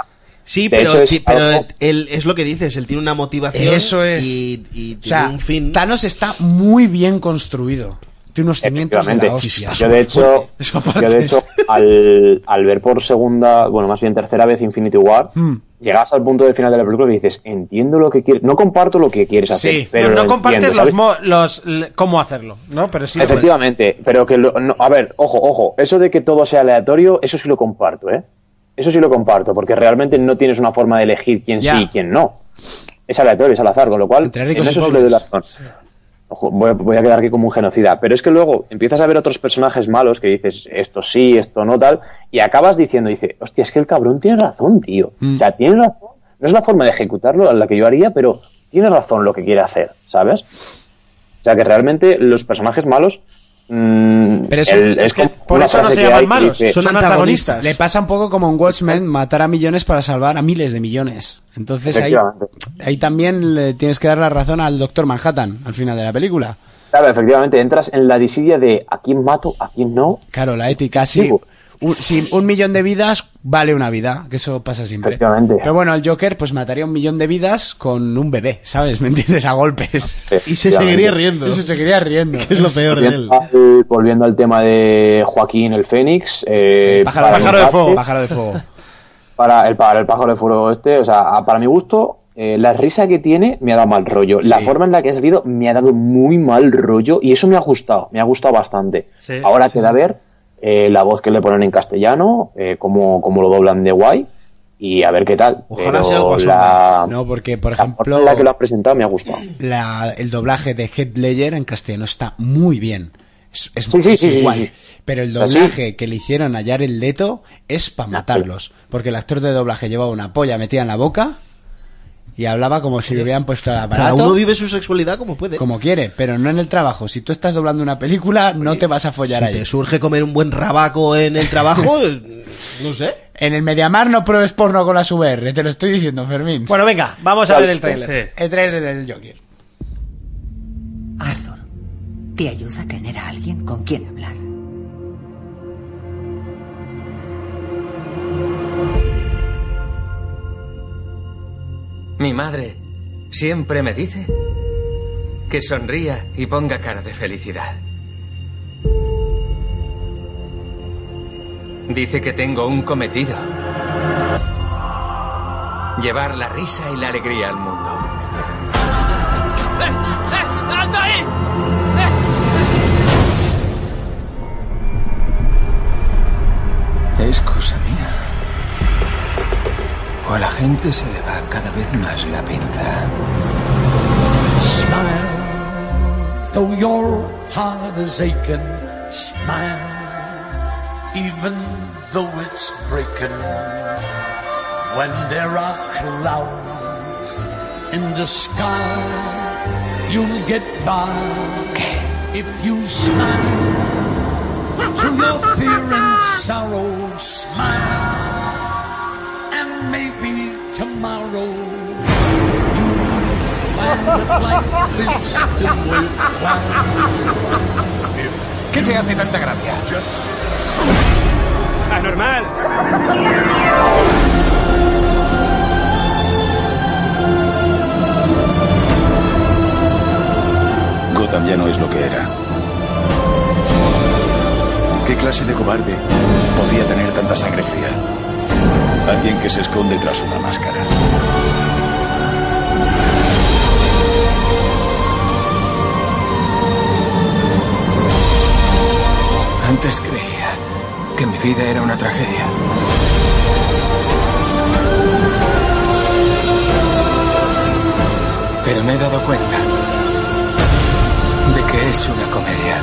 Sí, De pero, hecho, es ti- pero algo- él, es lo que dices, él tiene una motivación Eso es. y, y O tiene sea, un fin. Thanos está muy bien construido. Tiene unos cimientos de Efectivamente. la hostia. Yo de hecho, Esa parte yo de hecho [laughs] al, al ver por segunda, bueno, más bien tercera vez Infinity War, Mm. llegas al punto del final de la película y dices, entiendo lo que quieres, no comparto lo que quieres hacer, Sí, pero no, lo no compartes entiendo, ¿sabes? los, mo- los l- cómo hacerlo, ¿no? Pero sí lo puedes. Efectivamente, pero que lo- no- a ver, ojo, ojo, eso de que todo sea aleatorio, eso sí lo comparto, ¿eh? Eso sí lo comparto, porque realmente no tienes una forma de elegir quién Ya. sí y quién no. Es aleatorio, es al azar, con lo cual Entre ricos y en eso sí le pobres. doy la razón. Ojo, voy, a- voy a quedar aquí como un genocida, pero es que luego empiezas a ver otros personajes malos que dices esto sí, esto no, tal, y acabas diciendo, dice, hostia, es que el cabrón tiene razón, tío. Mm. O sea, tiene razón. No es la forma de ejecutarlo a la que yo haría, pero tiene razón lo que quiere hacer, ¿sabes? O sea que realmente los personajes malos. mm, Pero eso- el- es es que como por una eso no frase se que llaman hay que malos, dice, son antagonistas. Le pasa un poco como en Watchmen, matar a millones para salvar a miles de millones. Entonces ahí, Efectivamente. ahí también le tienes que dar la razón al Doctor Manhattan al final de la película. Claro, efectivamente, entras en la disidia de a quién mato, a quién no. Claro, la ética, sí. Digo. Un, sí, un millón de vidas vale una vida, que eso pasa siempre. Efectivamente. Pero bueno, el Joker pues mataría un millón de vidas con un bebé, ¿sabes? [laughs] ¿Me entiendes? A golpes. Y se seguiría riendo. Eso Es se quería riendo. lo peor de él. Volviendo al, volviendo al tema de Joaquín el Fénix. eh, Pájaro, para pájaro mi de parte, fuego. Pájaro de fuego. Para el, para el pájaro de fuego este, o sea, a- para mi gusto, eh, la risa que tiene me ha dado mal rollo. La Sí. forma en la que ha salido me ha dado muy mal rollo y eso me ha gustado, me ha gustado bastante. Sí, Ahora sí, queda sí. ver eh, la voz que le ponen en castellano, eh, cómo, cómo lo doblan de guay y a ver qué tal. Ojalá Pero sea algo asombrante. la, No, porque, por la forma en ejemplo, la que lo han presentado me ha gustado. la- el doblaje de Head Ledger en castellano está muy bien. Es, es- Sí, sí, es sí, sí, igual. sí. Pero el O sea, sí. doblaje que le hicieron a Jared Leto es para matarlos. Porque el actor de doblaje llevaba una polla metida en la boca y hablaba como si le hubieran puesto la Cada uno vive su sexualidad como puede. como quiere, pero no en el trabajo. Si tú estás doblando una película, no te vas a follar si ahí. te surge comer un buen rabaco en el trabajo, [laughs] no sé. En el Mediamar no pruebes porno con las VR, te lo estoy diciendo, Fermín. Bueno, venga, vamos a Vale, ver el tráiler. Sí. el trailer del Joker. Arthur, te ayuda a tener a alguien con quien hablar. Mi madre siempre me dice que sonría y ponga cara de felicidad. Dice que tengo un cometido. Llevar la risa y la alegría al mundo. Es cosa mía. O a la gente se le va cada vez más la pinza. Though your heart is aching, smile, even though it's breaking. When there are clouds in the sky, you'll get by if you smile. Through your fear and sorrow, smile, and maybe tomorrow you'll find that life is still worthwhile. ¿Qué te hace tanta gracia? Normal. clase de cobarde podría tener tanta sangre fría? Alguien que se esconde tras una máscara. Antes creía que mi vida era una tragedia. Pero me he dado cuenta de que es una comedia.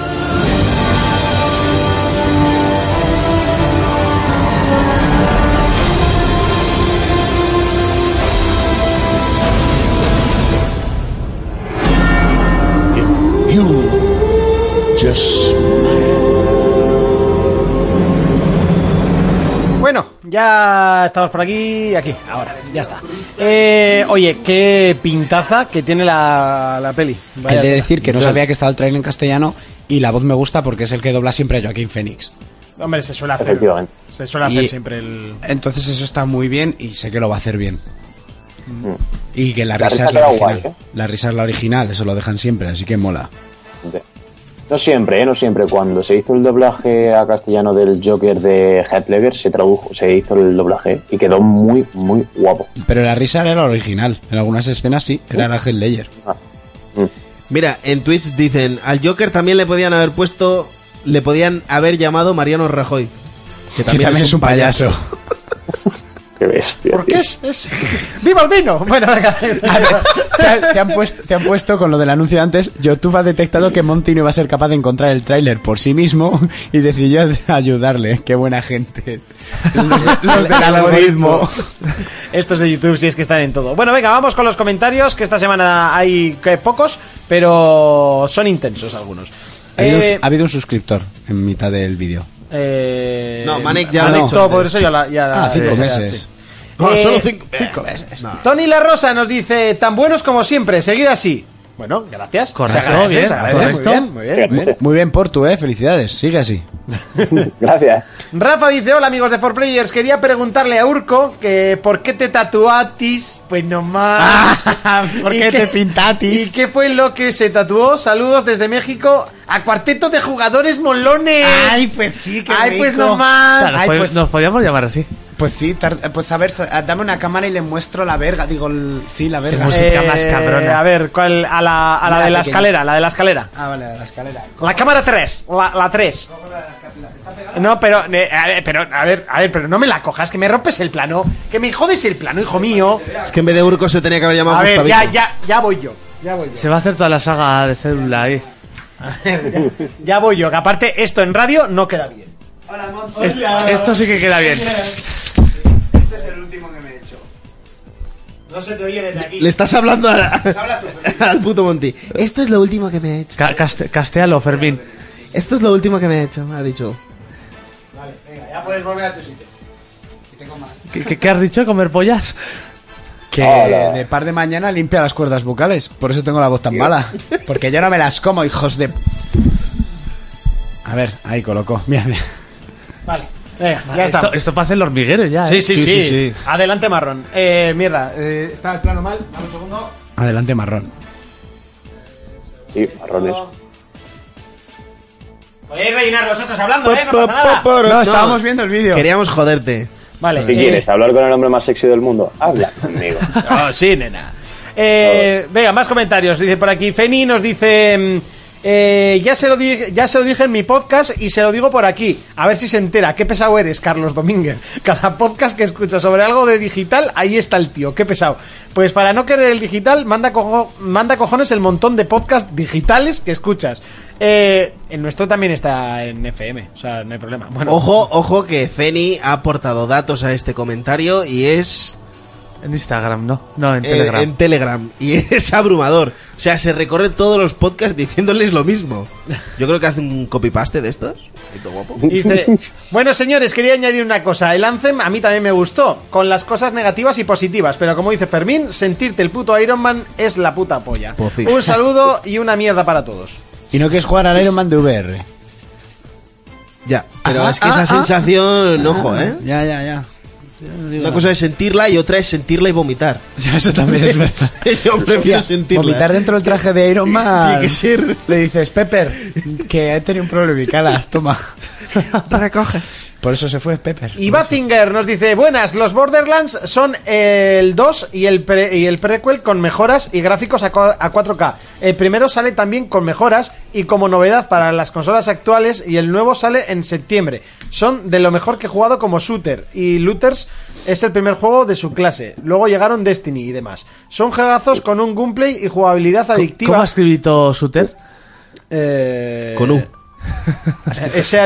You just Bueno, ya estamos por aquí, aquí, ahora, ya está. Eh, oye, qué pintaza que tiene la, la peli. Vaya El de tela. decir que no sabía que estaba el trailer en castellano y la voz me gusta porque es el que dobla siempre a Joaquín Phoenix. Hombre, se suele hacer. Efectivamente. Se suele hacer Y- siempre el. Entonces eso está muy bien y sé que lo va a hacer bien. Y que Mm. la, La risa, ¿eh? risa es la queda original. guay, La risa es la original, eso lo dejan siempre, así que mola. No siempre, ¿eh? no siempre. Cuando se hizo el doblaje a castellano del Joker de Heath Ledger, se tradujo, se hizo el doblaje y quedó muy, muy guapo. Pero la risa era la original. En algunas escenas sí, era la Heath Ledger. Ah, Mira, en Twitch dicen, al Joker también le podían haber puesto, le podían haber llamado Mariano Rajoy. Que también, es un payaso. [laughs] Qué bestia. ¿Por qué es, es- [laughs] ¡Viva el vino! Bueno, venga. Te han, te han puesto, te han puesto con lo del anuncio de antes. YouTube ha detectado que Monty no iba a ser capaz de encontrar el tráiler por sí mismo y decidió [laughs] ayudarle. Qué buena gente. Los, de- los del algoritmo. Estos de YouTube, si es que están en todo. Bueno, venga, vamos con los comentarios, que esta semana hay que pocos, pero son intensos algunos. Ha habido, Eh, ha habido un suscriptor en mitad del vídeo. eh, No, Manek ya lo ha dicho todo antes. poderoso ya la- ya la- Ah, cinco esa, meses. sí. Ah, No, Eh, solo cinco, meses. eh. Tony La Rosa nos dice, tan buenos como siempre, seguid así. Bueno, gracias. Correcto, Se agradece, bien, se agradece, correcto. Muy bien, muy bien, muy bien. Muy bien por tu, eh. Felicidades. Sigue así. [laughs] Gracias. Rafa dice, hola amigos de 4Players, quería preguntarle a Urco que por qué te tatuatis, pues nomás. [laughs] ¿Por qué te ¿Y pintatis? qué fue lo que se tatuó? Saludos desde México a cuarteto de jugadores molones. pues sí, Ay, pues nomás. Claro, Ay, pues, pues- nos podíamos llamar así. Pues sí, tar- pues a ver, sa- dame una cámara y le muestro la verga. Digo, el- sí, la verga. Eh, música. más cabrona. Eh, A ver, ¿cuál? A la, a la Mira, de la pequeña. escalera, la de la escalera. Ah, vale, la escalera. La cámara 3, la, la 3. No, pero, eh, a ver, pero, a ver, a ver, pero no me la cojas, que me rompes el plano, que me jodes el plano, hijo mío. Es que en vez de Urco se tenía que haber llamado A ver, ya, Gustavito. ya, ya voy yo, ya voy yo. Se va a hacer toda la saga de célula ahí. Ya voy yo, que aparte esto en radio no queda bien. Esto, esto sí que queda bien. Este es el último que me he hecho. No se te oye desde aquí. Le estás hablando a- Pues habla tú, [laughs] al puto Monty. Esto es lo último que me ha hecho. Ca- caste- castealo, Fermín. Esto es lo último que me ha hecho, ha dicho. Vale, venga, ya puedes volver a tu sitio. ¿Qué, qué- qué has dicho? ¿Comer pollas? Que Hola. de par de mañana limpia las cuerdas vocales. Por eso tengo la voz tan mala. Porque yo no me las como, hijos de. A ver, ahí colocó. [laughs] Mira, mira. Vale, venga, ya está. Esto, esto pasa el hormiguero ya. ¿eh? Sí, sí, sí, Sí, sí, sí. Adelante, marrón. Eh, mierda, eh, está el plano mal. Dame un segundo. Adelante, marrón. Sí, marrones. Podéis rellenar vosotros hablando, ¿eh? No pasa nada. No, estábamos viendo el vídeo. Queríamos joderte. Vale. ¿Qué eh, quieres? ¿Hablar con el hombre más sexy del mundo? Habla conmigo. Ah, sí, nena. Eh, venga, más comentarios. Dice por aquí, Feni nos dice... mm, eh, ya, se lo dije, ya se lo dije en mi podcast y se lo digo por aquí. A ver si se entera. Qué pesado eres, Carlos Domínguez. Cada podcast que escucho sobre algo de digital, ahí está el tío. Qué pesado. Pues para no querer el digital, manda, cojo- manda cojones el montón de podcasts digitales que escuchas. Eh, el nuestro también está en FM. O sea, no hay problema. Bueno, Ojo, ojo que Feni ha aportado datos a este comentario y es En Instagram, ¿no? No, en eh, Telegram. [laughs] en Telegram [laughs] y es abrumador. O sea, se recorre todos los podcasts diciéndoles lo mismo. Yo creo que hace un copy-paste de estos. Y todo guapo. Dice, bueno señores, quería añadir una cosa. El Anthem a mí también me gustó, con las cosas negativas y positivas, pero como dice Fermín, sentirte el puto Iron Man es la puta polla. Pues sí. Un saludo y una mierda para todos. Y no quieres jugar al Iron Man de VR. Ya, pero Ah, es que ah, esa ah. sensación, ojo, ¿eh? Ya, ya, ya. [laughs] Una cosa es sentirla y otra es sentirla y vomitar. Ya, eso también es verdad. [laughs] Yo prefiero sentirla. Vomitar dentro del traje de Iron Man. Tiene que ser. Le dices, Pepper, que he tenido un problema, cala, toma. Recoge. Por eso se fue Pepper. Y Batinger nos dice, buenas, los Borderlands son el 2 y el, pre- y el prequel con mejoras y gráficos a, cua- a 4K. El primero sale también con mejoras y como novedad para las consolas actuales y el nuevo sale en septiembre. Son de lo mejor que he jugado como shooter y Looters es el primer juego de su clase. Luego llegaron Destiny y demás. Son jegazos con un gameplay y jugabilidad adictiva. ¿Cómo ha escrito Suter? Eh, [laughs] Con U.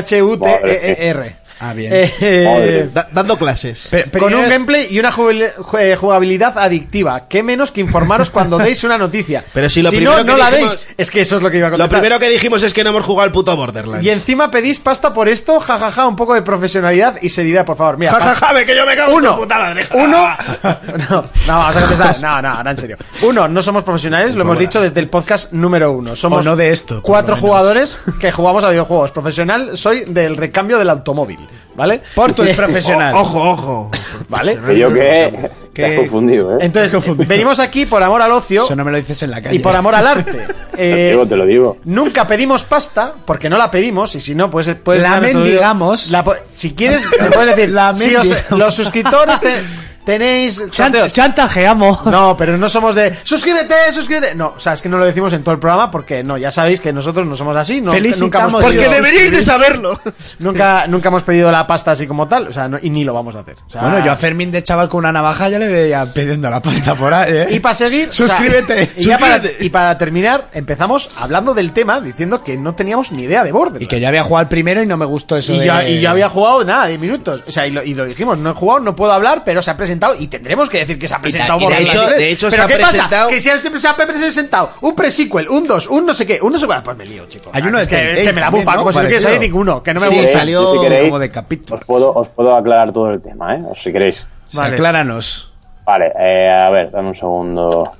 S-H-U-T-E-R. Ah, bien. E Eh, Madre. Da- dando clases. Con un gameplay y una jugabili- jue- jugabilidad adictiva. ¿Qué menos que informaros [laughs] cuando deis una noticia? Pero si lo primero no, que no la dijimos- deis. Es que eso es lo que iba a Lo contestar. primero que dijimos es que no hemos jugado al puto Borderlands. Y encima pedís pasta por esto, jajaja, un poco de profesionalidad y seriedad, por favor. Mira, Ja, ja, pa- ja, ve que yo me cago en uno, tu puta madre. uno, [laughs] no, no, vamos a contestar, no, no, ahora en serio. Uno, no somos profesionales, lo hemos dicho desde el podcast número uno. Somos O no de esto, por cuatro lo menos. jugadores que jugamos a videojuegos. Profesional, soy del recambio del automóvil, ¿vale? [laughs] Porto es profesional. O- ojo, ojo. ¿Vale? [laughs] ¿Que yo qué? ¿Qué? Te has confundido, ¿eh? [laughs] Entonces, venimos aquí por amor al ocio Eso no me lo dices en la calle. y por amor al arte. Eh, Diego, te lo digo. Nunca pedimos pasta, porque no la pedimos, y si no, pues puedes La dar nuestro vídeo. mendigamos. La po- si [laughs] quieres, me puedes decir, La si os- mendigamos. los suscriptores te- tenéis sorteos. chantajeamos. [laughs] No, pero no somos de suscríbete, suscríbete. No, o sea, es que no lo decimos en todo el programa porque no, ya sabéis que nosotros no somos así. No, nunca Felicitamos hemos, Porque Porque pedido, deberíais de saberlo. nunca, nunca hemos pedido la pasta así como tal, o sea, no- y ni lo vamos a hacer. O sea, Bueno, yo a Fermín de chaval con una navaja ya le veía pidiendo la pasta por ahí, ¿eh? Y para seguir, o sea, Suscríbete, y, ya para, suscríbete. y para terminar, empezamos hablando del tema, diciendo que no teníamos ni idea de Borderlands. Y que ya había jugado el primero y no me gustó eso Y de... ya, y ya había jugado nada, 10 minutos. O sea, y lo, y lo dijimos, no he jugado, no puedo hablar, pero se ha presentado y tendremos que decir que se ha presentado. y de Borderlands hecho- 3. de hecho ¿Pero se ha qué presentado- Pasa? Que se ha, se ha presentado un pre-sequel, un 2, un no sé qué, un no sé qué. Ah, Pues me lío, chicos. Hay uno es que, de Telltale es que me la bufa, también, ¿no? como si no quisiera Parecido. salir ninguno, que no me Sí, gusta. salió si queréis, como de capítulo. Os puedo, os puedo aclarar todo el tema, ¿eh? O si queréis. O sea, Acláranos. Vale, eh, a ver, dame un segundo.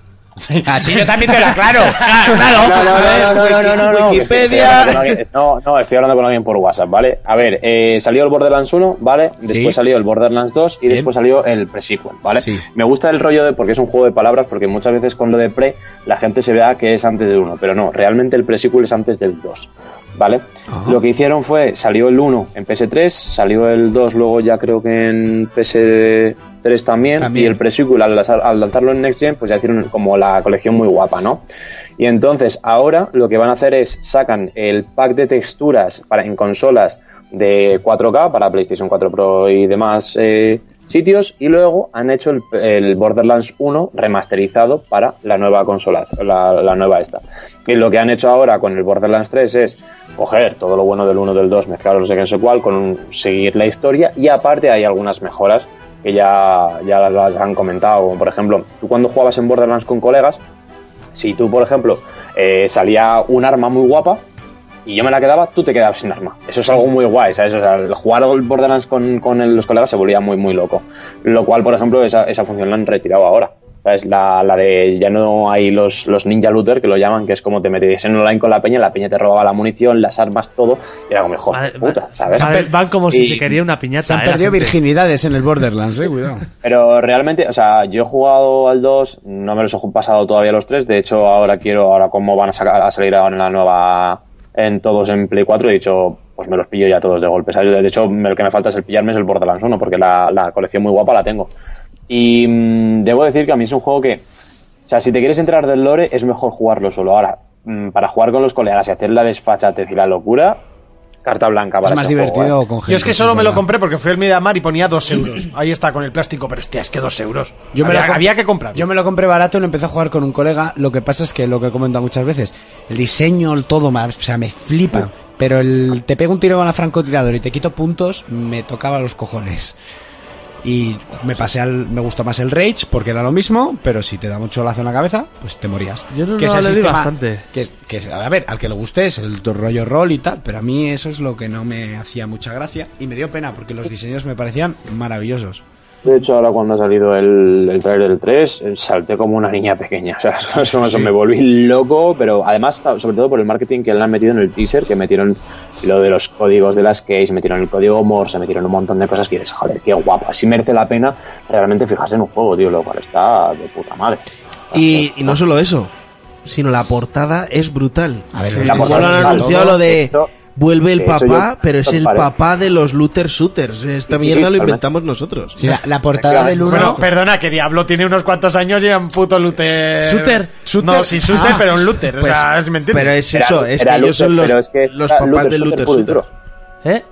Así [laughs] yo también te la [laughs] aclaro. No, no, no, no, no, no, no, no, Wikipedia. que estoy hablando con alguien- No, no, estoy hablando con alguien por WhatsApp, ¿vale? A ver, eh, salió el Borderlands 1, ¿vale? Después Sí. salió el Borderlands 2 y Bien. después salió el pre-sequel, ¿vale? Sí. Me gusta el rollo de, porque es un juego de palabras, porque muchas veces con lo de pre la gente se vea que es antes del 1, pero no, realmente el pre-sequel es antes del 2, ¿vale? Lo que hicieron fue, salió el 1 en PS3, salió el 2 luego ya creo que en PS3 también, También. y el pre-sequel al, lanzar- al lanzarlo en Next Gen, pues ya hicieron como la colección muy guapa, ¿no? Y entonces ahora lo que van a hacer es sacan el pack de texturas para, en consolas de 4K para PlayStation 4 Pro y demás eh, sitios y luego han hecho el, el Borderlands 1 remasterizado para la nueva consola, la, la nueva esta. Y lo que han hecho ahora con el Borderlands 3 es coger todo lo bueno del 1, del 2, mezclarlo no sé qué, no sé cuál, con un- seguir la historia y aparte hay algunas mejoras que ya, ya las han comentado, como por ejemplo, tú cuando jugabas en Borderlands con colegas, si tú, por ejemplo, eh, salía un arma muy guapa y yo me la quedaba, tú te quedabas sin arma. Eso es algo muy guay, ¿sabes? O sea, el jugar al Borderlands con, con el- los colegas se volvía muy, muy loco. Lo cual, por ejemplo, esa, esa función la han retirado ahora. ¿Sabes? La, la de ya no hay los, los ninja looter que lo llaman, que es como te metías en online con la peña, la peña te robaba la munición, las armas, todo. Y era como, hijo de Madre- puta, ¿sabes? madre, van como si Y- se quería una piñata. Se han eh, la perdido gente. virginidades en el Borderlands, eh, cuidado. Ah, Pero realmente, o sea, yo he jugado al 2, no me los he pasado todavía los 3, de hecho ahora quiero, ahora como van a, sacar- a salir ahora en la nueva, en todos en Play 4, he dicho, pues me los pillo ya todos de golpe, ¿sabes? De hecho, me- el que me falta es el pillarme es el Borderlands 1, porque la, la colección muy guapa la tengo. Y mm, debo decir que a mí es un juego que, o sea, si te quieres entrar del lore, es mejor jugarlo solo. Ahora, mm, para jugar con los colegas y hacer la desfachatez y la locura, carta blanca para Es más ese juego, divertido ¿eh? con gente. Yo es que solo sí, me lo verdad. compré porque fui al Mediamar y ponía 2 euros. Ahí está, con el plástico, pero hostia, es que 2 euros. Yo me había, lo comp- había que comprar. Yo me lo compré barato y lo empecé a jugar con un colega. Lo que pasa es que lo que he comentado muchas veces, el diseño, el todo, ma- o sea, me flipa. Pero el te pego un tiro con la francotirador y te quito puntos, me tocaba los cojones. Y me pasé al, me gustó más el Rage porque era lo mismo, pero si te da mucho lazo en la cabeza, pues te morías. Yo no- que no es el le di sistema- bastante. Que, es- que es- a ver, al que le guste es el rollo roll y tal, pero a mí eso es lo que no me hacía mucha gracia y me dio pena porque los diseños me parecían maravillosos. De hecho, ahora cuando ha salido el, el trailer del 3, eh, salté como una niña pequeña. [laughs] O sea, eso, eso- eso me volví loco, pero además, ta- sobre todo por el marketing que le han metido en el teaser, que metieron lo de los códigos de las keys, metieron el código Morse, metieron un montón de cosas que dices, joder, qué guapo. Así merece la pena realmente fijarse en un juego, tío, lo cual está de puta madre. Y, y no solo eso, sino la portada es brutal. A ver, Cuando portada han es brutal. anunciado lo de Esto- Vuelve el De hecho, papá, yo- pero es el Vale. papá de los Looter Shooters. Esta Sí, sí, sí, mierda lo totalmente. inventamos nosotros. Sí, la- la portada del uno- Bueno, perdona, que Diablo tiene unos cuantos años y era un puto looter. Shooter. No, sí, shooter, Ah. pero un looter. o sea, Pues, es mentira. Pero es eso, es que ellos son los, los papás de Luther Shooter. ¿Eh?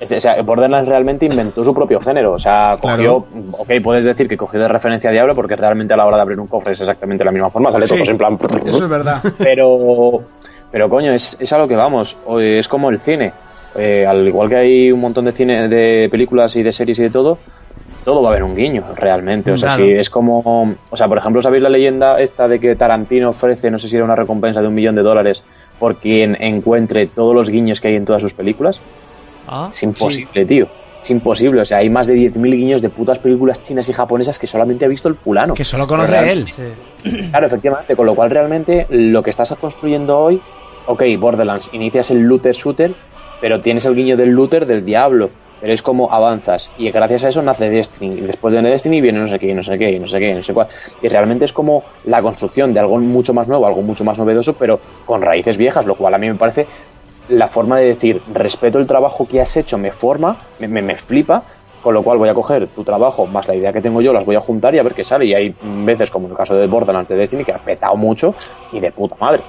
o sea, Borderlands realmente inventó su propio género. O sea, cogió. Ok, puedes decir que cogió de referencia a Diablo porque realmente a la hora de abrir un cofre es exactamente la misma forma. Sale Sí, todos en plan. Eso es verdad. Pero, pero coño, es, es a lo que vamos. O- Es como el cine. Eh, al igual que hay un montón de cine, de películas y de series y de todo, todo va a haber un guiño, realmente. O sea, Claro. si es como. O sea, por ejemplo, ¿sabéis la leyenda esta de que Tarantino ofrece, no sé si era una recompensa de un millón de dólares por quien encuentre todos los guiños que hay en todas sus películas? Ah, Es imposible, tío. Es imposible. O sea, hay más de 10.000 guiños de putas películas chinas y japonesas que solamente ha visto el fulano. Que solo conoce Real- él. Claro, efectivamente. Con lo cual, realmente, lo que estás construyendo hoy. Ok, Borderlands, inicias el looter shooter, pero tienes el guiño del looter del diablo. Pero es como avanzas. Y gracias a eso nace Destiny. Y después de Destiny viene no sé qué, y no sé qué, y no sé qué, y no sé cuál. Y realmente es como la construcción de algo mucho más nuevo, algo mucho más novedoso, pero con raíces viejas, lo cual a mí me parece la forma de decir respeto el trabajo que has hecho me forma, me, me- me flipa, con lo cual voy a coger tu trabajo más la idea que tengo yo, las voy a juntar y a ver qué sale. Y hay mm, veces, como en el caso de Borderlands de Destiny, que ha petado mucho y de puta madre.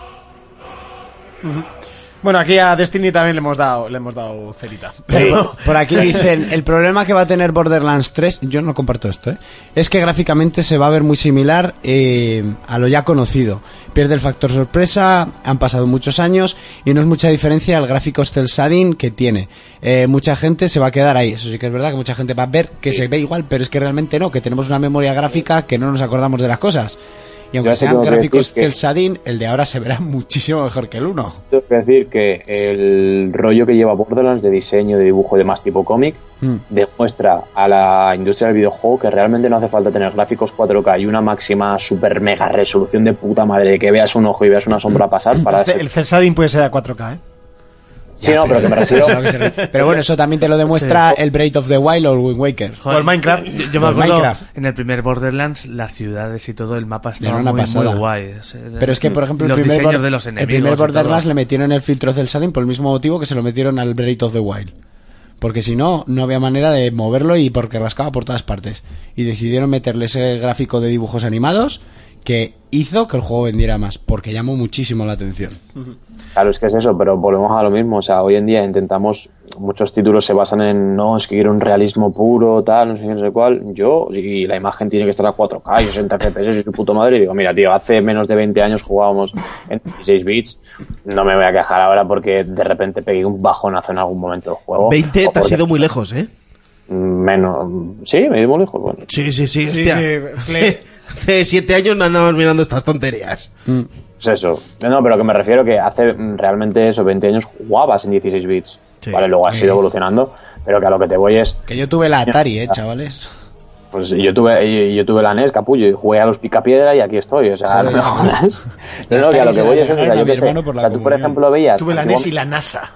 Bueno, aquí a Destiny también le hemos dado, le hemos dado cerita. Pero por aquí dicen, el problema que va a tener Borderlands 3, yo no comparto esto, ¿eh? es que gráficamente se va a ver muy similar eh, a lo ya conocido. Pierde el factor sorpresa, han pasado muchos años y no es mucha diferencia el gráfico cel shading que tiene. Eh, mucha gente se va a quedar ahí, eso sí que es verdad que mucha gente va a ver que se ve igual, pero es que realmente no, que tenemos una memoria gráfica que no nos acordamos de las cosas. Y aunque Ya sé sean tengo que gráficos decir que- cel shading, el de ahora se verá [laughs] muchísimo mejor que el 1. Tengo que decir que el rollo que lleva Borderlands de diseño, de dibujo y demás tipo cómic, demuestra a la industria del videojuego que realmente no hace falta tener gráficos 4K y una máxima super mega resolución de puta madre, de que veas un ojo y veas una sombra pasar [laughs] para... ser- El Celsadin puede ser a 4K, ¿eh? Sí, no, pero [laughs] que me refiero... Eso es lo que se refiere. Pero bueno, eso también te lo demuestra el Breath of the Wild o el Wind Waker. Joder, Yo, yo me O el acuerdo Minecraft. en el primer Borderlands, las ciudades y todo el mapa Era estaba una muy, pasada. muy guay. O sea, Pero es que, por ejemplo, los el primer, diseños Bor- de los el enemigos. primer y todo. Borderlands le metieron el filtro del shading por el mismo motivo que se lo metieron al Breath of the Wild. Porque si no, no había manera de moverlo y porque rascaba por todas partes. Y decidieron meterle ese gráfico de dibujos animados que hizo que el juego vendiera más. Porque llamó muchísimo la atención. Claro, es que es eso, pero volvemos a lo mismo. O sea, hoy en día intentamos, muchos títulos se basan en, no, es que quiero un realismo puro, tal, no sé qué, no sé cuál. Yo, y la imagen tiene que estar a 4K y 60 FPS y su puto madre, y digo, mira, tío, hace menos de 20 años jugábamos en 16 bits, no me voy a quejar ahora porque de repente pegué un bajonazo en algún momento del juego. 20 O te has porque- ido muy lejos, ¿eh? Menos. Sí, me he ido muy lejos, bueno. Sí, sí, sí, Sí, hostia. [laughs] sí, Play. Hace 7 años no andábamos mirando estas tonterías. Es eso. No, pero que me refiero que hace mm, realmente eso, 20 años jugabas en 16 bits. Vale, luego has ido evolucionando, pero que a lo que te voy es. Que yo tuve la Atari, eh, chavales. Pues yo tuve, yo, yo tuve la NES, capullo, y jugué a los picapiedra y aquí estoy, o sea, no [laughs] me jodas. No, no, que a lo que voy es eso, o sea, yo qué sé. O sea, tú, por ejemplo, veías... Tuve la NES y la NASA.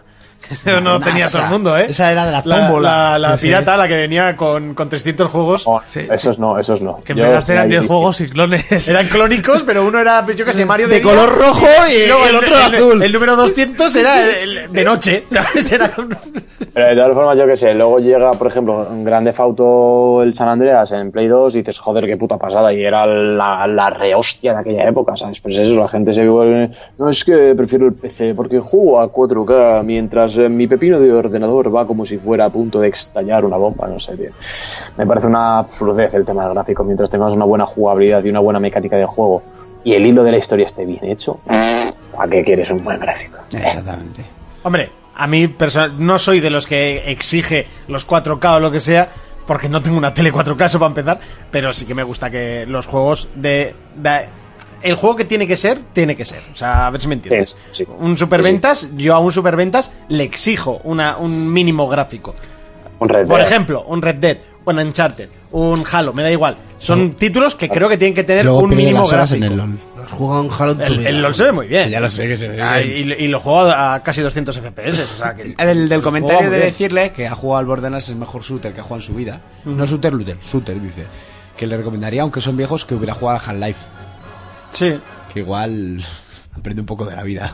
Eso no NASA. tenía todo el mundo, ¿eh? Esa era de la La, tómbola. la Sí, Oh. sí. pirata, la que venía con, con 300 juegos. Esos no, esos no. Que en Yo, verdad eran ahí- 10 juegos y clones. Eran clónicos, pero uno era, yo qué sé, Mario de, De día, color rojo y el otro azul. El, número 200 era el- de noche. [laughs] ¿sabes? Era un- Pero de todas formas, yo qué sé, luego llega, por ejemplo, en Grande Auto el San Andreas en Play 2 y dices, joder, qué puta pasada, y era la, la rehostia de aquella época, ¿sabes? Pues eso, la gente se vive, no es que prefiero el PC porque juego a 4K mientras eh, mi pepino de ordenador va como si fuera a punto de estallar una bomba, no sé, tío. Me parece una absurdez el tema del gráfico, mientras tengas una buena jugabilidad y una buena mecánica de juego y el hilo de la historia esté bien hecho, ¿a qué quieres un buen gráfico? Exactamente. Hombre, a mí personal, no soy de los que exige los 4K o lo que sea, porque no tengo una tele 4K, eso para empezar, pero sí que me gusta que los juegos de... de- el juego que tiene que ser, tiene que ser. O sea, a ver si me entiendes. Un superventas, yo a un superventas le exijo una, un mínimo gráfico. Un Red Por Dead. ejemplo, un Red Dead, un Uncharted, un Halo, me da igual. Son títulos que creo que tienen que tener Luego un pierde mínimo las horas en gráfico. el LOL. Has jugado un Halo en tu El, vida. el LOL se ve muy bien. Ya lo sé que se ve Ah, bien. y, lo- y lo juego a casi 200 FPS. O sea, [laughs] que El del juego va comentario muy de bien. decirle que ha jugado al Borderlands es el mejor shooter que ha jugado en su vida. No shooter, looter, shooter, dice. Que le recomendaría, aunque son viejos, que hubiera jugado al Half-Life. Sí. Que igual... [laughs] Aprende un poco de la vida.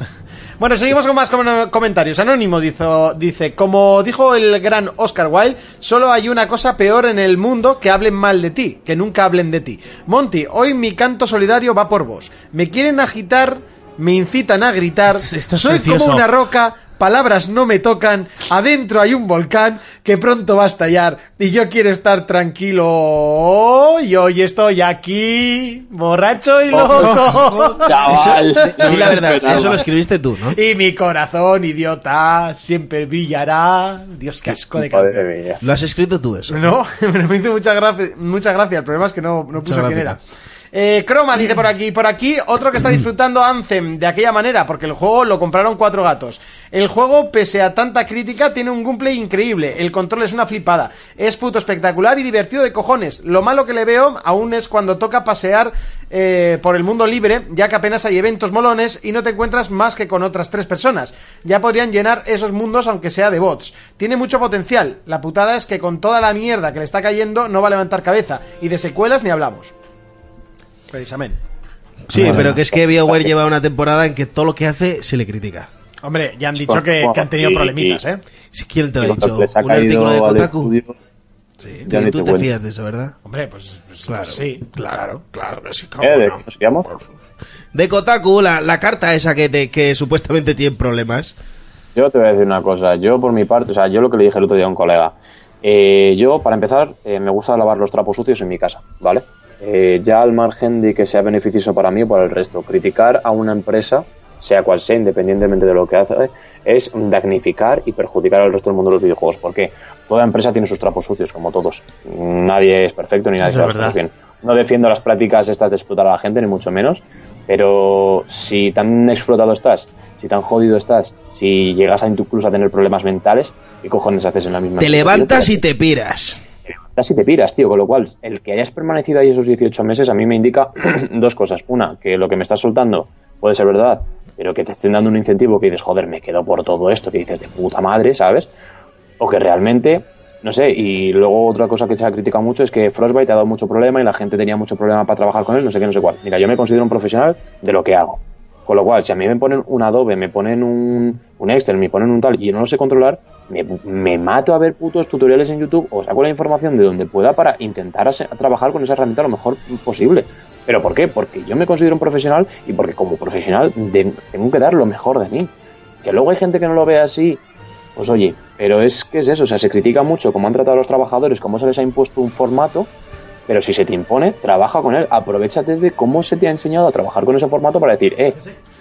Bueno, seguimos con más com- comentarios. Anónimo dizo- dice, como dijo el gran Oscar Wilde, solo hay una cosa peor en el mundo que hablen mal de ti, que nunca hablen de ti. Monty, hoy mi canto solidario va por vos. Me quieren agitar, me incitan a gritar, esto es soy precioso. como una roca, palabras no me tocan, adentro hay un volcán que pronto va a estallar y yo quiero estar tranquilo y hoy estoy aquí, borracho y loco. Eso- di la verdad, eso lo escribiste tú, ¿no? Y mi corazón, idiota, siempre brillará. Dios, qué asco de canción. Lo has escrito tú eso. No, [laughs] pero me hizo muchas gracias. Muchas gracias. El problema es que no, no puso Muchas quién era. gracias. Eh, Croma dice por aquí, por aquí, otro que está disfrutando Anthem de aquella manera, porque el juego lo compraron cuatro gatos. El juego, pese a tanta crítica, tiene un gameplay increíble. El control es una flipada. Es puto espectacular y divertido de cojones. Lo malo que le veo aún es cuando toca pasear eh, por el mundo libre, ya que apenas hay eventos molones y no te encuentras más que con otras tres personas. Ya podrían llenar esos mundos aunque sea de bots. Tiene mucho potencial. La putada es que con toda la mierda que le está cayendo no va a levantar cabeza. Y de secuelas ni hablamos. Precisamente. Sí, Bueno. pero que es que BioWare lleva una temporada en que todo lo que hace se le critica. Hombre, ya han dicho que, que han tenido problemitas, ¿eh? Si quieren te lo he Y dicho. cuando les ha Un artículo de caído al Kotaku. Sí, Y tú te fías de eso, ¿verdad? Hombre, pues, pues, pues sí, claro, claro, pero sí, Eh, ¿de cómo qué De Kotaku, la, la carta esa que, te- que supuestamente tiene problemas. Yo te voy a decir una cosa. Yo, por mi parte, o sea, yo lo que le dije el otro día a un colega. eh, yo, para empezar, eh, me gusta lavar los trapos sucios en mi casa, ¿vale? Eh, ya al margen de que sea beneficioso para mí o para el resto, criticar a una empresa, sea cual sea, independientemente de lo que hace, es damnificar y perjudicar al resto del mundo de los videojuegos. Porque toda empresa tiene sus trapos sucios, como todos. Nadie es perfecto ni nadie Eso se es verdad. las bien. No defiendo las prácticas estas de explotar a la gente, ni mucho menos. Pero si tan explotado estás, si tan jodido estás, si llegas a incluso a tener problemas mentales, ¿qué cojones haces en la misma Te empresa, tío? levantas y te piras. Casi te piras, tío. Con lo cual, el que hayas permanecido ahí esos 18 meses a mí me indica [clears throat] dos cosas. Una, que lo que me estás soltando puede ser verdad, pero que te estén dando un incentivo que dices, joder, me quedo por todo esto, que dices de puta madre, ¿sabes? O que realmente, no sé, y luego otra cosa que se ha criticado mucho es que Frostbite ha dado mucho problema y la gente tenía mucho problema para trabajar con él, no sé qué, no sé cuál. Mira, yo me considero un profesional de lo que hago. Con lo cual, si a mí me ponen un Adobe, me ponen un, un Excel, me ponen un tal y yo no lo sé controlar, me, me mato a ver putos tutoriales en YouTube o saco la información de donde pueda para intentar ase- trabajar con esa herramienta lo mejor posible. ¿Pero por qué? Porque yo me considero un profesional y porque como profesional de- tengo que dar lo mejor de mí. Que luego hay gente que no lo ve así, pues oye, pero es que es eso, o sea, se critica mucho cómo han tratado a los trabajadores, cómo se les ha impuesto un formato pero si se te impone, trabaja con él. Aprovechate de cómo se te ha enseñado a trabajar con ese formato para decir, eh,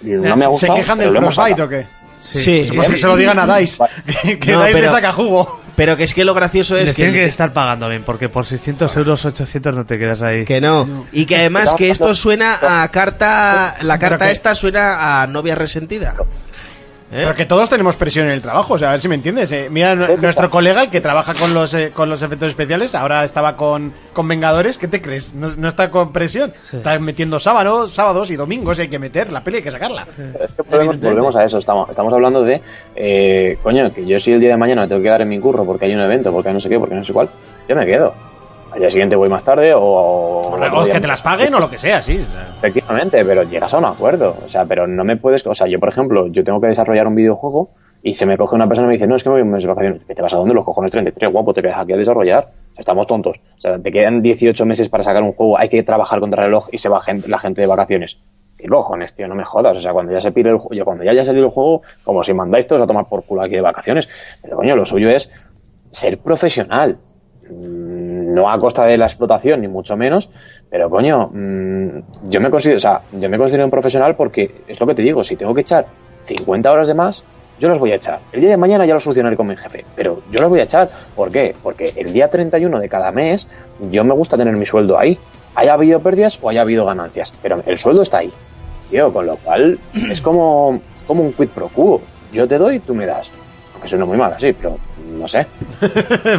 no me ha ¿Se gustado. quejan pero del lo hemos Frostbite o qué? Sí. Sí. Pues que se lo digan a Dice. [laughs] que No, Dice le pero- saca jugo. Pero que es que lo gracioso [laughs] Les es que, tienen que estar pagando bien, porque por 600 euros, 800 no te quedas [laughs] ahí. Que no. Y que además que esto suena a carta... La carta esta suena a novia resentida. ¿Eh? Pero que todos tenemos presión en el trabajo, o sea, a ver si me entiendes. eh. Mira, nu- nuestro colega, el que trabaja con los, eh, con los efectos especiales, ahora estaba con, con Vengadores, ¿qué te crees? No, no está con presión. Está metiendo sábado, sábados y domingos, y hay que meter la peli, hay que sacarla. Es que volvemos, volvemos a eso, estamos, estamos hablando de, eh, coño, que yo si el día de mañana me tengo que quedar en mi curro porque hay un evento, porque hay no sé qué, porque no sé cuál, yo me quedo. Al día siguiente voy más tarde o... O que te las paguen o lo que sea, sí. [laughs] Efectivamente, pero llegas a un acuerdo. O sea, pero no me puedes. O sea, yo, por ejemplo, yo tengo que desarrollar un videojuego y se me coge una persona y me dice, no, es que me voy a unas vacaciones. ¿Que te vas a dónde? Los cojones 33, guapo, te quedas aquí a desarrollar. O sea, Estamos tontos. O sea, te quedan 18 meses para sacar un juego, hay que trabajar contra el reloj y se va gen- la gente de vacaciones. ¿Qué cojones, tío? No me jodas. O sea, cuando ya se pide el juego, cuando ya haya salido el juego, como si mandáis todos a tomar por culo aquí de vacaciones. Pero coño, lo suyo es ser profesional. Mm, No a costa de la explotación, ni mucho menos, pero coño, mm, yo me considero, o sea, yo me considero un profesional porque es lo que te digo, si tengo que echar 50 horas de más, yo las voy a echar. El día de mañana ya lo solucionaré con mi jefe, pero yo las voy a echar. ¿Por qué? Porque el día 31 de cada mes yo me gusta tener mi sueldo ahí. Haya habido pérdidas o haya habido ganancias, pero el sueldo está ahí. Tío, con lo cual es como, como un quid pro quo. Yo te doy, tú me das. Aunque suena muy mal así, pero no sé.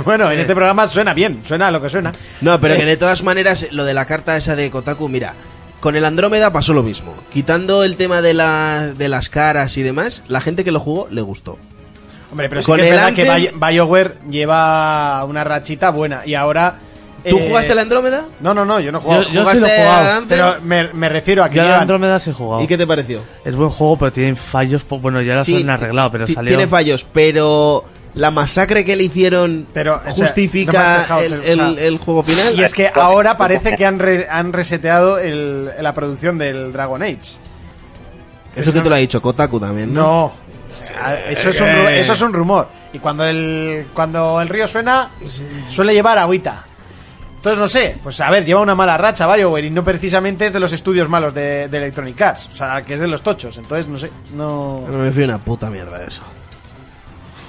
bueno, en este programa suena bien, suena lo que suena. No, pero que de todas maneras, lo de la carta esa de Kotaku, mira, con el Andrómeda pasó lo mismo. Quitando el tema de, la- de las caras y demás, la gente que lo jugó le gustó. Hombre, pero sí Con que es el verdad Anthem- que Bio- BioWare lleva una rachita buena y ahora eh, ¿Tú jugaste a la Andrómeda? No, no, no, yo no he jugado. Yo- yo sí lo he ¿Jugaste jugado, a Anthem? Pero me, me refiero a que Yo a llevan- Andrómeda sí he jugado. ¿Y qué te pareció? Es buen juego, pero tiene fallos. po- Bueno, ya las Sí, han arreglado, pero ti- salió. Tiene fallos, pero la masacre que le hicieron o sea, no me has justifica dejado, el, o sea, el- el juego final. Y es que ahora parece que han, re- han reseteado el- la producción del Dragon Age. Eso que te lo ha dicho Kotaku también, ¿no? Ah, Eso es un, ru- eso es un rumor. Y cuando el, cuando el río suena, suele llevar agüita. Entonces, no sé, pues a ver, lleva una mala racha BioWare y no precisamente es de los estudios malos de, de Electronic Arts, o sea, que es de los tochos, entonces no sé, no... No me fío una puta mierda de eso.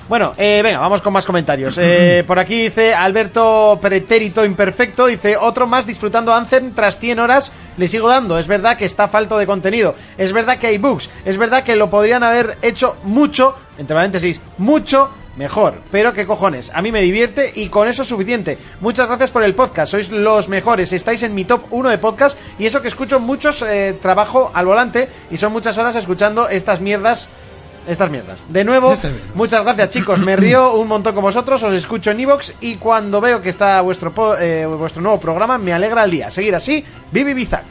Bueno, eh, venga, vamos con más comentarios. Eh, por aquí dice Alberto Pretérito Imperfecto, dice otro más disfrutando Anthem tras 100 horas, le sigo dando, es verdad que está falto de contenido, es verdad que hay bugs, es verdad que lo podrían haber hecho mucho, entre paréntesis, mucho mejor, pero qué cojones, a mí me divierte y con eso es suficiente. Muchas gracias por el podcast, sois los mejores, estáis en mi top 1 de podcast y eso que escucho muchos eh, trabajo al volante y son muchas horas escuchando estas mierdas estas mierdas. De nuevo, muchas gracias chicos, me río [clears throat] un montón con vosotros, os escucho en Evox y cuando veo que está vuestro po- eh, vuestro nuevo programa me alegra el día. Seguir así, Vivi Bizac.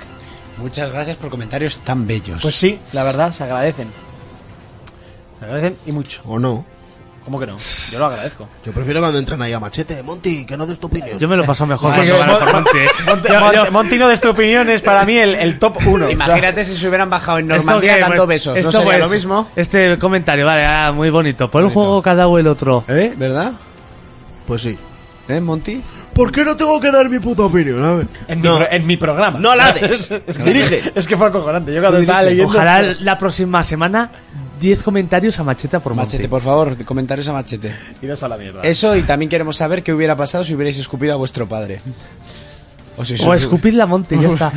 Muchas gracias por comentarios tan bellos. Pues sí, la verdad, se agradecen. Se agradecen y mucho. ¿O no? ¿Cómo que no? Yo lo agradezco. Yo prefiero cuando entran ahí a machete. Monty, que no des tu opinión. Yo me lo paso mejor Sí, cuando yo- gana por Monty. [laughs] ¿eh? [laughs] Monti, Yo- yo- Monti- Monti no de esta opinión es para mí el, el top 1. Imagínate si se hubieran bajado en ¿Esto Normandía qué? dando Pues, besos. ¿No esto sería pues, lo mismo? Este comentario, vale, ah, muy bonito. Pon el juego cada o el otro. ¿Eh? ¿Verdad? Pues sí. ¿Eh, Monty? [laughs] ¿Por qué no tengo que dar mi puta opinión? A ver. En, mi pro- en mi programa. No [laughs] la des. es, que, Dirige. es que fue acojonante. Yo cuando estaba leyendo. Ojalá la próxima semana 10 comentarios a Macheta por Monty. Machete, por favor, de comentarios a Machete. Iros a la mierda. Eso, y también queremos saber qué hubiera pasado si hubierais escupido a vuestro padre. O si [laughs] O escupidla a Monty, [laughs] ya está.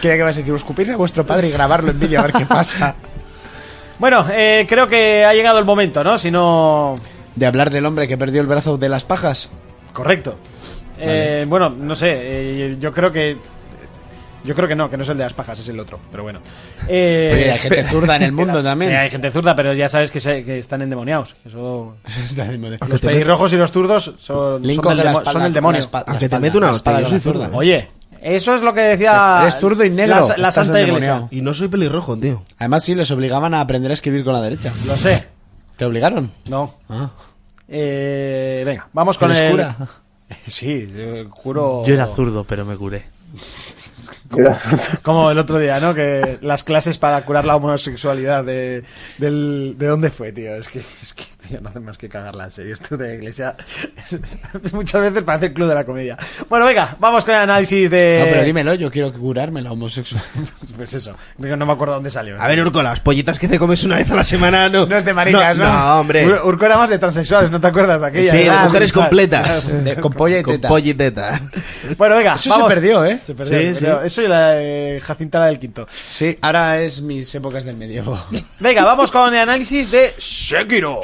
Quería que vas a decir, escupirle a vuestro padre y grabarlo en vídeo a ver qué pasa. Bueno, eh, creo que ha llegado el momento, ¿no? Si no. De hablar del hombre que perdió el brazo de las pajas. Correcto. Eh, bueno, no sé, eh, yo creo que... Yo creo que no, que no es el de las pajas, es el otro, pero bueno. Eh, Oye, hay gente pe- zurda en el mundo eh, [laughs] también. hay gente zurda, pero ya sabes que, se- que están endemoniados. Eso- Está de moda. los pelirrojos y los zurdos son, Link son coge del la demo- espalda son con el la demonio. espa- la Aunque te espalda, mete una la espada hostia, yo con la soy zurda, zurda. ¿eh? Oye, eso es lo que decía... Ah, Eres zurdo y negro. la sa- La, Estás Santa Iglesia. endemoniado. Y no soy pelirrojo, tío. Además, sí, les obligaban a aprender a escribir con la derecha. Lo sé. ¿Te obligaron? No. Ah. Eh, venga, vamos con ¿Eres el... cura? [laughs] Sí, yo curo... Yo era zurdo, pero me curé. Como el otro día, ¿no? Que las clases para curar la homosexualidad de, del- de dónde fue, tío. Es que, es que, tío, no hace más que cagarla en serio. Esto de la iglesia es- muchas veces parece el club de la comedia. Bueno, venga, vamos con el análisis de... No, pero dímelo, yo quiero curarme la homosexual. [laughs] Pues eso, digo, no me acuerdo dónde salió. A ver, Urco, las pollitas que te comes una vez a la semana no. no es de maricas, ¿no? No, hombre. Ur- Urco era más de transexuales, ¿no te acuerdas de Sí, aquella? de Ah, mujeres claro. [laughs] completas. De- con polla y Con teta. polla y teta. Bueno, venga, Eso vamos. se perdió, ¿eh? Se perdió, Sí, se perdió. sí. Eso y la de Jacinta la del quinto. Sí, ahora es mis épocas del medievo. Venga, vamos con el análisis de Sekiro.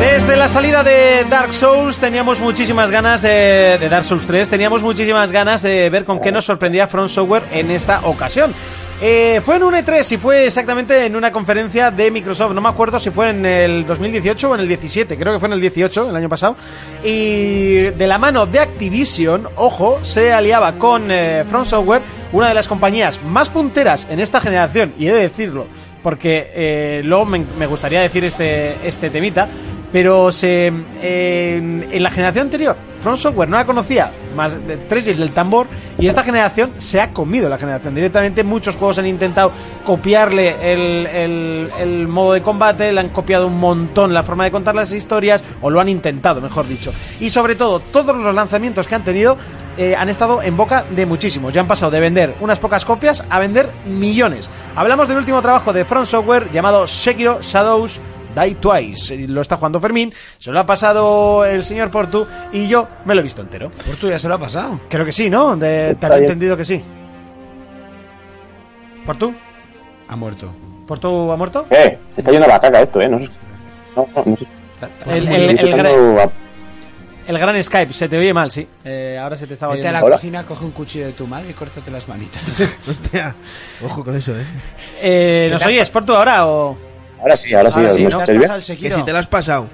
Desde la salida de Dark Souls teníamos muchísimas ganas de, de Dark Souls 3, teníamos muchísimas ganas de ver con qué nos sorprendía Front Software en esta ocasión. Eh, fue en un E3 y fue exactamente en una conferencia de Microsoft, no me acuerdo si fue en el 2018 o en el 17, creo que fue en el 18, el año pasado, y de la mano de Activision, ojo, se aliaba con eh, Front Software, una de las compañías más punteras en esta generación, y he de decirlo, porque eh, luego me, me gustaría decir este, este temita, pero se, eh, en, en la generación anterior, Front Software no la conocía, más de tres días del tambor, y esta generación se ha comido la generación. Directamente muchos juegos han intentado copiarle el, el- el modo de combate, le han copiado un montón la forma de contar las historias, o lo han intentado, mejor dicho. Y sobre todo, todos los lanzamientos que han tenido eh, han estado en boca de muchísimos. Ya han pasado de vender unas pocas copias a vender millones. Hablamos del último trabajo de Front Software llamado Sekiro Shadows Die Twice. Eh, Lo está jugando Fermín, se lo ha pasado el señor Portu y yo me lo he visto entero. Por tú ya se lo ha pasado. Creo que sí, ¿no? De- te había bien. entendido que sí. ¿Portu? Ha muerto. ¿Portu ha muerto? Eh, se está yendo a la caca esto, eh. No, sé- no, no, no sé. El, Estoy el- el escuchando gra- a- El gran Skype, se te oye mal, sí. Eh, ahora se te estaba Vete oyendo. a la cocina, coge un cuchillo de tu madre y córtate las manitas. [laughs] Hostia, ojo con eso, eh. Eh, ¿Nos ¿Te oyes por tú ahora o...? Ahora sí, ahora sí. Ahora sí, ¿me ¿no? estáis bien? Que si te la has pasado.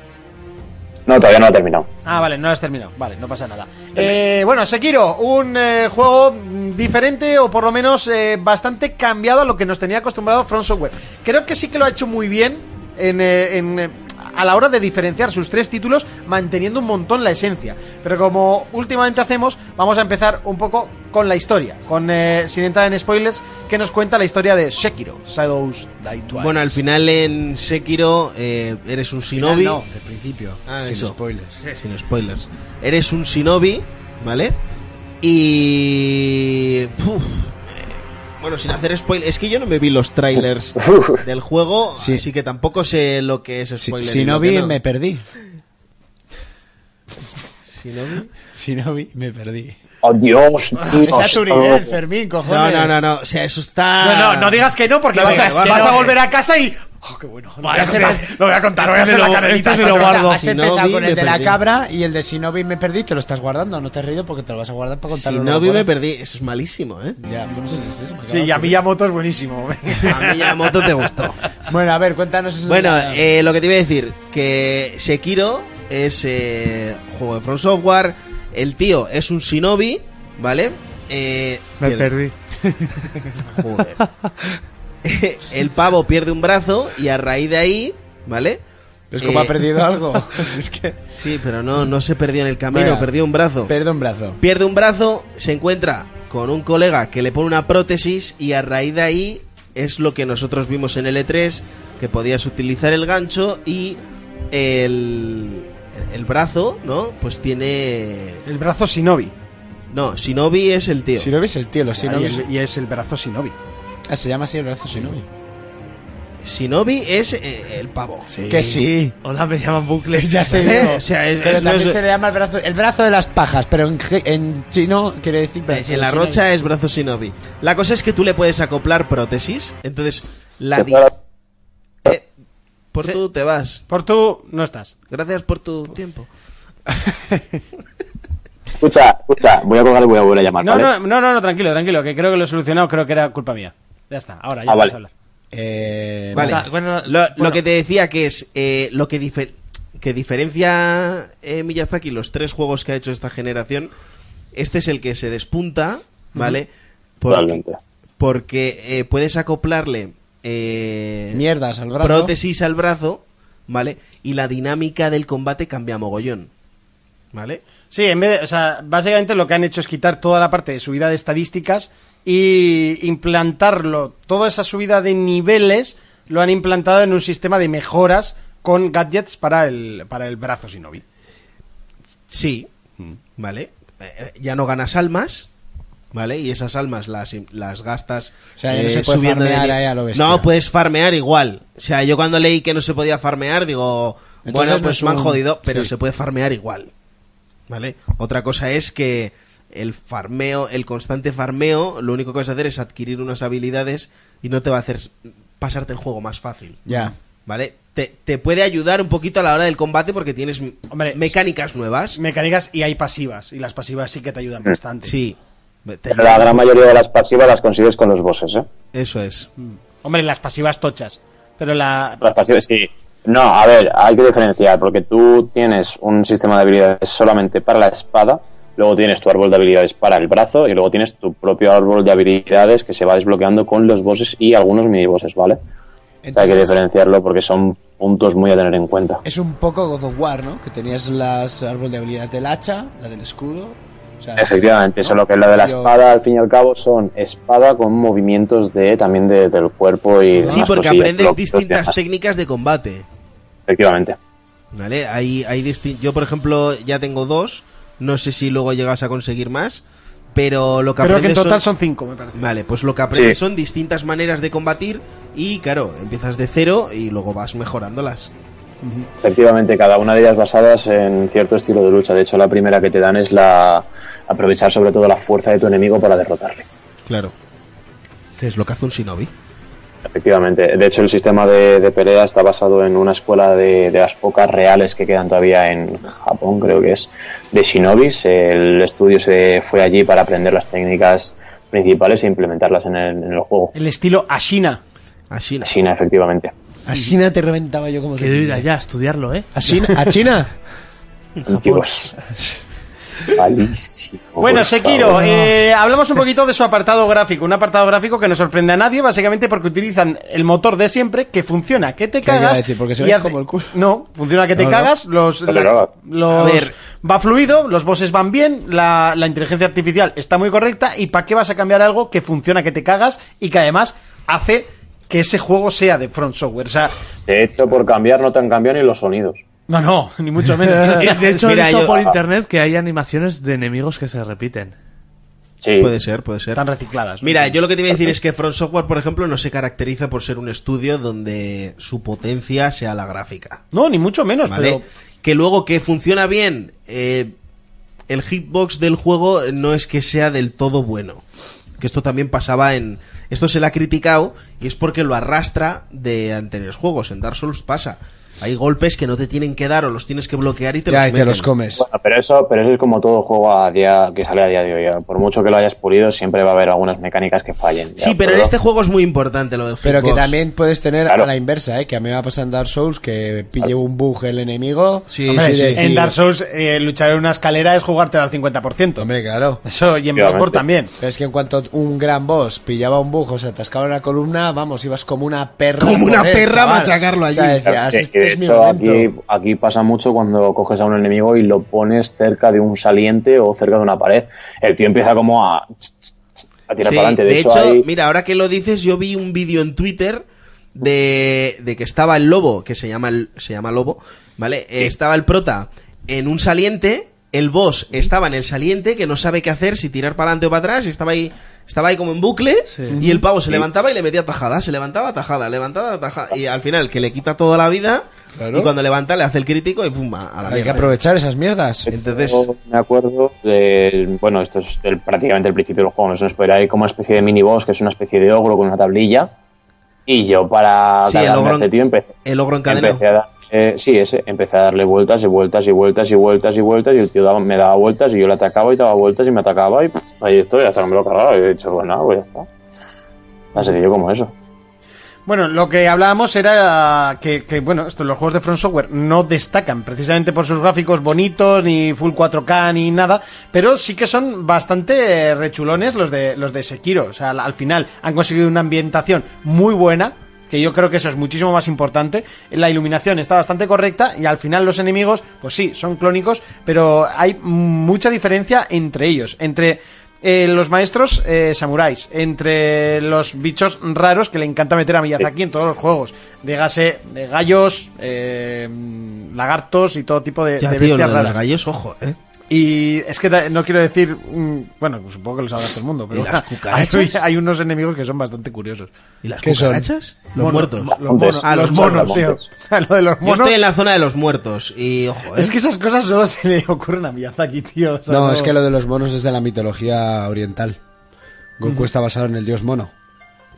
No, todavía no ha terminado. Ah, vale, no has terminado. Vale, no pasa nada. Eh, bueno, Sekiro, un eh, juego mm, diferente o por lo menos eh, bastante cambiado a lo que nos tenía acostumbrado From Software. Creo que sí que lo ha hecho muy bien en, eh, en, eh, a la hora de diferenciar sus tres títulos, manteniendo un montón la esencia. Pero como últimamente hacemos, vamos a empezar un poco con la historia, con eh, sin entrar en spoilers, que nos cuenta la historia de Sekiro, Shadows Die Twice. Bueno, al final en Sekiro eh, eres un Final shinobi. No, al principio. Ah, sin eso. spoilers. Sin spoilers. Eres un shinobi, ¿vale? Y... uf, eh, bueno, sin hacer spoilers. Es que yo no me vi los trailers del juego, así que tampoco sé lo que es spoiler. y Si lo no que vi, no. me perdí. ¿Shinobi? Si no vi, me perdí. [laughs] ¡Oh, Dios! Dios. Saturiné, Fermín, cojones. No, no, no, no. O sea, eso está... No, no, no digas que no, porque No vas, digas a, que vas no. a volver a casa y. ¡Oh, qué bueno! Lo voy a, hacer, lo voy a contar, lo voy a Este hacer me la lo- carrerita. este me ¿sabes? lo guardo. Has Si no empezado vi, con el me de la perdí. cabra y el de si no vi, me perdí, te lo estás guardando. No te has reído porque te lo vas a guardar para contarlo. luego Shinobi fuera. me perdí. Eso es malísimo, ¿eh? Ya, bueno, sí, sí, sí, me Sí, acabo y a de- Miyamoto es buenísimo. A mí Yamoto te gustó. Bueno, a ver, cuéntanos. el- Bueno, eh, lo que te iba a decir, que Sekiro es eh, juego de From Software, el tío es un shinobi, ¿vale? Eh, Me pierde- perdí. joder. [laughs] el pavo pierde un brazo y a raíz de ahí, ¿vale? Es como Eh, ha perdido algo. [laughs] [laughs] es que. Sí, pero no, no se perdió en el camino, Venga. perdió un brazo. Pierde un brazo. Pierde un brazo, se encuentra con un colega que le pone una prótesis y a raíz de ahí es lo que nosotros vimos en L3, que podías utilizar el gancho y el, el brazo, ¿no? Pues tiene... El brazo Shinobi. No, Shinobi es el tío. Si no ves el tío, los y, sinobis. es, el brazo Shinobi. Ah, se llama así el brazo shinobi. Shinobi es eh, el pavo. Que sí. Hola, me [laughs] llaman Bucle. Ya te Eh, digo. o sea, es- pero es- no también es- se le llama el brazo, el brazo de las pajas, pero en, ge- en chino quiere decir Eh, brazo En la shinobi. rocha es brazo Shinobi. La cosa es que tú le puedes acoplar prótesis, entonces la... Se di- fue a la- Eh, por tú te vas. Por tú no estás. Gracias por tu tiempo. Escucha, escucha, voy a colgar y voy a volver a llamar, No, ¿vale? no, no, no, no, tranquilo, tranquilo, que creo que lo he solucionado, creo que era culpa mía. Ya está, ahora ya Ah, puedes vale. hablar. Eh, Vale. Bueno, bueno, lo, lo bueno. que te decía que es eh, lo que, dife- que diferencia eh, Miyazaki los tres juegos que ha hecho esta generación. Este es el que se despunta, ¿vale? Porque, Totalmente. porque, eh, puedes acoplarle eh, Mierdas al brazo. prótesis al brazo, ¿vale? Y la dinámica del combate cambia mogollón, ¿vale? Sí, en vez de, o sea, básicamente lo que han hecho es quitar toda la parte de subida de estadísticas y implantarlo, toda esa subida de niveles lo han implantado en un sistema de mejoras con gadgets para el, para el brazo Shinobi. Sí, ¿vale? Eh, eh, ya no ganas almas, ¿vale? Y esas almas las, las gastas eh, O sea, ya no se puede de farmear nivel. ahí a lo bestia. No, puedes farmear igual. O sea, yo cuando leí que no se podía farmear, digo, Entonces bueno, no pues es me han un- jodido, pero sí. se puede farmear igual. ¿Vale? Otra cosa es que el farmeo, el constante farmeo, lo único que vas a hacer es adquirir unas habilidades y no te va a hacer s- pasarte el juego más fácil. Ya. ¿Vale? Te, te puede ayudar un poquito a la hora del combate porque tienes m- Hombre, mecánicas nuevas. Mecánicas y hay pasivas, y las pasivas sí que te Mm. ayudan bastante. Sí. Te- Pero la gran mayoría de las pasivas las consigues con los bosses, ¿eh? Eso es. Hombre, las pasivas tochas. Pero la. Las pasivas, sí. No, a ver, hay que diferenciar, porque tú tienes un sistema de habilidades solamente para la espada, luego tienes tu árbol de habilidades para el brazo y luego tienes tu propio árbol de habilidades que se va desbloqueando con los bosses y algunos minibosses, ¿vale? O sea, hay que Entonces- diferenciarlo porque son puntos muy a tener en cuenta. Es un poco God of War, ¿no? Que tenías las árbol de habilidad del hacha, la del escudo. o sea, Efectivamente, ¿no? solo que lo de la Yo- espada, al fin y al cabo, son espada con movimientos de también de- del cuerpo y Sí, demás porque cosillas, aprendes bloqueos y distintas demás. técnicas de combate. Efectivamente. ¿Vale? Hay, hay distin- Yo, por ejemplo, ya tengo dos. No sé si luego llegas a conseguir más. Pero lo que Creo que en aprendes total son cinco, me parece. Vale, pues lo que aprendes Sí. son distintas maneras de combatir. Y claro, empiezas de cero y luego vas mejorándolas. Efectivamente, cada una de ellas basadas en cierto estilo de lucha. De hecho, la primera que te dan es la aprovechar sobre todo la fuerza de tu enemigo para derrotarle. Claro. Que es lo que hace un shinobi. Efectivamente. De hecho, el sistema de, de pelea está basado en una escuela de, de las pocas reales que quedan todavía en Japón, creo que es, de shinobis. El estudio se fue allí para aprender las técnicas principales e implementarlas en el, en el juego. El estilo Ashina. Ashina. Ashina, efectivamente. A China te reventaba yo como Quiero ir allá a estudiarlo, ¿eh? ¿A China? ¿A China? [laughs] [laughs] Antiguos. Malísimo, Bueno, por Sekiro, favor. eh, hablamos un poquito de su apartado gráfico. Un apartado gráfico que no sorprende a nadie, básicamente porque utilizan el motor de siempre que funciona, que te ¿Qué iba a cagas. decir? Porque se y ve hace- como el culo. No, funciona que te No, no. cagas, los, No te la- cagas. los- A ver. va fluido, los bosses van bien, la, la inteligencia artificial está muy correcta. ¿Y para qué vas a cambiar algo que funciona que te cagas y que además hace que ese juego sea de Front Software? O sea, De hecho, por cambiar no te han cambiado ni los sonidos. no, no, ni mucho menos. Eh, De hecho, Mira, he visto yo- por internet que hay animaciones de enemigos que se repiten. Sí. Puede ser, puede ser. Están recicladas. ¿no? Mira, yo lo que te voy a decir es que Front Software, por ejemplo, no se caracteriza por ser un estudio donde su potencia sea la gráfica. No, ni mucho menos, ¿vale? pero Que luego que funciona bien, eh, el hitbox del juego no es que sea del todo bueno. Que esto también pasaba en... Esto se le ha criticado y es porque lo arrastra de anteriores juegos. En Dark Souls pasa. Hay golpes que no te tienen que dar o los tienes que bloquear y te los meten. comes. Bueno, pero eso, pero eso es como todo juego a día que sale a día de hoy. Por mucho que lo hayas pulido, siempre va a haber algunas mecánicas que fallen. Sí, pero en este juego es muy importante lo del Pero que hitbox. también puedes tener a la inversa, ¿eh? Que a mí me va a pasar en Dark Souls que pille un bug el enemigo. Sí, Hombre, sí, En Dark Souls, eh, luchar en una escalera es jugarte al 50%. Hombre, claro. Eso, y en Bloodborne también. Pero es que en cuanto un gran boss pillaba un bug o se atascaba una columna, vamos, ibas como una perra. Como a una correr, perra a chaval. machacarlo O sea, allí. decías, Que- "Este que de es mi hecho, momento". aquí, aquí pasa mucho cuando coges a un enemigo y lo pones cerca de un saliente o cerca de una pared. El tío empieza como a, a tirar Sí, para adelante. De, de hecho, hay- mira, ahora que lo dices, yo vi un vídeo en Twitter de, de que estaba el lobo, que se llama, el- se llama lobo, ¿vale? Eh, estaba el prota en un saliente, el boss estaba en el saliente, que no sabe qué hacer, si tirar para adelante o para atrás, y estaba ahí, estaba ahí como en bucle, y el pavo se Sí. levantaba y le metía tajada, se levantaba tajada, levantaba tajada, y al final que le quita toda la vida, Claro. y cuando levanta le hace el crítico y pum, a la Hay que mierda. aprovechar esas mierdas. Entonces, Yo me acuerdo de, bueno, esto es el- prácticamente el principio del juego, no se nos puede hay como una especie de mini boss que es una especie de ogro con una tablilla y yo para Sí, el cargarme ogro a este en- tío empecé, el ogro encadenado. empecé a dar- eh, sí, ese, empecé a darle vueltas y vueltas y vueltas y vueltas y vueltas y el tío daba- me daba vueltas y yo le atacaba y daba vueltas y me atacaba y pff, ahí estoy, hasta que me lo cargaba y he dicho, bueno, pues ya está. Tan sencillo como eso. Bueno, lo que hablábamos era que, que, bueno, esto, los juegos de Front Software no destacan precisamente por sus gráficos bonitos, ni full 4K, ni nada, pero sí que son bastante eh, rechulones los de, los de Sekiro. O sea, al, al final han conseguido una ambientación muy buena, que yo creo que eso es muchísimo más importante. La iluminación está bastante correcta y al final los enemigos, pues sí, son clónicos, pero hay mucha diferencia entre ellos, entre eh, los maestros eh, samuráis, entre los bichos raros que le encanta meter a Miyazaki en todos los juegos. Dígase de gallos, eh, lagartos y todo tipo de, ya, de tío, lo bestias de los raras. gallos, ojo, eh. Y es que da- no quiero decir, mm, bueno, supongo que lo sabrá todo el mundo, pero ¿Y [laughs] las hay, cucarachas? hay unos enemigos que son bastante curiosos. ¿Y las ¿Qué son? cucarachas? Los Mono- muertos. Los monos, Ah, los monos, tío. O sea, lo de los Yo monos. estoy en la zona de los muertos y ojo, ¿eh? Es que esas cosas solo se le ocurren a Miyazaki, tío. o sea, No, es que lo de los monos es de la mitología oriental. Mm. Goku está basado en el dios mono,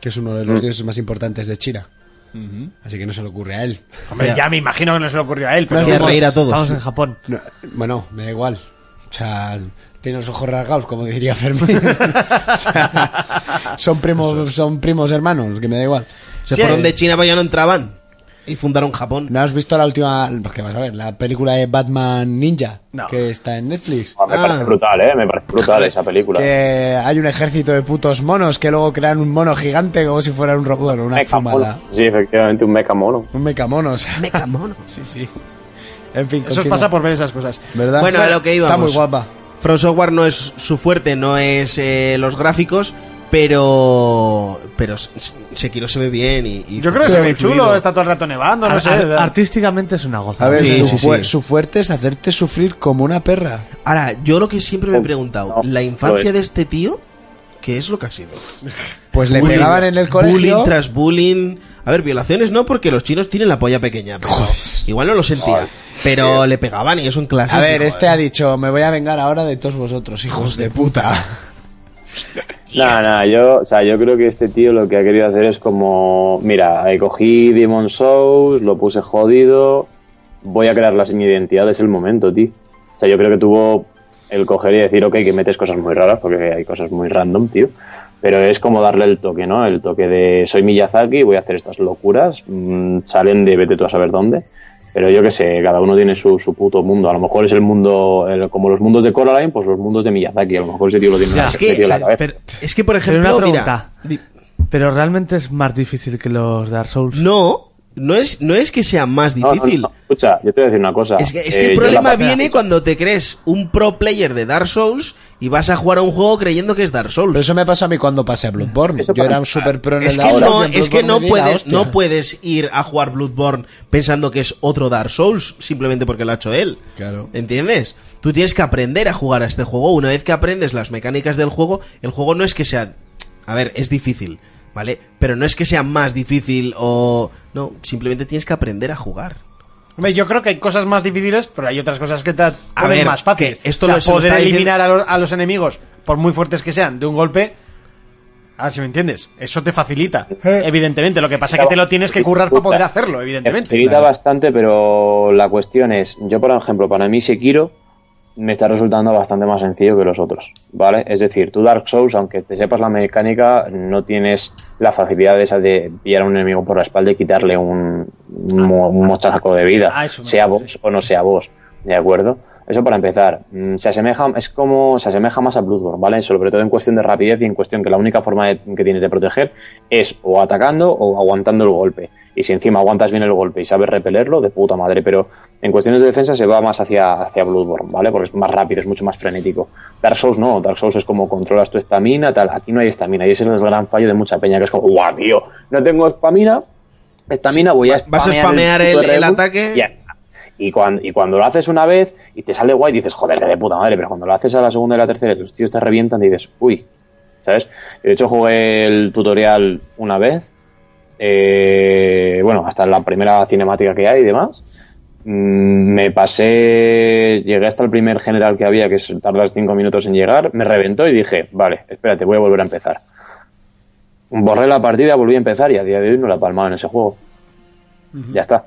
que es uno de Mm. los dioses más importantes de China. Así que no se le ocurre a él. Hombre, ya me imagino que no se le ocurrió a él, pero. Gracias, vamos. reír a todos. Estamos en Japón. No, bueno, me da igual. O sea, tiene los ojos rasgados, como diría Fermín. [laughs] O sea, son primos, son primos hermanos, que me da igual. Se Sí, fueron eh. de China para allá no entraban y fundaron Japón. ¿No has visto la última, que vas a ver, la película de Batman Ninja No. que está en Netflix? Ah, me Ah, parece brutal, ¿eh? Me parece brutal esa película. que hay un ejército de putos monos que luego crean un mono gigante como si fuera un robot, una Mecha mono. fumada. Sí, efectivamente, un mecha mono. Un mecamonos. [laughs] Mecamono. sí, sí. En fin, Eso os continúa. pasa por ver esas cosas. ¿Verdad? Bueno, a lo que íbamos. Está muy guapa. From Software no es su fuerte, no es eh, los gráficos, pero pero S- S- Sekiro se ve bien y, y- Yo creo que se ve fluido. chulo, eh. está todo el rato nevando, no Ar- sé. ar- artísticamente es una goza. A ver, Sí, su, sí, fue- sí. su fuerte es hacerte sufrir como una perra. Ahora, yo lo que siempre me he preguntado, No, la lo infancia es. de este tío, ¿qué es lo que ha sido? Pues le Bullying. pegaban en el colegio. Bullying tras bullying. A ver, violaciones no, porque los chinos tienen la polla pequeña. pero igual no lo sentía. Pero le pegaban y eso en clase. eh. A ver, joder. este ha dicho, me voy a vengar ahora de todos vosotros, hijos de puta. Nada, nada, yo, o sea, yo creo que este tío lo que ha querido hacer es como, mira, eh, cogí Demon Souls, lo puse jodido, voy a crear las, mi identidad, es el momento, tío. O sea, yo creo que tuvo el coger y decir, ok, que metes cosas muy raras, porque hay cosas muy random, tío. Pero es como darle el toque, ¿no? El toque de soy Miyazaki, voy a hacer estas locuras, mm, salen de vete tú a saber dónde. Pero yo qué sé, cada uno tiene su, su puto mundo. A lo mejor es el mundo, el- como los mundos de Coraline, pues los mundos de Miyazaki. A lo mejor ese tío lo tiene Ya, en la- es que- metido en la pero- cabeza. pero- Es que, por Pero ejemplo, una mira, pregunta. Pero realmente es más difícil que los Dark Souls. No, no es, no es que sea más No, no, difícil. no. Escucha, yo te voy a decir una cosa. Es que, es que Eh, el yo la problema pasé- viene cuando te crees un pro player de Dark Souls y vas a jugar a un juego creyendo que es Dark Souls. Pero eso me pasó a mí cuando pasé a Bloodborne. Yo era un super pro en es el que Dark no, Souls y en es que no Bloodborne me di la puedes, hostia. no puedes ir a jugar Bloodborne pensando que es otro Dark Souls simplemente porque lo ha hecho él. Claro. ¿Entiendes? Tú tienes que aprender a jugar a este juego. Una vez que aprendes las mecánicas del juego, el juego no es que sea... A ver, es difícil, ¿vale? Pero no es que sea más difícil o... No, simplemente tienes que aprender a jugar. Hombre, yo creo que hay cosas más difíciles, pero hay otras cosas que te ponen ver, más fáciles. que esto O sea, lo- se lo poder está diciendo- eliminar a, los, a los enemigos, por muy fuertes que sean, de un golpe. A ver si me entiendes. Eso te facilita, evidentemente. Lo que pasa es que te lo tienes que currar para poder hacerlo, evidentemente. Facilita bastante, pero la cuestión es, yo por ejemplo, para mí Sekiro me está resultando bastante más sencillo que los otros, ¿vale? Es decir, tú Dark Souls, aunque te sepas la mecánica, no tienes la facilidad esa de pillar a un enemigo por la espalda y quitarle un, Ah, un mo- un mochazo de vida, sea vos o no sea vos, ¿de acuerdo? Eso para empezar, Mm, se asemeja, es como, se asemeja más a Bloodborne, ¿vale? Sobre todo en cuestión de rapidez y en cuestión que la única forma de- que tienes de proteger es o atacando o aguantando el golpe. Y si encima aguantas bien el golpe y sabes repelerlo, de puta madre. Pero en cuestiones de defensa se va más hacia, hacia Bloodborne, ¿vale? Porque es más rápido, es mucho más frenético. Dark Souls no, Dark Souls es como controlas tu estamina, tal. Aquí no hay estamina y ese es el gran fallo de mucha peña, que es como, guau, tío, no tengo estamina, estamina, voy a Vas a spamear el, puto el R1 ataque. y Ya está. Y cuando, y cuando lo haces una vez y te sale guay, dices, joder, que de puta madre. Pero cuando lo haces a la segunda y la tercera y los tíos te revientan, dices, uy, ¿sabes? Yo, De hecho, jugué el tutorial una vez eh, bueno, hasta la primera cinemática que hay y demás. Mm, Me pasé, llegué hasta el primer general que había, que es- tardas cinco minutos en llegar, me reventó y dije, vale, espérate, voy a volver a empezar. Borré la partida, volví a empezar y a día de hoy no la he palmado en ese juego. Ya está.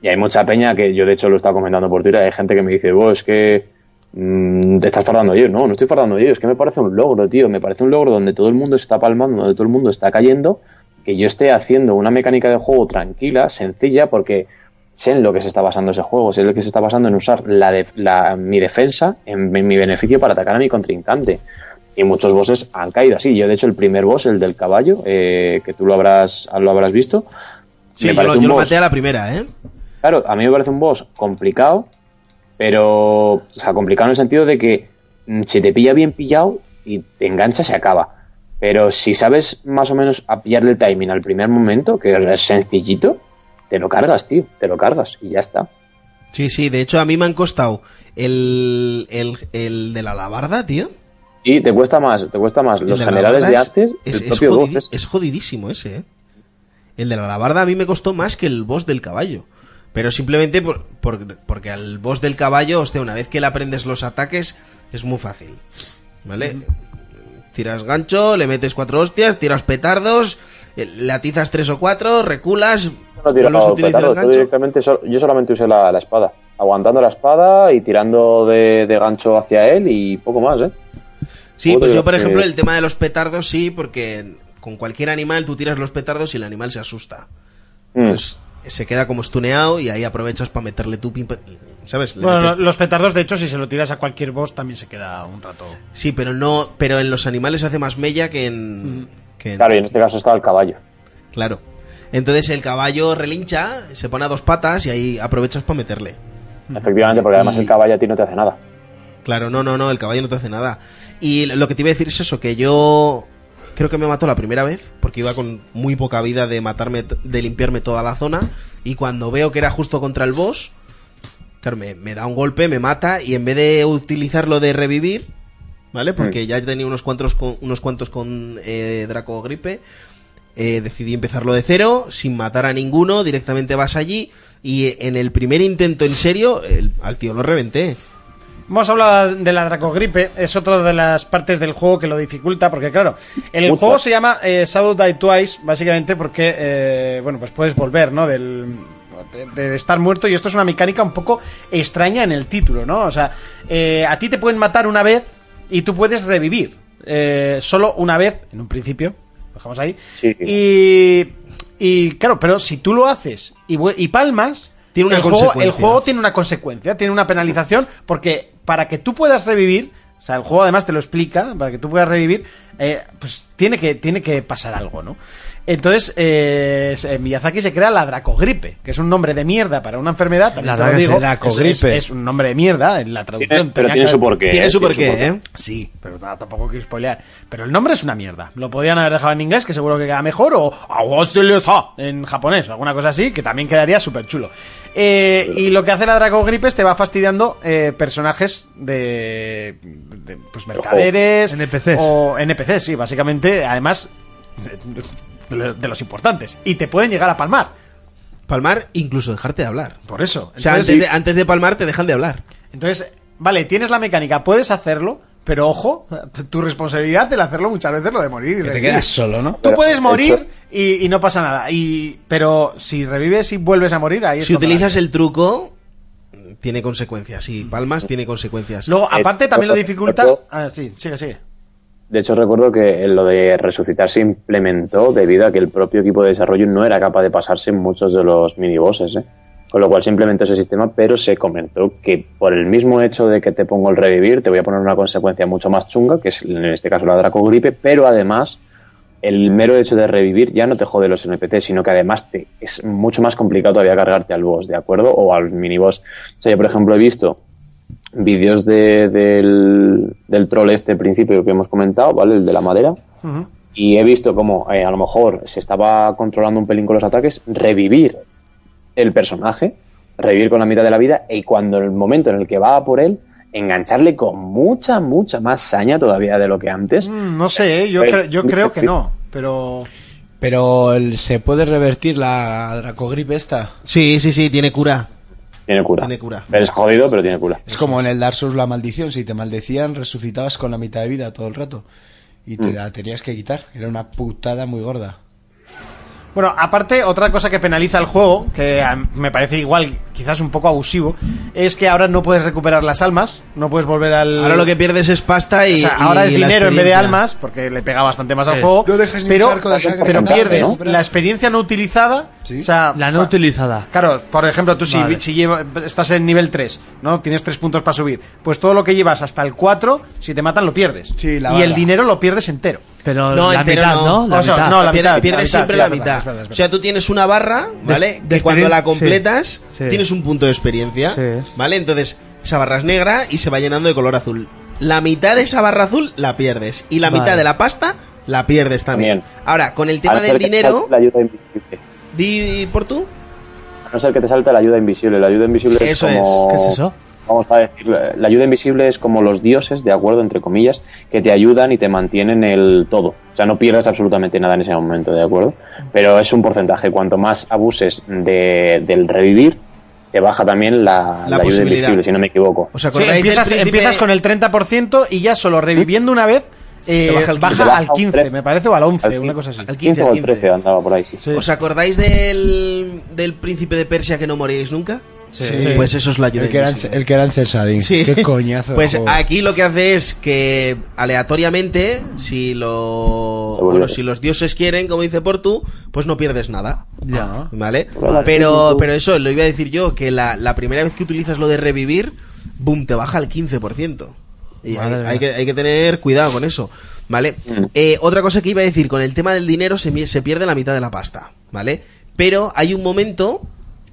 Y hay mucha peña que yo de hecho lo estaba comentando por Twitter, hay gente que me dice, vos es que mm, te estás fardando yo. No, no estoy fardando yo, es que me parece un logro, tío. Me parece un logro donde todo el mundo se está palmando, donde todo el mundo está cayendo, que yo esté haciendo una mecánica de juego tranquila, sencilla, porque sé en lo que se está basando ese juego, sé en lo que se está basando en usar la def- la- mi defensa en, en mi beneficio para atacar a mi contrincante. Y muchos bosses han caído así. Yo, de hecho, el primer boss, el del caballo, eh, que tú lo habrás, lo habrás visto, Sí, me yo, parece lo, un yo lo boss. maté a la primera, ¿eh? Claro, a mí me parece un boss complicado, pero. O sea, complicado en el sentido de que mm, si te pilla bien pillado y te engancha, se acaba. Pero si sabes más o menos a pillarle el timing al primer momento, que es sencillito, te lo cargas, tío, te lo cargas y ya está. Sí, sí, de hecho a mí me han costado el, el, el de la alabarda, tío. Y te cuesta más, te cuesta más El los de la generales de alabarda antes, es, el es propio jodidi- boss. es jodidísimo ese, ¿eh? El de la alabarda a mí me costó más que el boss del caballo. Pero simplemente por- por- porque al boss del caballo, hostia, una vez que le aprendes los ataques, es muy fácil. ¿Vale? Tiras gancho, le metes cuatro hostias, tiras petardos, eh, le atizas tres o cuatro, reculas, No tiro vuelves a pavo, utilizar petardo, el yo gancho. directamente sol- yo solamente usé la, la espada. Aguantando la espada y tirando de, de gancho hacia él y poco más, ¿eh? Sí, Joder, pues yo, por eh, ejemplo, el tema de los petardos, sí, porque con cualquier animal tú tiras los petardos y el animal se asusta. Mm. Entonces, Pues, se queda como estuneado y ahí aprovechas para meterle tu pim. pa- ¿Sabes? Le Bueno, metes- los petardos, de hecho, si se lo tiras a cualquier boss, también se queda un rato. Sí, pero no. Pero en los animales hace más mella que en. que en- Claro, y en este caso estaba el caballo. Claro. Entonces el caballo relincha, se pone a dos patas y ahí aprovechas para meterle. Efectivamente, porque además Y- el caballo a ti no te hace nada. Claro, no, no, no, el caballo no te hace nada. Y lo que te iba a decir es eso, que yo creo que me mató la primera vez, porque iba con muy poca vida de matarme, t- de limpiarme toda la zona, y cuando veo que era justo contra el boss, claro, me, me da un golpe, me mata, y en vez de utilizarlo de revivir, ¿vale? Porque ya tenía unos cuantos con, unos cuantos con eh, Draco Gripe, eh, decidí empezarlo de cero, sin matar a ninguno, directamente vas allí, y en el primer intento en serio, el- al tío lo reventé. Hemos hablado de la dracogripe, es otra de las partes del juego que lo dificulta, porque claro, el Mucho. juego se llama eh, Shadow Die Twice, básicamente porque, eh, bueno, pues puedes volver, ¿no? Del, de, de estar muerto, y esto es una mecánica un poco extraña en el título, ¿no? O sea, eh, a ti te pueden matar una vez y tú puedes revivir, eh, solo una vez, en un principio, lo dejamos ahí, y, y claro, pero si tú lo haces y, vue- y palmas, Tiene una el juego- el consecuencia. juego tiene una consecuencia, tiene una penalización, porque para que tú puedas revivir, o sea, el juego además te lo explica, para que tú puedas revivir, eh, pues tiene que, tiene que pasar algo, ¿no? Entonces, eh, se- en Miyazaki se crea la dracogripe, que es un nombre de mierda para una enfermedad, también La te lo draga- digo. dracogripe. Es, es- es un nombre de mierda en la traducción. Tiene- pero tenía tiene que- su porqué, Tiene ¿eh? su Tiene su porqué, porqué. ¿eh? Sí, pero nada, tampoco quiero spoilear. Pero el nombre es una mierda. Lo podrían haber dejado en inglés, que seguro que queda mejor, o Aguasdeleza en japonés, o alguna cosa así, que también quedaría súper chulo. Eh, y lo que hace la Draco Grip es te va fastidiando eh, personajes de, de, pues mercaderes NPCs. o NPCs, sí, básicamente, además de, de los importantes. Y te pueden llegar a palmar, Palmar, incluso dejarte de hablar. por eso. O sea, Entonces- antes, de, antes de palmar te dejan de hablar. Entonces, vale, tienes la mecánica, puedes hacerlo, pero ojo, tu- tu responsabilidad del hacerlo muchas veces lo de morir. y Que te revivir. quedas solo, ¿no? Tú puedes morir y, y no pasa nada. Y, pero si revives y vuelves a morir, ahí es Si cuando utilizas la- el truco, tiene consecuencias. Si palmas, tiene consecuencias. Luego, aparte, también lo Eh, dificulta. otro- Ah, sí, sigue, sigue. De hecho, recuerdo que lo de resucitar se implementó debido a que el propio equipo de desarrollo no era capaz de pasarse muchos de los minibosses, ¿eh? Con lo cual se implementó ese sistema, pero se comentó que por el mismo hecho de que te pongo el revivir, te voy a poner una consecuencia mucho más chunga, que es en este caso la dracogripe, pero además el mero hecho de revivir ya no te jode los NPC, sino que además te, es mucho más complicado todavía cargarte al boss, ¿de acuerdo? O al miniboss. O sea, yo por ejemplo he visto vídeos de, del, del troll este principio que hemos comentado, ¿vale? El de la madera. Y he visto como eh, a lo mejor se estaba controlando un pelín con los ataques, revivir el personaje, revivir con la mitad de la vida y cuando en el momento en el que va a por él, engancharle con mucha, mucha más saña todavía de lo que antes. Mm, No sé, ¿eh? yo, Eh, cre- yo eh, creo que eh, no, pero. Pero el- se puede revertir la dracogripe esta. Sí, sí, sí, tiene cura. Tiene cura. Tiene cura. Pero es jodido, pero tiene cura. Es como en el Dark Souls la maldición. Si te maldecían, resucitabas con la mitad de vida todo el rato. Y te Mm. la tenías que quitar. Era una putada muy gorda. Bueno, aparte, otra cosa que penaliza el juego, que a- me parece igual, quizás un poco abusivo, es que ahora no puedes recuperar las almas, no puedes volver al. Ahora lo que pierdes es pasta O y. sea, ahora y es la dinero en vez de experiencia. almas, porque le pega bastante más al Sí. juego. No dejes ni un pero charco de sangre pero en la calle, pierdes ¿no? la experiencia no utilizada. Sí. O sea, La no pa- utilizada. Claro, por ejemplo, tú si, Vale. si lleva- estás en nivel 3, ¿no? Tienes 3 puntos para subir. Pues todo lo que llevas hasta el 4, si te matan, lo pierdes. Sí, la y el bala. dinero lo pierdes entero. Pero No, la entero mitad, no. ¿no? La O sea, mitad. no, la- Pierdes, mitad, pierdes mitad, siempre mitad, la es mitad. verdad, es verdad, es O sea, tú tienes una barra, ¿vale? de que cuando la experiencia, completas, sí, sí. tienes un punto de experiencia, Sí. ¿vale? Entonces, esa barra es negra y se va llenando de color azul. La mitad de esa barra azul la pierdes. Y la Vale. mitad de la pasta la pierdes también. También. Ahora, con el A tema no ser del que te dinero, salte La ayuda invisible. di por tú. A no ser que te salte la ayuda invisible. La ayuda invisible Eso es es. como... ¿Qué es eso? Vamos a decir, la ayuda invisible es como los dioses, de acuerdo, entre comillas, que te ayudan y te mantienen el todo. O sea, no pierdes absolutamente nada en ese momento, ¿de acuerdo? Pero es un porcentaje. Cuanto más abuses de- del revivir, te baja también La la, la ayuda posibilidad. invisible, si no me equivoco. ¿Os acordáis Sí, del empiezas, príncipe- empiezas con el 30% y ya solo reviviendo una vez eh, Te baja baja, al 15. al Te baja un 15, trece. me parece, o al 11, Al una quince. cosa así. Al 15, 15 o al el 13 andaba por ahí, sí. Sí. ¿Os acordáis del, del príncipe de Persia que no moríais nunca? Sí. Pues eso es la ayuda El que era, en- invisible. el que era en Cesadín. Sí. Qué coñazo. de Pues juego. aquí lo que hace es que aleatoriamente, si lo bueno, si los dioses quieren, como dice Portu, pues no pierdes nada. Ya. ¿Vale? Pero, pero eso, lo iba a decir yo, que la, la primera vez que utilizas lo de revivir, boom, te baja al 15%. Y hay, Madre mía. hay que, hay que tener cuidado con eso. ¿Vale? Eh, otra cosa que iba a decir, con el tema del dinero se, mi- se pierde la mitad de la pasta. ¿Vale? Pero hay un momento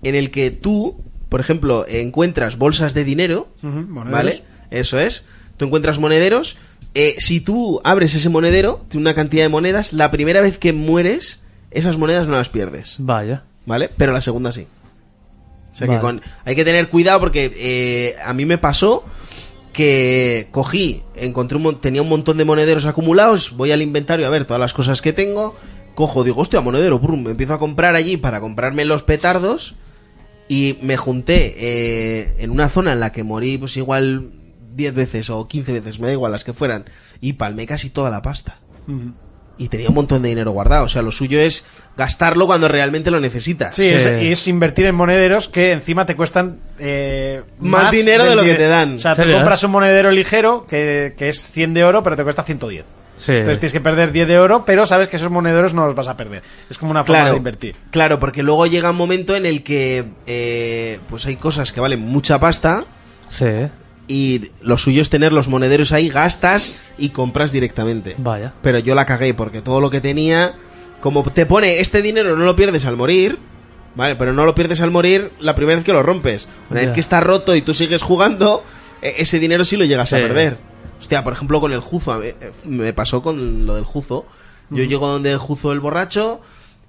en el que tú, por ejemplo, encuentras bolsas de dinero. Ujú, monederos. ¿Vale? Eso es. Tú encuentras monederos. eh, si tú abres ese monedero, tiene una cantidad de monedas, la primera vez que mueres, esas monedas no las pierdes. Vaya. ¿Vale? Pero la segunda sí. O sea Vale. que con, hay que tener cuidado porque eh, a mí me pasó que cogí, encontré un, mon- tenía un montón de monederos acumulados, voy al inventario a ver todas las cosas que tengo, cojo, digo, hostia, monedero, brum, me empiezo a comprar allí para comprarme los petardos y me junté eh, en una zona en la que morí pues igual 10 veces o 15 veces, me da igual las que fueran, y palmé casi toda la pasta. Y tenía un montón de dinero guardado. O sea, lo suyo es gastarlo cuando realmente lo necesitas. Sí, Es, y es invertir en monederos que encima te cuestan eh, Más dinero del de lo que dine- te dan. O sea, te ¿Serio, eh? compras un monedero ligero que, que es 100 de oro, pero te cuesta 110. Sí. Eh. Entonces tienes que perder 10 de oro, pero sabes que esos monederos no los vas a perder. Es como una forma de invertir. Claro, porque luego llega un momento en el que eh, pues hay cosas que valen mucha pasta Sí. y lo suyo es tener los monederos ahí, gastas y compras directamente. Vaya. Pero yo la cagué porque todo lo que tenía, como te pone este dinero no lo pierdes al morir, vale, pero no lo pierdes al morir la primera vez que lo rompes. Una Ya. vez que está roto y tú sigues jugando, e- ese dinero sí lo llegas a Sí. perder. Hostia, por ejemplo, con el Juzo, a mí, eh, me pasó con lo del Juzo. Yo llego donde Juzo el borracho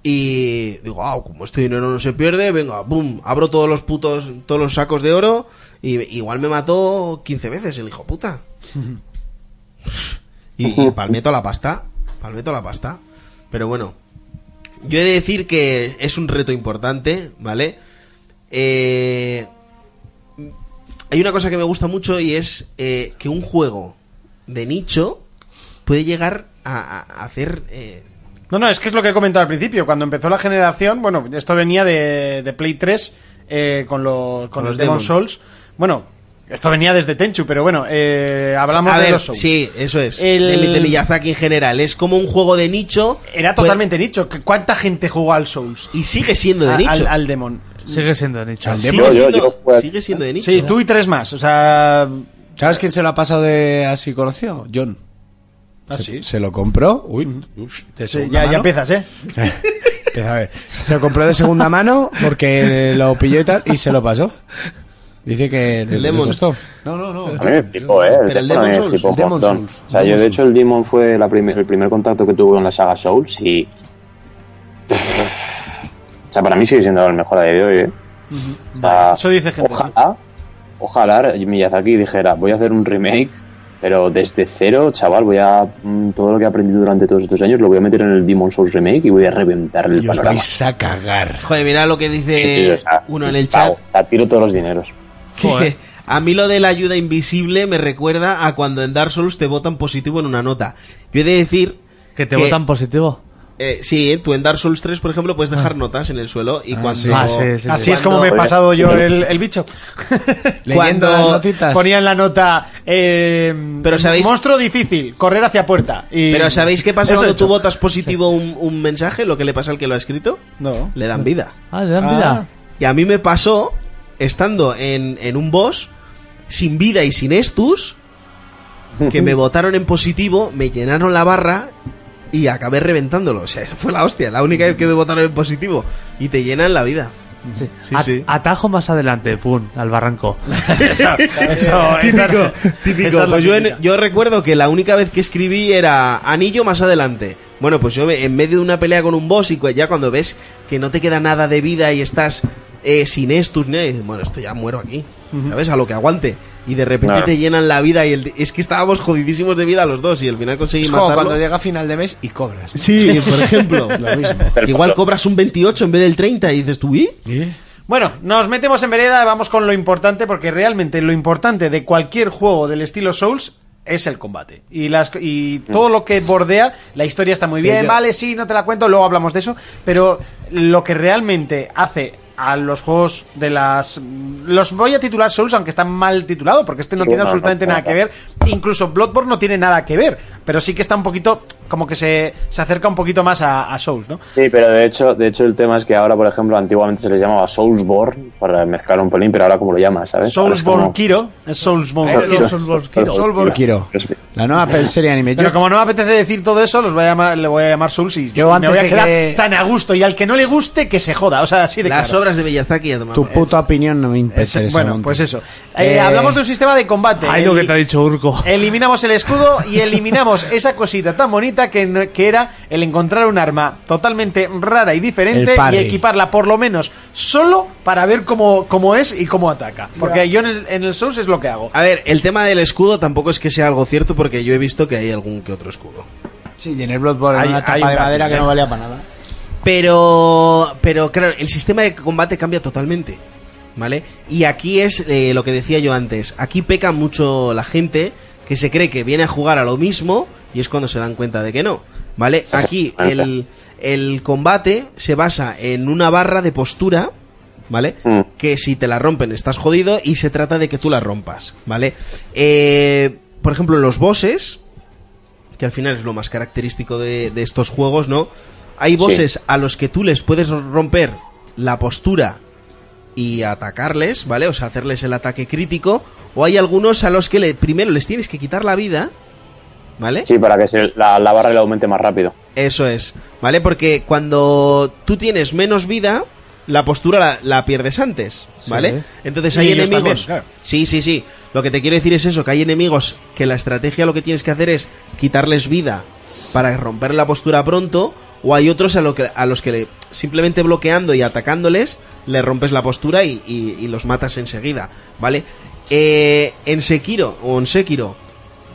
y digo, ah, como este dinero no se pierde, venga, boom, abro todos los putos, todos los sacos de oro y igual me mató 15 veces el hijo puta. Y, y palmé toda la pasta, palmé toda la pasta. Pero bueno, yo he de decir que es un reto importante, ¿vale? Eh, hay una cosa que me gusta mucho y es eh, que un juego de nicho puede llegar a, a- a hacer... eh, No, no, es que es lo que he comentado al principio. Cuando empezó la generación, bueno, esto venía de, de Play 3 eh, con, los, con, los, los Demon Demon. Souls. Bueno, esto venía desde Tenchu, pero bueno, eh, hablamos a de ver, los Souls. Sí, eso es. El- De, de Miyazaki en general. Es como un juego de nicho. Era Pues- totalmente nicho. ¿Cu- ¿Cuánta gente jugó al Souls? Y sigue siendo de nicho. Al, al Demon. Sigue siendo de nicho. Sigue Yo- yo- siendo- yo jugué- sigue siendo de nicho. Sí, tú y tres más. O sea, ¿Sabes quién se lo ha pasado de así conocido? John. Ah, se, sí. se lo compró. Uy, Mm. uf, de sí, segunda ya, ya mano. empiezas, ¿eh? [laughs] Empieza a ver. Se lo compró de segunda mano porque lo pilló y tal y se lo pasó. Dice que le, le Demon. costó. No, no, no. A mí me flipó, ¿eh? Pero el Demon a mí me Demon Souls, flipó un el Demon montón. Souls, o sea, Demon yo de hecho el Demon fue la primer- el primer contacto que tuve con la saga Souls y... O sea, para mí sigue siendo el mejor a día de hoy, ¿eh? O sea, Eso dice gente. sí. ojalá, ojalá Miyazaki dijera, voy a hacer un remake, pero desde cero, chaval, voy a... mm, Todo lo que he aprendido durante todos estos años lo voy a meter en el Demon Souls remake y voy a reventarle el Y os panorama. vais eh, a cagar. Joder, mira lo que Sí, o dice sea, uno en el [laughs] pago, chat. o sea, tiro todos los dineros. que a mí lo de la ayuda invisible me recuerda a cuando en Dark Souls te votan positivo en una nota. Yo he de decir Que te que- votan positivo. Eh, sí, tú en Dark Souls 3, por ejemplo, puedes dejar notas en el suelo y cuando... sí. Ah, sí, sí, Así es cuando- como me he pasado yo el, el [laughs] bicho. Leyendo las Cuando- notitas. Ponía en la nota. eh, Pero sabéis- Monstruo difícil, correr hacia puerta. Y... Pero ¿sabéis qué Eso pasa he cuando hecho. tú votas positivo un, un mensaje? Lo que le pasa al que lo ha escrito. [laughs] No. Le dan vida. Ah, le dan Ah. vida. Y a mí me pasó, estando en, en un boss, sin vida y sin estus, [laughs] que me votaron en positivo, me llenaron la barra y acabé reventándolo. O sea, esa fue la hostia, la única vez que me votaron en positivo. Y te llenan la vida. Sí. Sí, A- sí. Atajo más adelante, pum, al barranco. Eso, eso, Típico, esa- típico. esa es la Pues yo, en- típica. yo recuerdo que la única vez que escribí era anillo más adelante. Bueno, pues yo me- en medio de una pelea con un boss y cu- ya cuando ves que no te queda nada de vida y estás eh, sin estus, ¿no? Y dices, bueno, esto ya muero aquí, ¿sabes? A lo que aguante. Y de repente Claro. te llenan la vida y el- es que estábamos jodidísimos de vida los dos y al final conseguí Es como matarlo. cuando llega final de mes y cobras. Sí, por ejemplo. Lo mismo. Igual cobras un 28 en vez del 30 y dices tú, ¿y? Bueno, nos metemos en vereda, vamos con lo importante, porque realmente lo importante de cualquier juego del estilo Souls es el combate. Y, las, y Mm. todo lo que bordea, la historia está muy bien, yo- vale, sí, no te la cuento, luego hablamos de eso, pero lo que realmente hace a los juegos de las... Los voy a titular Souls, aunque están mal titulado, porque este no Sí, tiene no, no, absolutamente no, nada que no. ver. Incluso Bloodborne no tiene nada que ver, pero sí que está un poquito... Como que se, se acerca un poquito más a, a Souls, ¿no? Sí, pero de hecho, de hecho el tema es que ahora, por ejemplo, antiguamente se les llamaba Soulsborne para mezclar un pelín, pero ahora como lo llamas, ¿sabes? Soulsborne Kiro. Kiro. Es Soulsborne Ahí lo Kiro. Soulsborne Kiro. Soulsborne Kiro. La nueva pel- serie anime. Pero Yo, como no me apetece decir todo eso, los voy a llamar, le voy a llamar Souls y Yo me antes voy a de quedar que- tan a gusto. Y al que no le guste, que se joda. O sea, así de Las claro. obras de Miyazaki a tomar tu por- puta opinión no me interesa. Ese- bueno, pues eso. Eh, Eh, Hablamos de un sistema de combate. Ay, lo El- que te ha dicho Urco. eh. Eliminamos el escudo [laughs] y eliminamos esa cosita tan bonita que, no- que era el encontrar un arma totalmente rara y diferente El parry. y equiparla por lo menos solo para ver cómo, cómo es y cómo ataca. Porque yo en el, en el Souls es lo que hago. A ver, el tema del escudo tampoco es que sea algo cierto porque yo he visto que hay algún que otro escudo. Sí, y en el Bloodborne Hay- una hay tapa un de madera gato, que sí. no valía para nada. Pero, pero claro, el sistema de combate cambia totalmente. ¿Vale? Y aquí es eh, lo que decía yo antes. Aquí peca mucho la gente que se cree que viene a jugar a lo mismo y es cuando se dan cuenta de que no. ¿Vale? Aquí el, el combate se basa en una barra de postura, ¿vale? Que si te la rompen estás jodido y se trata de que tú la rompas, ¿vale? Eh, por ejemplo, los bosses, que al final es lo más característico de, de estos juegos, ¿no? Hay bosses a los que tú les puedes romper la postura y atacarles, ¿vale? O sea, hacerles el ataque crítico. O hay algunos a los que le- primero les tienes que quitar la vida, ¿vale? Sí, para que se- la, la barra le aumente más rápido. Eso es, ¿vale? Porque cuando tú tienes menos vida, la postura la, la pierdes antes, ¿vale? Sí. Entonces Y hay ellos enemigos. también, claro. Sí, sí, sí. Lo que te quiero decir es eso, que hay enemigos que la estrategia lo que tienes que hacer es quitarles vida para romper la postura pronto, o hay otros a, lo que, a los que le- simplemente bloqueando y atacándoles le rompes la postura y, y- y los matas enseguida, ¿vale? Eh, en Sekiro o en Sekiro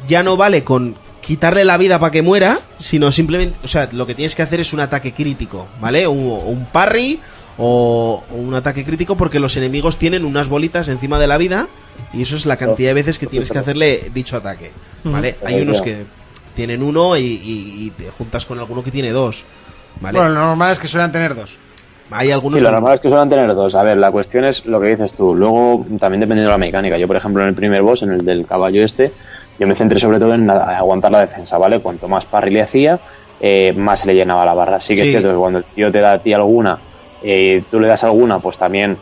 ya no vale con quitarle la vida para que muera, sino simplemente, o sea, lo que tienes que hacer es un ataque crítico, ¿vale? Un, un parry o o un ataque crítico porque los enemigos tienen unas bolitas encima de la vida y eso es la cantidad de veces que tienes que hacerle dicho ataque, ¿vale? Ujú. Hay unos que tienen uno y, y- y te juntas con alguno que tiene dos, ¿vale? Bueno, lo normal es que suelen tener dos. Hay algunos Sí, lo que- normal es que suelen tener dos. A ver, la cuestión es lo que dices tú. Luego, también dependiendo de la mecánica. Yo, por ejemplo, en el primer boss, en el del caballo este, yo me centré sobre todo en a- aguantar la defensa, ¿vale? Cuanto más parry le hacía, eh, más se le llenaba la barra. Así que Sí. es cierto que cuando el tío te da a ti alguna, eh, tú le das alguna, pues también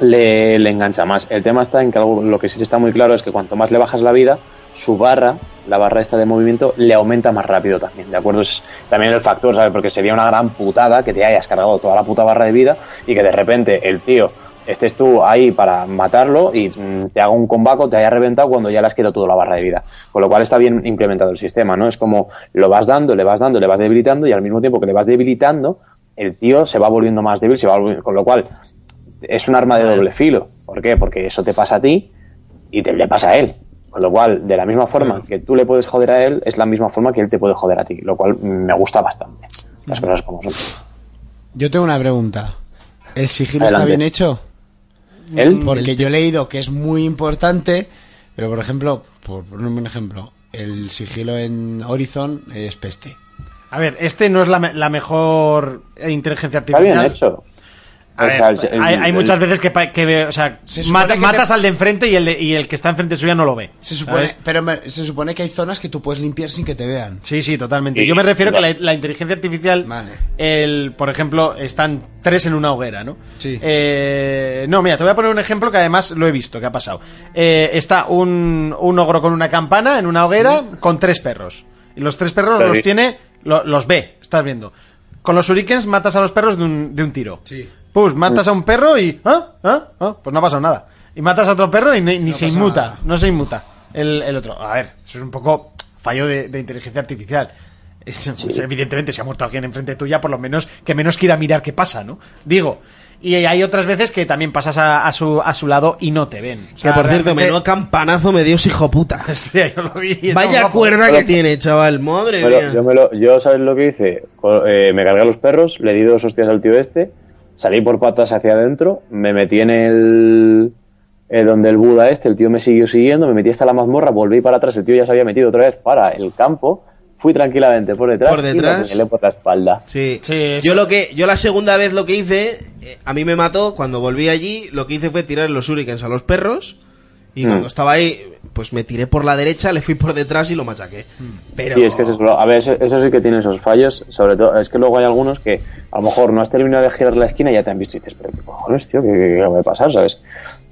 le, le engancha más. El tema está en que algo, lo que sí está muy claro es que cuanto más le bajas la vida, su barra, la barra esta de movimiento, le aumenta más rápido también, ¿de acuerdo? Es también el factor, ¿sabes? Porque sería una gran putada que te hayas cargado toda la puta barra de vida y que de repente el tío estés tú ahí para matarlo y mm, te haga un combaco, te haya reventado cuando ya le has quitado toda la barra de vida. Con lo cual está bien implementado el sistema, ¿no? Es como lo vas dando, le vas dando, le vas debilitando y al mismo tiempo que le vas debilitando, el tío se va volviendo más débil, se va volviendo- con lo cual es un arma de doble filo. ¿Por qué? Porque eso te pasa a ti y te le pasa a él. Con lo cual, de la misma forma que tú le puedes joder a él, es la misma forma que él te puede joder a ti. Lo cual me gusta bastante. Las Mm. cosas como son. Yo tengo una pregunta. ¿El sigilo está Adelante. bien hecho? Mm. ¿El? Porque yo he leído que es muy importante, pero por ejemplo, por poner un ejemplo, el sigilo en Horizon es peste. A ver, este no es la, me- la mejor eh, inteligencia Está artificial. bien hecho. A O ver, sea, el- el- hay, hay el- muchas veces que, pa- que ve- o sea, supone mata- que te- matas al de enfrente y el, de- y el que está enfrente suya no lo ve. Se supone, ¿sabes? pero me- se supone que hay zonas que tú puedes limpiar sin que te vean. Sí, sí, totalmente. Sí, Yo me refiero vale. que la, la inteligencia artificial, Vale. el, por ejemplo, están tres en una hoguera, ¿no? Sí. Eh, no, mira, te voy a poner un ejemplo que además lo he visto, que ha pasado. Eh, está un, un ogro con una campana en una hoguera con tres perros. Y los tres perros Lo he los visto. tiene, lo- los ve, estás viendo. Con los shurikens matas a los perros de un, de un tiro. Sí. Pues matas a un perro y... ¿Ah? ¿Ah? ¿Ah? Pues no ha pasado nada. Y matas a otro perro y ni, ni se inmuta. No se inmuta el, el otro. A ver, eso es un poco fallo de, de inteligencia artificial. Es- pues, evidentemente, si ha muerto alguien enfrente tuya, por lo menos que menos quiera mirar qué pasa, ¿no? Digo. Y hay otras veces que también pasas a, a su, a su lado y no te ven. O Que sea, por cierto, realmente- menudo campanazo me dio ese hijo puta. [laughs] Sí, yo lo vi. y es Vaya guapo. cuerda que tiene, chaval, madre me lo- mía. yo, me lo- yo, ¿sabes lo que hice? Co- eh, me cargué a los perros, le di dos hostias al tío este, salí por patas hacia adentro, me metí en el... eh, donde el Buda este, el tío me siguió siguiendo, me metí hasta la mazmorra, volví para atrás, el tío ya se había metido otra vez para el campo, fui tranquilamente por detrás, Por detrás. y le apuñalé por la espalda. Sí. yo lo que yo la segunda vez lo que hice, eh, a mí me mató cuando volví allí, lo que hice fue tirar los shurikens a los perros y Mm. cuando estaba ahí pues me tiré por la derecha, [laughs] le fui por detrás y lo machaqué. Pero Sí, es que eso, es lo- a ver, eso, eso sí que tiene esos fallos, sobre todo, es que luego hay algunos que a lo mejor no has terminado de girar la esquina y ya te han visto y dices, pero qué cojones, tío, qué, qué- qué va a pasar, ¿sabes?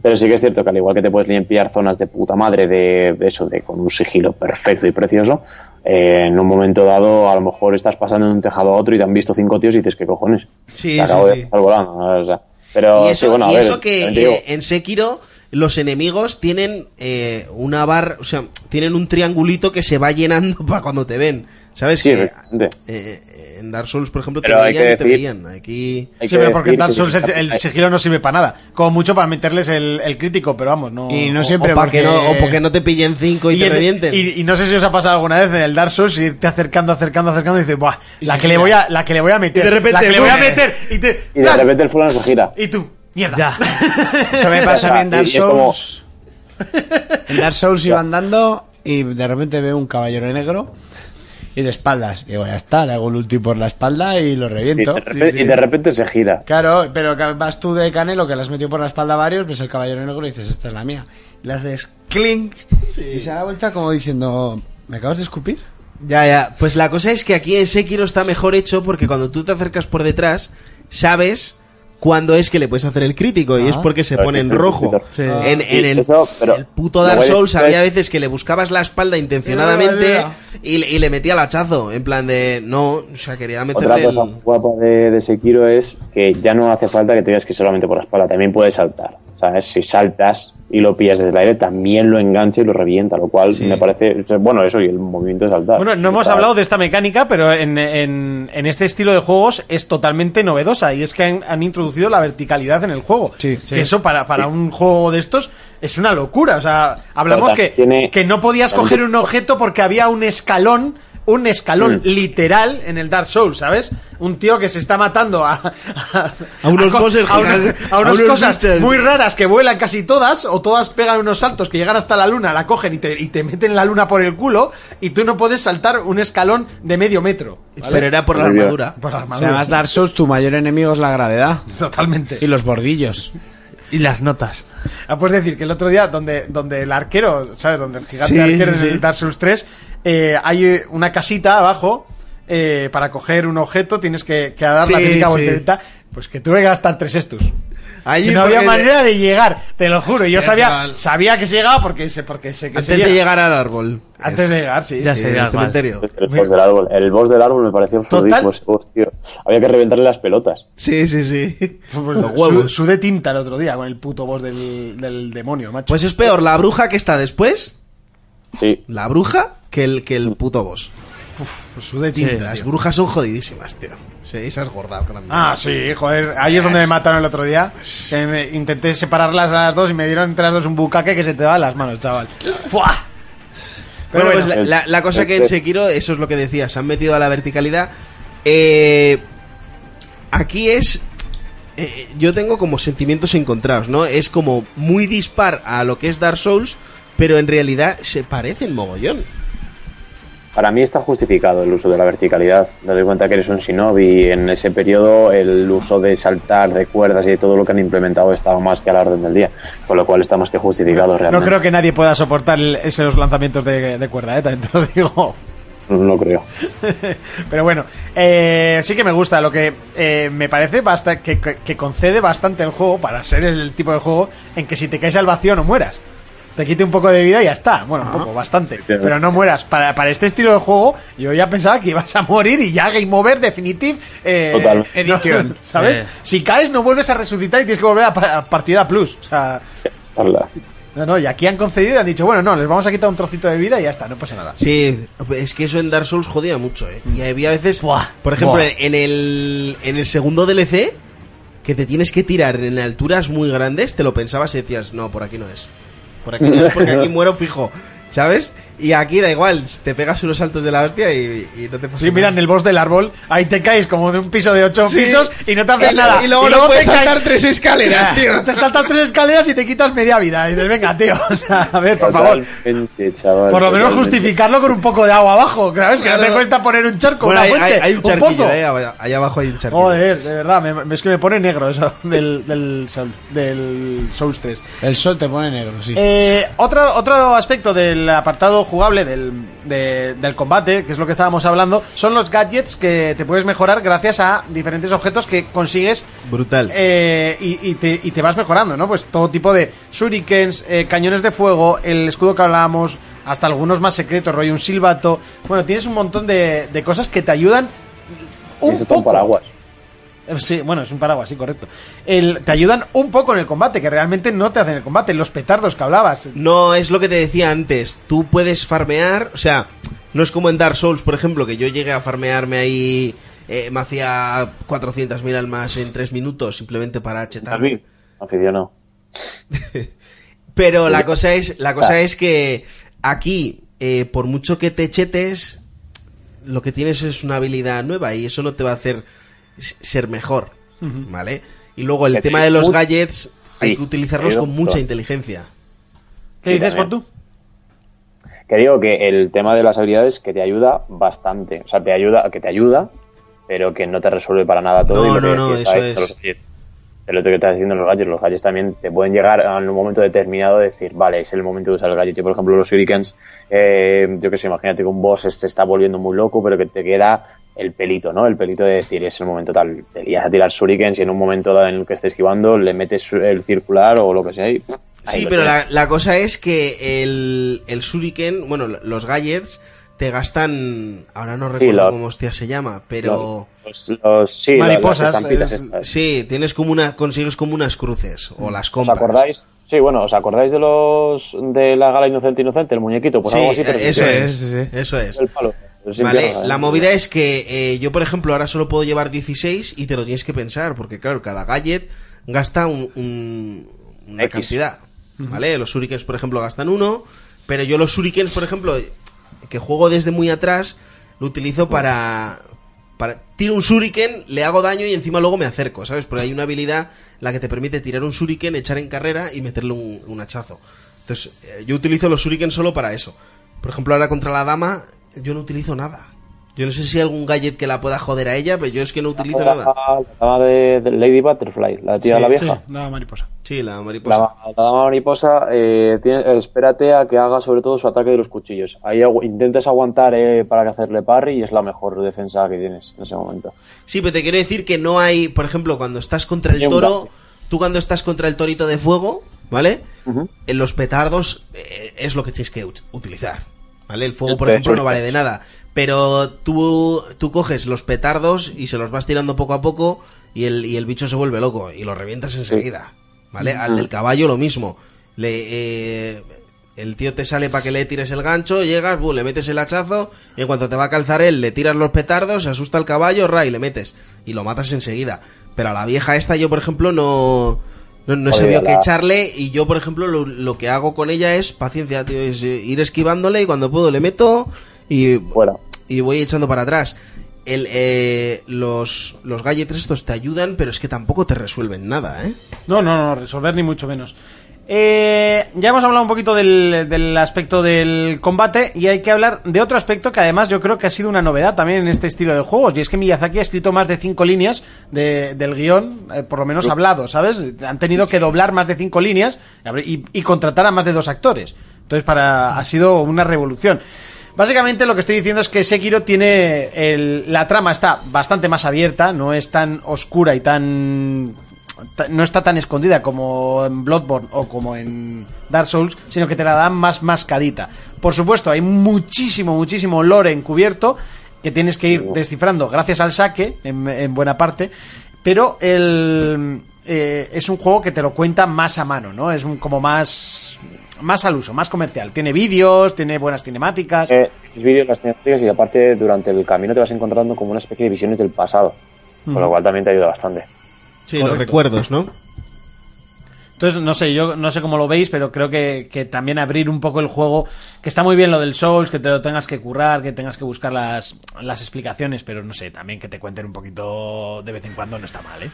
Pero sí que es cierto que al igual que te puedes limpiar zonas de puta madre de, de eso, de con un sigilo perfecto y precioso, eh, en un momento dado a lo mejor estás pasando de un tejado a otro y te han visto cinco tíos y dices, qué cojones, Sí, te sí, acabo de sí. pasar volando, ¿no? O sea, pero y eso, sí, bueno, a y ver, eso que también te digo, eh, en Sekiro los enemigos tienen eh, una barra, o sea, tienen un triangulito que se va llenando [laughs] para cuando te ven. ¿Sabes? sí, que efectivamente. eh, eh, en Dark Souls, por ejemplo, te Pero hay veían que y te decir- veían. Aquí hay Sí, que pero porque en decir Dark que Souls el, está- el sigilo no sirve para nada. Como mucho para meterles el, el crítico, pero vamos, no. Y no o- siempre o para porque... que no, o porque no te pillen cinco y, te en- revienten. y- y no sé si os ha pasado alguna vez en el Dark Souls irte acercando, acercando, acercando y dices, buah, la se que le gira. voy a, la que le voy a meter. Y de repente, la que le voy a ¡buah! meter. Y te. Y de repente el fulano se gira. Y tú, Mierda. [laughs] Eso me pasa a mí en Dark Y es como- Souls. En Dark Souls iba andando y de repente veo un caballero negro y de espaldas. Digo, ya está, le hago un ulti por la espalda y lo reviento. Y de repente- y de repente se gira. Claro, pero que vas tú de Canelo que le has metido por la espalda a varios, ves el caballero negro y dices, esta es la mía. Y Le haces clink y se da la vuelta como diciendo, ¿me acabas de escupir? Ya, ya. Pues la cosa es que aquí en Sekiro está mejor hecho porque cuando tú te acercas por detrás, sabes cuándo es que le puedes hacer el crítico y es porque se Claro, pone sí, en sí, rojo. sí, sí. En, Sí, en el, eso, pero el puto Dark luego hay Souls después- había veces que le buscabas la espalda Mira, intencionadamente mira. y, le- y le metía el hachazo. En plan de, no, o sea, quería Otra meterle cosa el... muy guapa de, de Sekiro es que ya no hace falta que te digas que solamente por la espalda, también puedes saltar. ¿Sabes? Si saltas y lo pillas desde el aire, también lo engancha y lo revienta, lo cual me parece. Bueno, eso y el movimiento de saltar. Bueno, no hemos hablado de esta mecánica, pero en, en- en este estilo de juegos es totalmente novedosa y es que han, han introducido la verticalidad en el juego. que Eso para, para un juego de estos es una locura. O sea, hablamos Pero que, también tiene- que no podías también coger tiene- un objeto porque había un escalón. Un escalón Mm. literal en el Dark Souls, ¿sabes? Un tío que se está matando a. A, unos a co- bosses a unos- gigantes, a a unas unos cosas bichos. muy raras que vuelan casi todas, o todas pegan unos saltos que llegan hasta la luna, la cogen y te, y te meten la luna por el culo, y tú no puedes saltar un escalón de medio metro. ¿vale? Pero era por la armadura. Por la O armadura. sea, además Dark Souls tu mayor enemigo es la gravedad. Totalmente. Y los bordillos. Y las notas. Ah, puedes decir que el otro día, donde, donde el arquero, ¿sabes? Donde el gigante Sí, arquero sí, en sí. el Dark Souls 3, eh, hay eh, una casita abajo eh, para coger un objeto, tienes que, que dar la Sí, típica sí. voltereta. Pues que tuve que gastar tres estos. Allí no porque había de- manera de llegar, te lo juro. Yo Hostia, sabía, chaval. sabía que se llegaba porque se, porque sé que Antes se de llega. llegar al árbol. Antes de llegar, sí. Ya sí. sé, ya, El vale. cementerio. El boss del árbol. El boss del árbol me pareció Total. absurdísimo. ese boss, tío. Había que reventarle las pelotas. Sí, sí, sí. Pues Los su, huevos. sudé tinta el otro día con el puto boss del, del demonio, macho. Pues es peor la bruja que está después, Sí. la bruja, que el, que el puto boss. Pues sudé tinta. Las tío. brujas son jodidísimas, tío. Sí, esas gordas grandes. Ah, sí, joder. Ahí es donde me mataron el otro día. Que me- intenté separarlas a las dos y me dieron entre las dos un bucaque que se te va a las manos, chaval. ¡Fua! Pero Pero bueno, pues la, la- la cosa que en Sekiro, eso es lo que decías, se han metido a la verticalidad. Eh, aquí es. eh, yo tengo como sentimientos encontrados, ¿no? Es como muy dispar a lo que es Dark Souls, pero en realidad se parecen mogollón. Para mí está justificado el uso de la verticalidad. Me doy cuenta que eres un shinobi. En ese periodo el uso de saltar, de cuerdas y de todo lo que han implementado estaba más que a la orden del día. Con lo cual está más que justificado no realmente. creo que nadie pueda soportar el- esos lanzamientos de, de cuerda, ¿eh? También te lo digo. No creo. [laughs] Pero bueno, eh, sí que me gusta. Lo que eh, me parece basta que, que- que concede bastante el juego para ser el tipo de juego en que si te caes al vacío no mueras. Te quite un poco de vida y ya está. Bueno, un poco, bastante. Pero no mueras. Para, para este estilo de juego, yo ya pensaba que ibas a morir y ya Game Over Definitive. Eh, Total. Edición. ¿Sabes? Eh. Si caes, no vuelves a resucitar y tienes que volver a, pa- a partida plus. O sea, Hola. no, no. Y aquí han concedido y han dicho, bueno, no, les vamos a quitar un trocito de vida y ya está, no pasa nada. Sí, es que eso en Dark Souls jodía mucho, ¿eh? Y había veces, por ejemplo, Buah. en el en el segundo DLC que te tienes que tirar en alturas muy grandes, te lo pensabas y decías, "No, por aquí no es." Por aquí no es porque aquí muero fijo, ¿sabes? Y aquí da igual, te pegas unos saltos de la hostia y, y no te pasa Sí, mira, en el boss del árbol, ahí te caes como de un piso de ocho Sí. pisos y no te Y haces luego- nada. y luego no puedes te caes- saltar tres escaleras, tío. Te saltas tres escaleras y te quitas media vida. Y dices, venga, tío, [laughs] o sea, a ver, por favor. Totalmente, chaval, Por lo menos totalmente. justificarlo con un poco de agua abajo, ¿sabes? Que no te Claro. cuesta poner un charco, Bueno, una hay, fuente, hay- hay un un charquillo, pozo. eh, allá abajo hay un charquillo. Joder, de verdad, me- es que me pone negro eso [laughs] del, del, Sol- del Souls 3. El sol te pone negro, sí. Eh, otra- otro aspecto del apartado jugable del, de- del combate, que es lo que estábamos hablando, son los gadgets que te puedes mejorar gracias a diferentes objetos que consigues Brutal. eh, y, y te, y te vas mejorando, ¿no? Pues todo tipo de shurikens, eh, cañones de fuego, el escudo que hablábamos, hasta algunos más secretos, rollo un silbato. Bueno, tienes un montón de, de cosas que te ayudan Eso un está un poco. paraguas. Eh, Sí, bueno, es un paraguas, sí, correcto. El, te ayudan un poco en el combate, que realmente no te hacen el combate. Los petardos que hablabas, No, es lo que te decía antes. Tú puedes farmear, o sea, no es como en Dark Souls, por ejemplo, que yo llegué a farmearme ahí, eh, me hacía 400.000 almas en 3 minutos simplemente para chetarme. Aficionado. Pero la cosa es, la cosa Ah. es que aquí, eh, por mucho que te chetes, lo que tienes es una habilidad nueva y eso no te va a hacer s- ser mejor. ¿Vale? Y luego el Que tema te de los escuch- gadgets hay Sí, que utilizarlos con exacto. mucha inteligencia. ¿Qué Sí, dices por también. tú? Que digo que el tema de las habilidades que te ayuda bastante. O sea, te ayuda, que te ayuda, pero que no te resuelve para nada No, todo. y lo no, que no, decías, eso ¿sabes? es. Te lo- El otro que estás diciendo los gadgets, los gadgets también te pueden llegar en un momento determinado de decir, vale, es el momento de usar el gadget. Yo, por ejemplo, los shurikens, eh, yo que sé, imagínate que un boss se está volviendo muy loco, pero que te queda el pelito, ¿no? El pelito de decir, es el momento tal, te lías a tirar shurikens y en un momento dado en el que estés esquivando le metes el circular o lo que sea y... pff, ahí Sí, lo pero tienes. la, la cosa es que el, el shuriken, bueno, lo- los gadgets te gastan, ahora no recuerdo los- cómo hostia se llama, pero... Los, los- sí, la- Mariposas, las estampitas es- estas. Sí, tienes como una, consigues como unas cruces o las compras. ¿Os acordáis? Sí, bueno, ¿os acordáis de los de la gala Inocente Inocente, el muñequito? Pues sí, algo así, pero eso sin- es, sí, sí. eso es. el palo. Pero sin Vale, piernas, la ¿eh? movida es que eh, yo, por ejemplo, ahora solo puedo llevar 16 y te lo tienes que pensar, porque claro, cada gadget gasta un, un- una X. cantidad. ¿Vale? Los shurikens, por ejemplo, gastan uno, pero yo los shurikens, por ejemplo, que juego desde muy atrás, lo utilizo para... Para, tiro un shuriken, le hago daño y encima luego me acerco, ¿sabes? Porque hay una habilidad la que te permite tirar un shuriken, echar en carrera y meterle un, un hachazo. Entonces, eh, yo utilizo los shuriken solo para eso. Por ejemplo, ahora contra la dama, yo no utilizo nada. Yo no sé si hay algún gadget que la pueda joder a ella, pero yo es que no utilizo La, nada. la dama de, de Lady Butterfly, la tía Sí, de la Sí, vieja. nada, mariposa. Sí, la mariposa. La, la dama mariposa, eh, tiene- espérate a que haga sobre todo su ataque de los cuchillos. Ahí agu- intentes aguantar eh, para que hacerle parry y es la mejor defensa que tienes en ese momento. Sí, pero te quiero decir que no hay, por ejemplo, cuando estás contra el Hay un toro, gadget. tú cuando estás contra el torito de fuego, ¿vale? Ujú. En los petardos eh, es lo que tienes que ut- utilizar, ¿vale? El fuego, El por ejemplo, no petardo. vale de nada. Pero tú, tú coges los petardos y se los vas tirando poco a poco y el, y el bicho se vuelve loco y lo revientas enseguida, ¿vale? Al Mm. del caballo lo mismo. Le, eh, el tío te sale para que le tires el gancho, llegas, buh, le metes el hachazo, y en cuanto te va a calzar él, le tiras los petardos, se asusta el caballo, ra, y le metes. Y lo matas enseguida. Pero a la vieja esta yo, por ejemplo, no... No, no he Joder, sabido la- qué echarle y yo, por ejemplo, lo, lo que hago con ella es paciencia, tío, es eh, ir esquivándole y cuando puedo le meto y Fuera. y voy echando para atrás. El, eh, los, los gadgets estos te ayudan, pero es que tampoco te resuelven nada, ¿eh? No, no, no, resolver ni mucho menos. Eh, ya hemos hablado un poquito del, del aspecto del combate y hay que hablar de otro aspecto que además yo creo que ha sido una novedad también en este estilo de juegos y es que Miyazaki ha escrito más de cinco líneas de- del guión, eh, por lo menos hablado, ¿sabes? Han tenido que doblar más de cinco líneas y, y contratar a más de dos actores. Entonces para ha sido una revolución. Básicamente lo que estoy diciendo es que Sekiro tiene el- la trama está bastante más abierta, no es tan oscura y tan ta- no está tan escondida como en Bloodborne o como en Dark Souls, sino que te la dan más mascadita. Por supuesto, hay muchísimo, muchísimo lore encubierto que tienes que ir descifrando gracias al saque, en, en buena parte, pero el, eh, es un juego que te lo cuenta más a mano, ¿no? Es un- como más, más al uso, más comercial. Tiene vídeos, tiene buenas cinemáticas. Eh, los vídeos, las cinemáticas y aparte durante el camino te vas encontrando como una especie de visiones del pasado. Con lo cual también te ayuda bastante. Sí, los recuerdos, ¿no? Entonces, no sé, yo no sé cómo lo veis, pero creo que, que también abrir un poco el juego, que está muy bien lo del Souls, que te lo tengas que currar, que tengas que buscar las, las explicaciones, pero no sé, también que te cuenten un poquito de vez en cuando no está mal, ¿eh?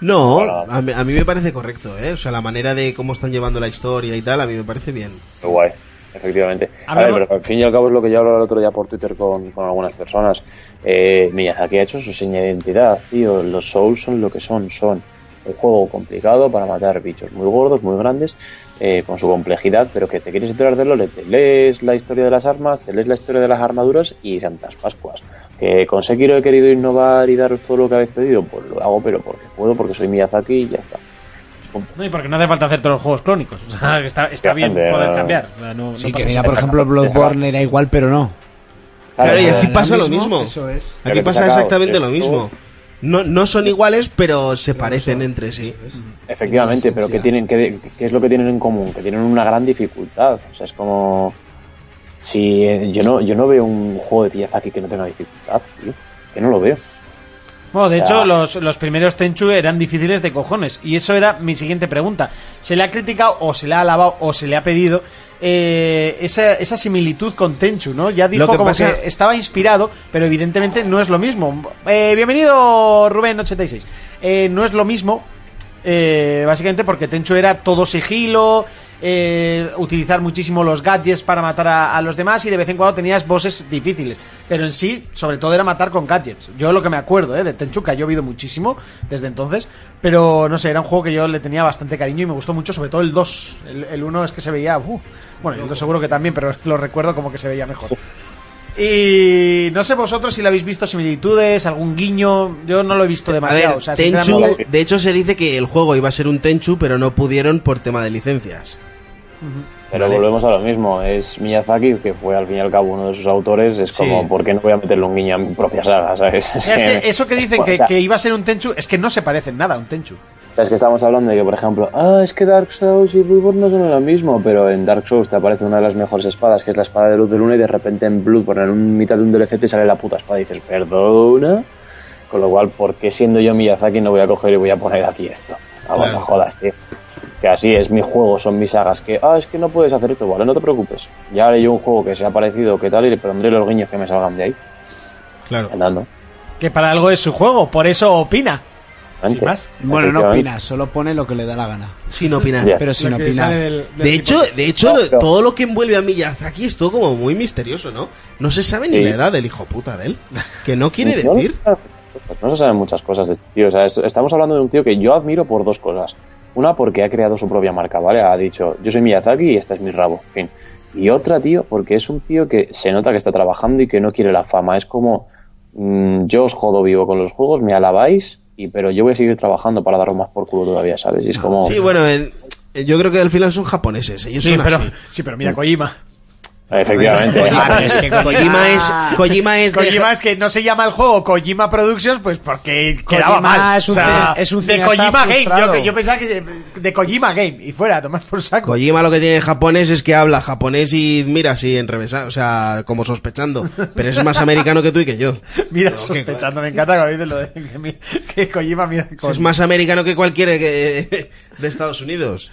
No, Para- a mí, a mí me parece correcto, ¿eh? O sea, la manera de cómo están llevando la historia y tal, a mí me parece bien. Qué guay, efectivamente. A Hablamos- ver, pero al fin y al cabo es lo que yo hablaba el otro día por Twitter con, con algunas personas. Eh, Miyazaki ha hecho su seña de identidad, tío. Los Souls son lo que son, son un juego complicado para matar bichos muy gordos, muy grandes, eh, con su complejidad, pero que te quieres enterar de lore, te lees la historia de las armas, te lees la historia de las armaduras y Santas Pascuas. Que con Sekiro he querido innovar y daros todo lo que habéis pedido, pues lo hago, pero porque puedo, porque soy Miyazaki y ya está. No, y porque no hace falta hacer todos los juegos clónicos. [laughs] O sea, que está, está bien Entiendo. poder cambiar. O sea, no- no Sí, pasa que mira, nada. por ejemplo, Bloodborne era igual, pero no. Claro, y aquí Ahora pasa lo mismo, mismo. eso es. Pero Aquí que pasa te acabo, exactamente ¿eh? lo mismo. No, no son iguales, pero se parecen entre sí. Efectivamente, pero ¿qué, tienen, qué, qué es lo que tienen en común? Que tienen una gran dificultad. O sea, es como. Si eh, yo no, yo no veo un juego de Miyazaki que no tenga dificultad, tío. Que no lo veo. Bueno, de Ya. hecho, los, los primeros Tenchu eran difíciles de cojones. Y eso era mi siguiente pregunta. ¿Se le ha criticado o se le ha alabado o se le ha pedido eh, esa, esa similitud con Tenchu, no? Ya dijo Lo que como pasa- que estaba inspirado, pero evidentemente no es lo mismo. Eh, bienvenido, Rubén86. Eh, no es lo mismo, eh, básicamente porque Tenchu era todo sigilo, eh, utilizar muchísimo los gadgets para matar a, a los demás y de vez en cuando tenías bosses difíciles. Pero en sí, sobre todo era matar con gadgets. Yo lo que me acuerdo eh, de Tenchu, que ha llovido muchísimo desde entonces, pero no sé, era un juego que yo le tenía bastante cariño y me gustó mucho, sobre todo el 2. El- El 1 es que se veía... uh, bueno, el 2 seguro que también, pero [laughs] lo recuerdo como que se veía mejor. Y no sé vosotros si le habéis visto similitudes, algún guiño. Yo no lo he visto A demasiado. ver, o sea, Tenchu, sinceramente- de hecho se dice que el juego iba a ser un Tenchu, pero no pudieron por tema de licencias. Pero volvemos a lo mismo, es Miyazaki, que fue al fin y al cabo uno de sus autores, es como, ¿por qué no voy a meterle un guiño a mi propia saga? ¿sabes? O sea, [laughs] es que eso que dicen [laughs] Bueno, que, o sea, que iba a ser un Tenchu, es que no se parecen nada a un Tenchu. O sea, es que estamos hablando de que, por ejemplo, ah, es que Dark Souls y Bloodborne no son lo mismo, pero en Dark Souls te aparece una de las mejores espadas, que es la espada de luz de luna, y de repente en Bloodborne, en un mitad de un DLC, te sale la puta espada y dices, perdona. Con lo cual, ¿por qué siendo yo Miyazaki no voy a coger y voy a poner aquí esto? Ah, bueno, jodas, tío. Que así es mi juego, son mis sagas. Que, ah, es que no puedes hacer esto, vale, no te preocupes. Ya haré yo un juego que sea parecido, que tal, y le pondré los guiños que me salgan de ahí. Claro. Andando. Que para algo es su juego, por eso opina. Sin más. Bueno, no opina, solo pone lo que le da la gana. Sin opinar. Pero sin opinar. de hecho, de hecho lo- todo lo que envuelve a Miyazaki es todo como muy misterioso, ¿no? No se sabe ni Sí. la edad del hijo puta de él. Que no quiere No, decir. No se saben muchas cosas de este tío. O sea, es- estamos hablando de un tío que yo admiro por dos cosas. Una, porque ha creado su propia marca, ¿vale? Ha dicho, yo soy Miyazaki y este es mi rabo, fin. Y otra, tío, porque es un tío que se nota que está trabajando y que no quiere la fama. Es como, mm, yo os jodo vivo con los juegos, me alabáis, y pero yo voy a seguir trabajando para daros más por culo todavía, ¿sabes? Y es como... Ah, Sí, bueno, el- yo creo que al final son japoneses. Ellos Sí son pero, [laughs] así. sí, pero mira, Kojima. Efectivamente. Kojima es, Kojima es, Kojima es de- Kojima es que no se llama el juego Kojima Productions, pues porque quedaba mal. es un O sea, cine- es un de cineasta Kojima Game. Yo, frustrado. que- yo pensaba que de, de Kojima Game y fuera, a tomar por saco. Kojima lo que tiene japonés es que habla japonés y mira así enrevesado, o sea, como sospechando. Pero es más americano que tú y que yo. Mira, sospechando, me encanta cuando dices lo de que, mi- que Kojima mira con- Es más americano que cualquiera que- [laughs] de Estados Unidos.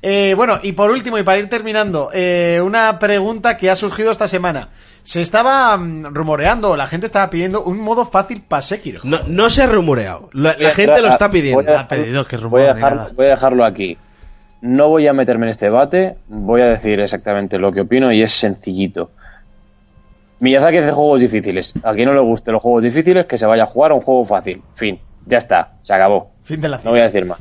Eh, bueno, y por último, y para ir terminando, eh, una pregunta que ha surgido esta semana. Se estaba mm, rumoreando, la gente estaba pidiendo un modo fácil para Sekiro. No, no se ha rumoreado. La, la Voy a gente lo dejar- está pidiendo. voy a dejar- voy a, dejar- voy a dejarlo aquí. No voy a meterme en este debate, voy a decir exactamente lo que opino y es sencillito. Miyazaki hace juegos difíciles. A quien no le guste los juegos difíciles, que se vaya a jugar a un juego fácil. Fin. Ya está. Se acabó. Fin de la No voy a decir más.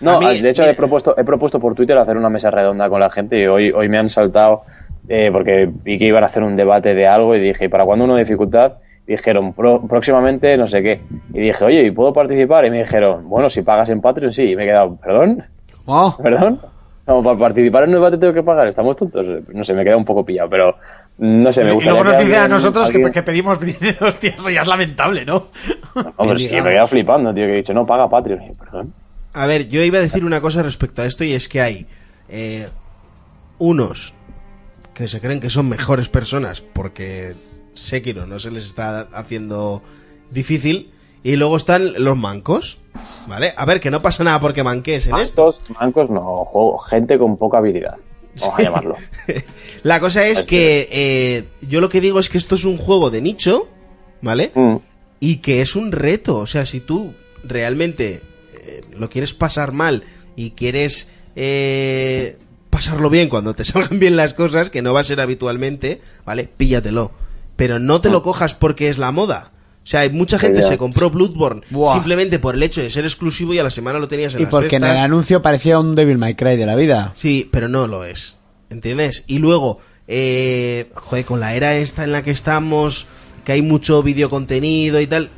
No, A mí- de hecho he propuesto, he propuesto por Twitter hacer una mesa redonda con la gente y hoy, hoy me han saltado eh, porque vi que iban a hacer un debate de algo y dije, ¿y para cuándo una dificultad? Y dijeron, "Pro- próximamente no sé qué. Y dije, oye, ¿y puedo participar? Y me dijeron, bueno, si pagas en Patreon, sí. Y me he quedado, ¿perdón? Oh. ¿Perdón? Como para participar en un debate tengo que pagar, estamos tontos. No sé, me he quedado un poco pillado, pero no sé, me y gusta. luego nos dice a nosotros que, que pedimos [laughs] dinero, hostia, eso ya es lamentable, ¿no? Hombre, sí, me he quedado flipando, tío, que he dicho, no paga Patreon. Y yo, perdón. A ver, yo iba a decir una cosa respecto a esto y es que hay eh, unos que se creen que son mejores personas porque Sekiro no se les está haciendo difícil y luego están los mancos, ¿vale? A ver, que no pasa nada porque manques en esto. Mancos, mancos no, juego, gente con poca habilidad. Vamos a llamarlo. La cosa es que eh, yo lo que digo es que esto es un juego de nicho, ¿vale? Mm. Y que es un reto. O sea, si tú realmente eh, lo quieres pasar mal y quieres eh, pasarlo bien cuando te [laughs] salgan bien las cosas, que no va a ser habitualmente, ¿vale? Píllatelo. Pero no te lo cojas porque es la moda. O sea, hay mucha gente Ya. se compró Bloodborne Buah. simplemente por el hecho de ser exclusivo y a la semana lo tenías en Y las porque en el cestas. anuncio parecía un Devil May Cry de la vida. Sí, pero no lo es. ¿Entiendes? Y luego, eh, joder, con la era esta en la que estamos, que hay mucho videocontenido y tal,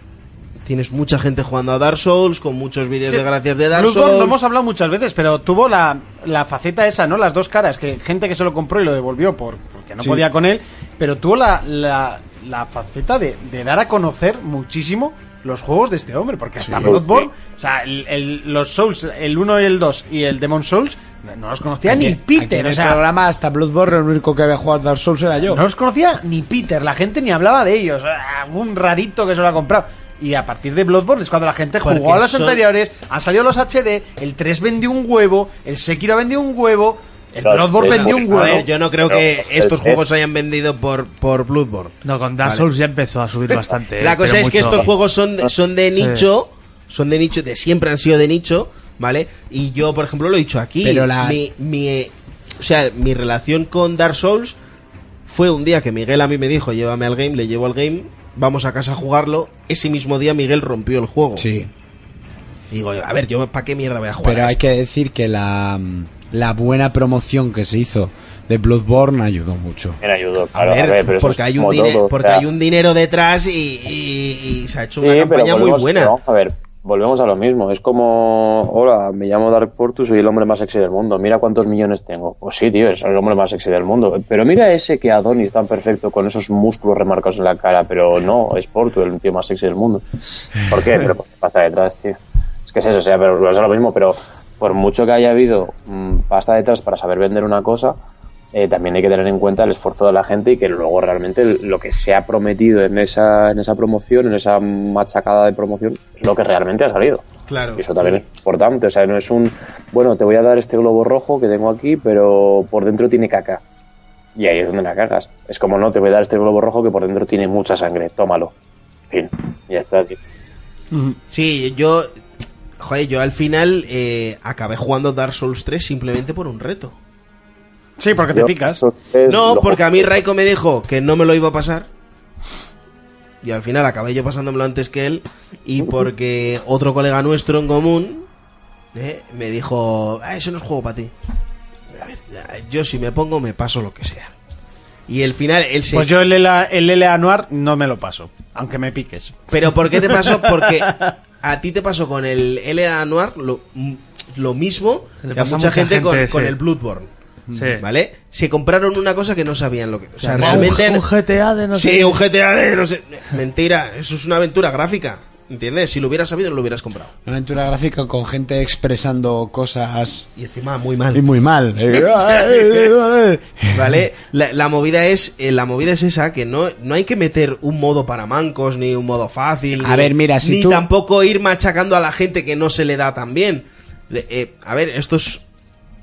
tienes mucha gente jugando a Dark Souls, con muchos vídeos de gracias de Dark Bloodborne lo Souls. hemos hablado muchas veces, pero tuvo la, la faceta esa, ¿no? Las dos caras, que gente que se lo compró y lo devolvió por, porque no Sí. podía con él, pero tuvo la, la, la faceta de, de dar a conocer muchísimo los juegos de este hombre, porque hasta Sí. Bloodborne, o sea, el- el- los Souls, el 1 y el 2 y el Demon Souls, no- no los conocía Aquí- ni aquí en Peter, o el sea, programa hasta Bloodborne el único que había jugado a Dark Souls era yo. no los conocía ni Peter, la gente ni hablaba de ellos, algún Ah, rarito que se lo ha comprado. Y a partir de Bloodborne es cuando la gente jugó Porque a las son- anteriores, han salido los HD, el 3 vendió un huevo, el Sekiro vendió un huevo, el Bloodborne vendió un huevo. Eh, A ver, yo no creo que estos juegos se hayan vendido por, por Bloodborne. No, con Dark Vale. Souls ya empezó a subir bastante. [laughs] eh, La cosa pero es que mucho. estos juegos son Ah, de, son de Sí. nicho, son de nicho, de siempre han sido de nicho, ¿vale? Y yo, por ejemplo, lo he dicho aquí. Pero la- Mi, mi, eh, o sea, mi relación con Dark Souls fue un día que Miguel a mí me dijo, llévame al game, le llevo al game, vamos a casa a jugarlo. Ese mismo día Miguel rompió el juego. Sí. Digo, a ver, yo para qué mierda voy a jugar. Pero a hay esto? que decir que la, mm, la buena promoción que se hizo de Bloodborne ayudó mucho. Me ayudó, A claro, ver, pero eso porque, es hay un, como dine- todo, o porque sea. hay un dinero detrás y, y- y se ha hecho una Sí, pero campaña muy volvemos- buena. pero vamos a ver, volvemos a lo mismo. Es como, hola, me llamo Dark Portus, soy el hombre más sexy del mundo. Mira cuántos millones tengo. Pues sí, tío, es el hombre más sexy del mundo. Pero mira ese que Adonis tan perfecto con esos músculos remarcados en la cara. Pero no, es Portus, el tío más sexy del mundo. ¿Por qué? Pero porque pasa detrás, tío. Es que es eso, o sea, pero es lo mismo. Pero por mucho que haya habido mm, pasta detrás para saber vender una cosa, eh, también hay que tener en cuenta el esfuerzo de la gente y que luego realmente lo que se ha prometido en esa, en esa promoción, en esa machacada de promoción, es lo que realmente ha salido. Claro. Y eso también es importante. O sea, no es un, bueno, te voy a dar este globo rojo que tengo aquí, pero por dentro tiene caca. Y ahí es donde la cagas. Es como, no, te voy a dar este globo rojo que por dentro tiene mucha sangre. Tómalo. Fin. Ya está, tío. Sí, yo. Joder, yo al final eh, acabé jugando Dark Souls 3 simplemente por un reto. Sí, porque te Yo, picas. eso es No, lo porque a justo. mí Raiko me dijo que no me lo iba a pasar. Y al final acabé yo pasándomelo antes que él. Y porque otro colega nuestro en común eh, me dijo: "Ah, Eso no es juego para ti. A ver, ya, yo si me pongo, me paso lo que sea. Y al final él se. Pues yo el LLA, el LLA Noir no me lo paso, aunque me piques. Pero ¿por qué te pasó? Porque a ti te pasó con el L.A. Noir lo, mm, lo mismo que Le a pasa mucha, a mucha gente, con, gente, con sí. el Bloodborne. Sí. Mm, ¿Vale? Se compraron una cosa que no sabían lo que. O sea, Un- realmente. Un, GTA de no sé sí, qué. un GTA de no sé. Mentira, eso es una aventura gráfica. ¿Entiendes? Si lo hubieras sabido, lo hubieras comprado. Una aventura gráfica con gente expresando cosas Y encima, muy mal. y muy [laughs] mal. [laughs] ¿Vale? La, la movida es eh, la movida es esa, que no, no hay que meter un modo para mancos, ni un modo fácil. A ni- ver, mira, si ni tú- tampoco ir machacando a la gente que no se le da tan bien. Le- eh, a ver, esto es,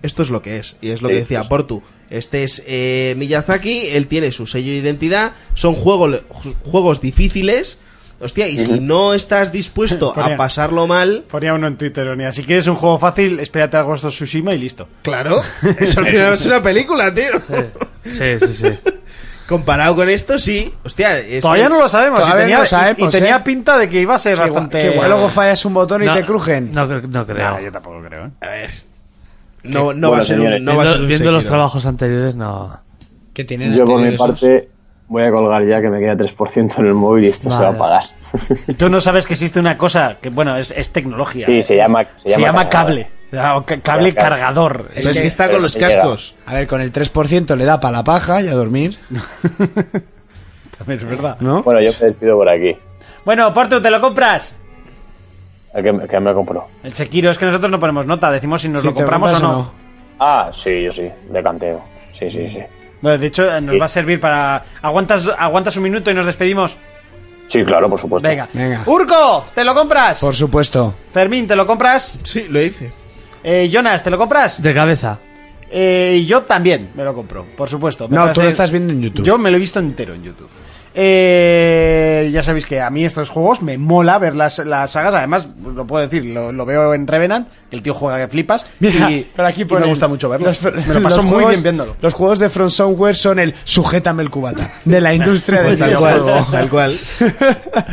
esto es lo que es, y es lo Sí, que decía pues. Portu. Este es eh, Miyazaki, él tiene su sello de identidad, son juegos, juegos difíciles. Hostia, y si no [laughs] estás dispuesto a Ponía- pasarlo mal, Ponía uno en Twitter, Onia. Si quieres un juego fácil, espérate a Ghost of Tsushima y listo. claro, [laughs] eso al final es una película, tío. Sí, sí, [laughs] sí. Comparado con esto, sí. Hostia, es Todavía que- no lo pues sabemos. Y Todavía tenía, no lo sabemos, y- y tenía ¿eh? pinta de que iba a ser bastante. Que luego fallas un botón y te crujen. No, cre- no creo. Nah, yo tampoco creo. ¿eh? A ver. No, no va Bueno, a ser un, señores. no va a viendo ser un viendo los Sekiro. trabajos anteriores, no. Que tienen Yo por mi anteriores esos. parte voy a colgar ya que me queda 3% en el móvil y esto se va a Vale. pagar. Y tú no sabes que existe una cosa que, bueno, es, es tecnología. Sí, se llama- se llama cable. O ca- Cable Se llama cable. cargador. [laughs] Pero es que está con los Llega. cascos. A ver, con el 3% le da para la paja y a dormir, Es verdad. ¿no? Bueno, yo me despido por aquí. Bueno, Porto, ¿te lo compras? ¿A qué, a qué me compro? El Sekiro, es que nosotros no ponemos nota, decimos si nos Si lo te compramos o compras no. Ah, sí, yo sí, de canteo. Sí, sí, sí. Bueno, de hecho, eh, nos Sí. va a servir para. ¿Aguantas, aguantas un minuto y nos despedimos? Sí, claro, por supuesto. Venga. Venga. Urco, ¿te lo compras? Por supuesto. Fermín, ¿te lo compras? Sí, lo hice. Eh, Jonas, ¿te lo compras? De cabeza. Eh, yo también me lo compro, por supuesto. Me No, parece- tú lo estás viendo en YouTube. Yo me lo he visto entero en YouTube. Eh, ya sabéis que a mí estos juegos me mola ver las, las sagas. Además, lo puedo decir, lo, lo veo en Revenant. que El tío juega que flipas. Mira, y, pero aquí y me ponen- gusta mucho verlo. los- me lo paso los muy juegos- bien viéndolo. Los juegos de Front Software son el sujétame el cubata de [laughs] la industria del Pues tal cual, videojuego. tal [laughs] cual. [laughs]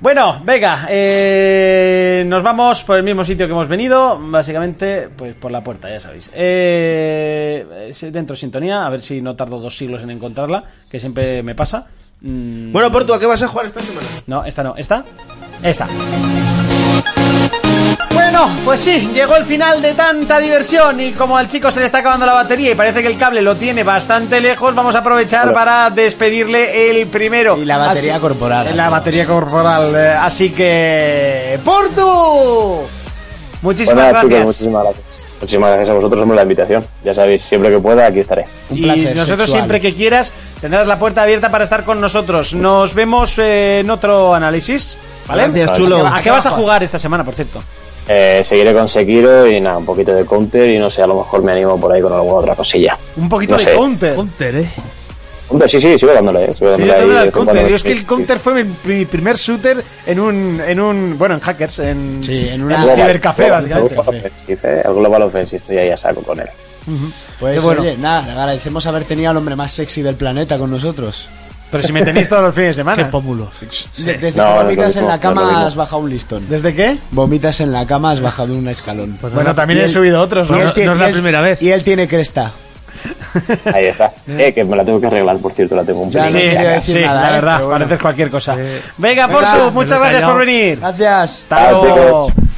Bueno, venga, eh, nos vamos por el mismo sitio que hemos venido, básicamente, pues por la puerta, ya sabéis. Eh, es dentro sintonía, a ver si no tardo dos siglos en encontrarla, que siempre me pasa. Mm, Bueno, Portu, ¿a qué vas a jugar esta semana? no, esta no, esta, esta. Bueno, pues sí, llegó el final de tanta diversión y como al chico se le está acabando la batería y parece que el cable lo tiene bastante lejos, vamos a aprovechar para despedirle el primero. Y la batería corporal. La batería corporal. eh, Así que... ¡Portu! Muchísimas Bueno, nada, gracias. chicos, muchísimas gracias. Muchísimas gracias a vosotros por la invitación. Ya sabéis, siempre que pueda, aquí estaré. Un y placer nosotros sexual. siempre que quieras Tendrás la puerta abierta para estar con nosotros. Nos vemos eh, en otro análisis. ¿Vale? Gracias, chulo. ¿A qué vas a jugar esta semana, por cierto? Eh, seguiré con Sekiro y nada, un poquito de counter y no sé, a lo mejor me animo por ahí con alguna otra cosilla. Un poquito No de sé. counter. Counter, eh. Counter, sí, sí, sigo dándole, eh, sigo Sí, dándole yo ahí también de al vez en Counter. cuando. Yo es que Sí, el Counter fue mi, mi primer shooter en un, en un. Bueno, en hackers, en. Sí, en sí. una Global, cibercafé, Global, básicamente. Global Offensive, eh, el Global Offensive, estoy ahí a saco con él. Pues Qué bueno. oye, nada, le agradecemos haber tenido al hombre más sexy del planeta con nosotros. Pero si me tenéis todos los fines de Ah. Qué semana. pómulo. De- Desde No, no que es lo vomitas mismo, en no la es lo cama mismo. has bajado un listón. ¿Desde qué? Vomitas en la cama has bajado un escalón. Pues Bueno, también y he él- subido otros, y ¿no? él No- tie- no es y la él- primera vez. Y él tiene cresta. [laughs] Ahí está. Eh, que me la tengo que arreglar, por cierto, la tengo un Ya, pelín. Sí, no te voy a flaca. decir sí, nada, la eh, verdad, pero bueno. pareces cualquier cosa. Venga, Venga, Portu, muchas me lo he gracias por callado. venir. Gracias. Hasta Chao, luego. chicos.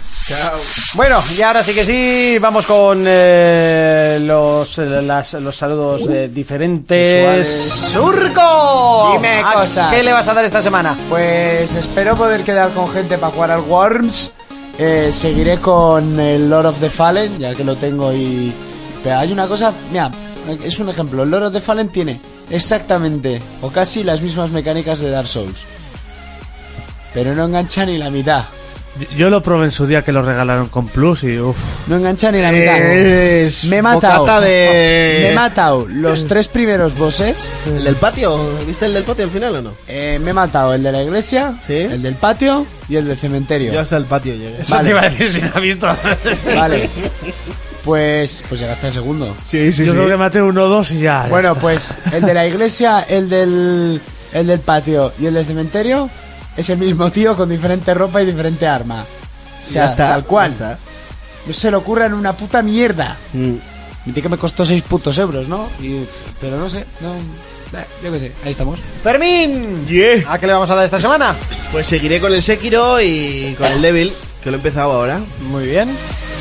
Bueno, y ahora sí que sí, vamos con eh, los, eh, las- los saludos de diferentes. ¡Surco! Dime ¿A cosas. ¿Qué le vas a dar esta semana? Pues espero poder quedar con gente para jugar al Worms. Eh, seguiré con el Lord of the Fallen, ya que lo tengo y... Pero hay una cosa, mira, es un ejemplo. El Lord of the Fallen tiene exactamente o casi las mismas mecánicas de Dark Souls. Pero no engancha ni la mitad. Yo lo probé en su día que lo regalaron con Plus y uff. No engancha ni la mitad. Es Me he matado. bocata de- Me he matado los tres primeros bosses. ¿El del patio? ¿Viste el del patio al final o no? Eh, me he matado el de la iglesia, Sí. el del patio y el del cementerio. Yo hasta el patio llegué. Eso te iba a decir si no has visto. Vale. [laughs] Pues, pues llegaste al segundo. Sí, sí, Yo creo que maté uno o dos y ya. ya Bueno, está. pues el de la iglesia, el del, el del patio y el del cementerio es el mismo tío con diferente ropa y diferente arma. O sea, Ya está, tal cual. ya está. No se le ocurra en una puta mierda. Mm. Viste que me costó 6 putos euros, ¿no? Y- pero no sé, no. eh, Yo qué sé, ahí estamos. Fermín, Yeah. ¿a qué le vamos a dar esta semana? Pues seguiré con el Sekiro y con el Devil, que lo he empezado ahora. Muy bien.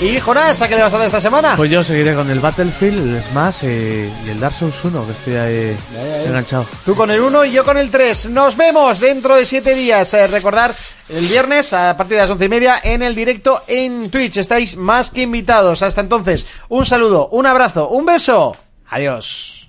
¿Y Jonás, a qué le vas a dar esta semana? Pues yo seguiré con el Battlefield, el Smash eh, y el Dark Souls 1, que estoy ahí enganchado. Tú con el 1 y yo con el 3. Nos vemos dentro de 7 días. Eh, recordar, el viernes a partir de las 11 y media en el directo en Twitch. Estáis más que invitados. Hasta entonces, un saludo, un abrazo, un beso. Adiós.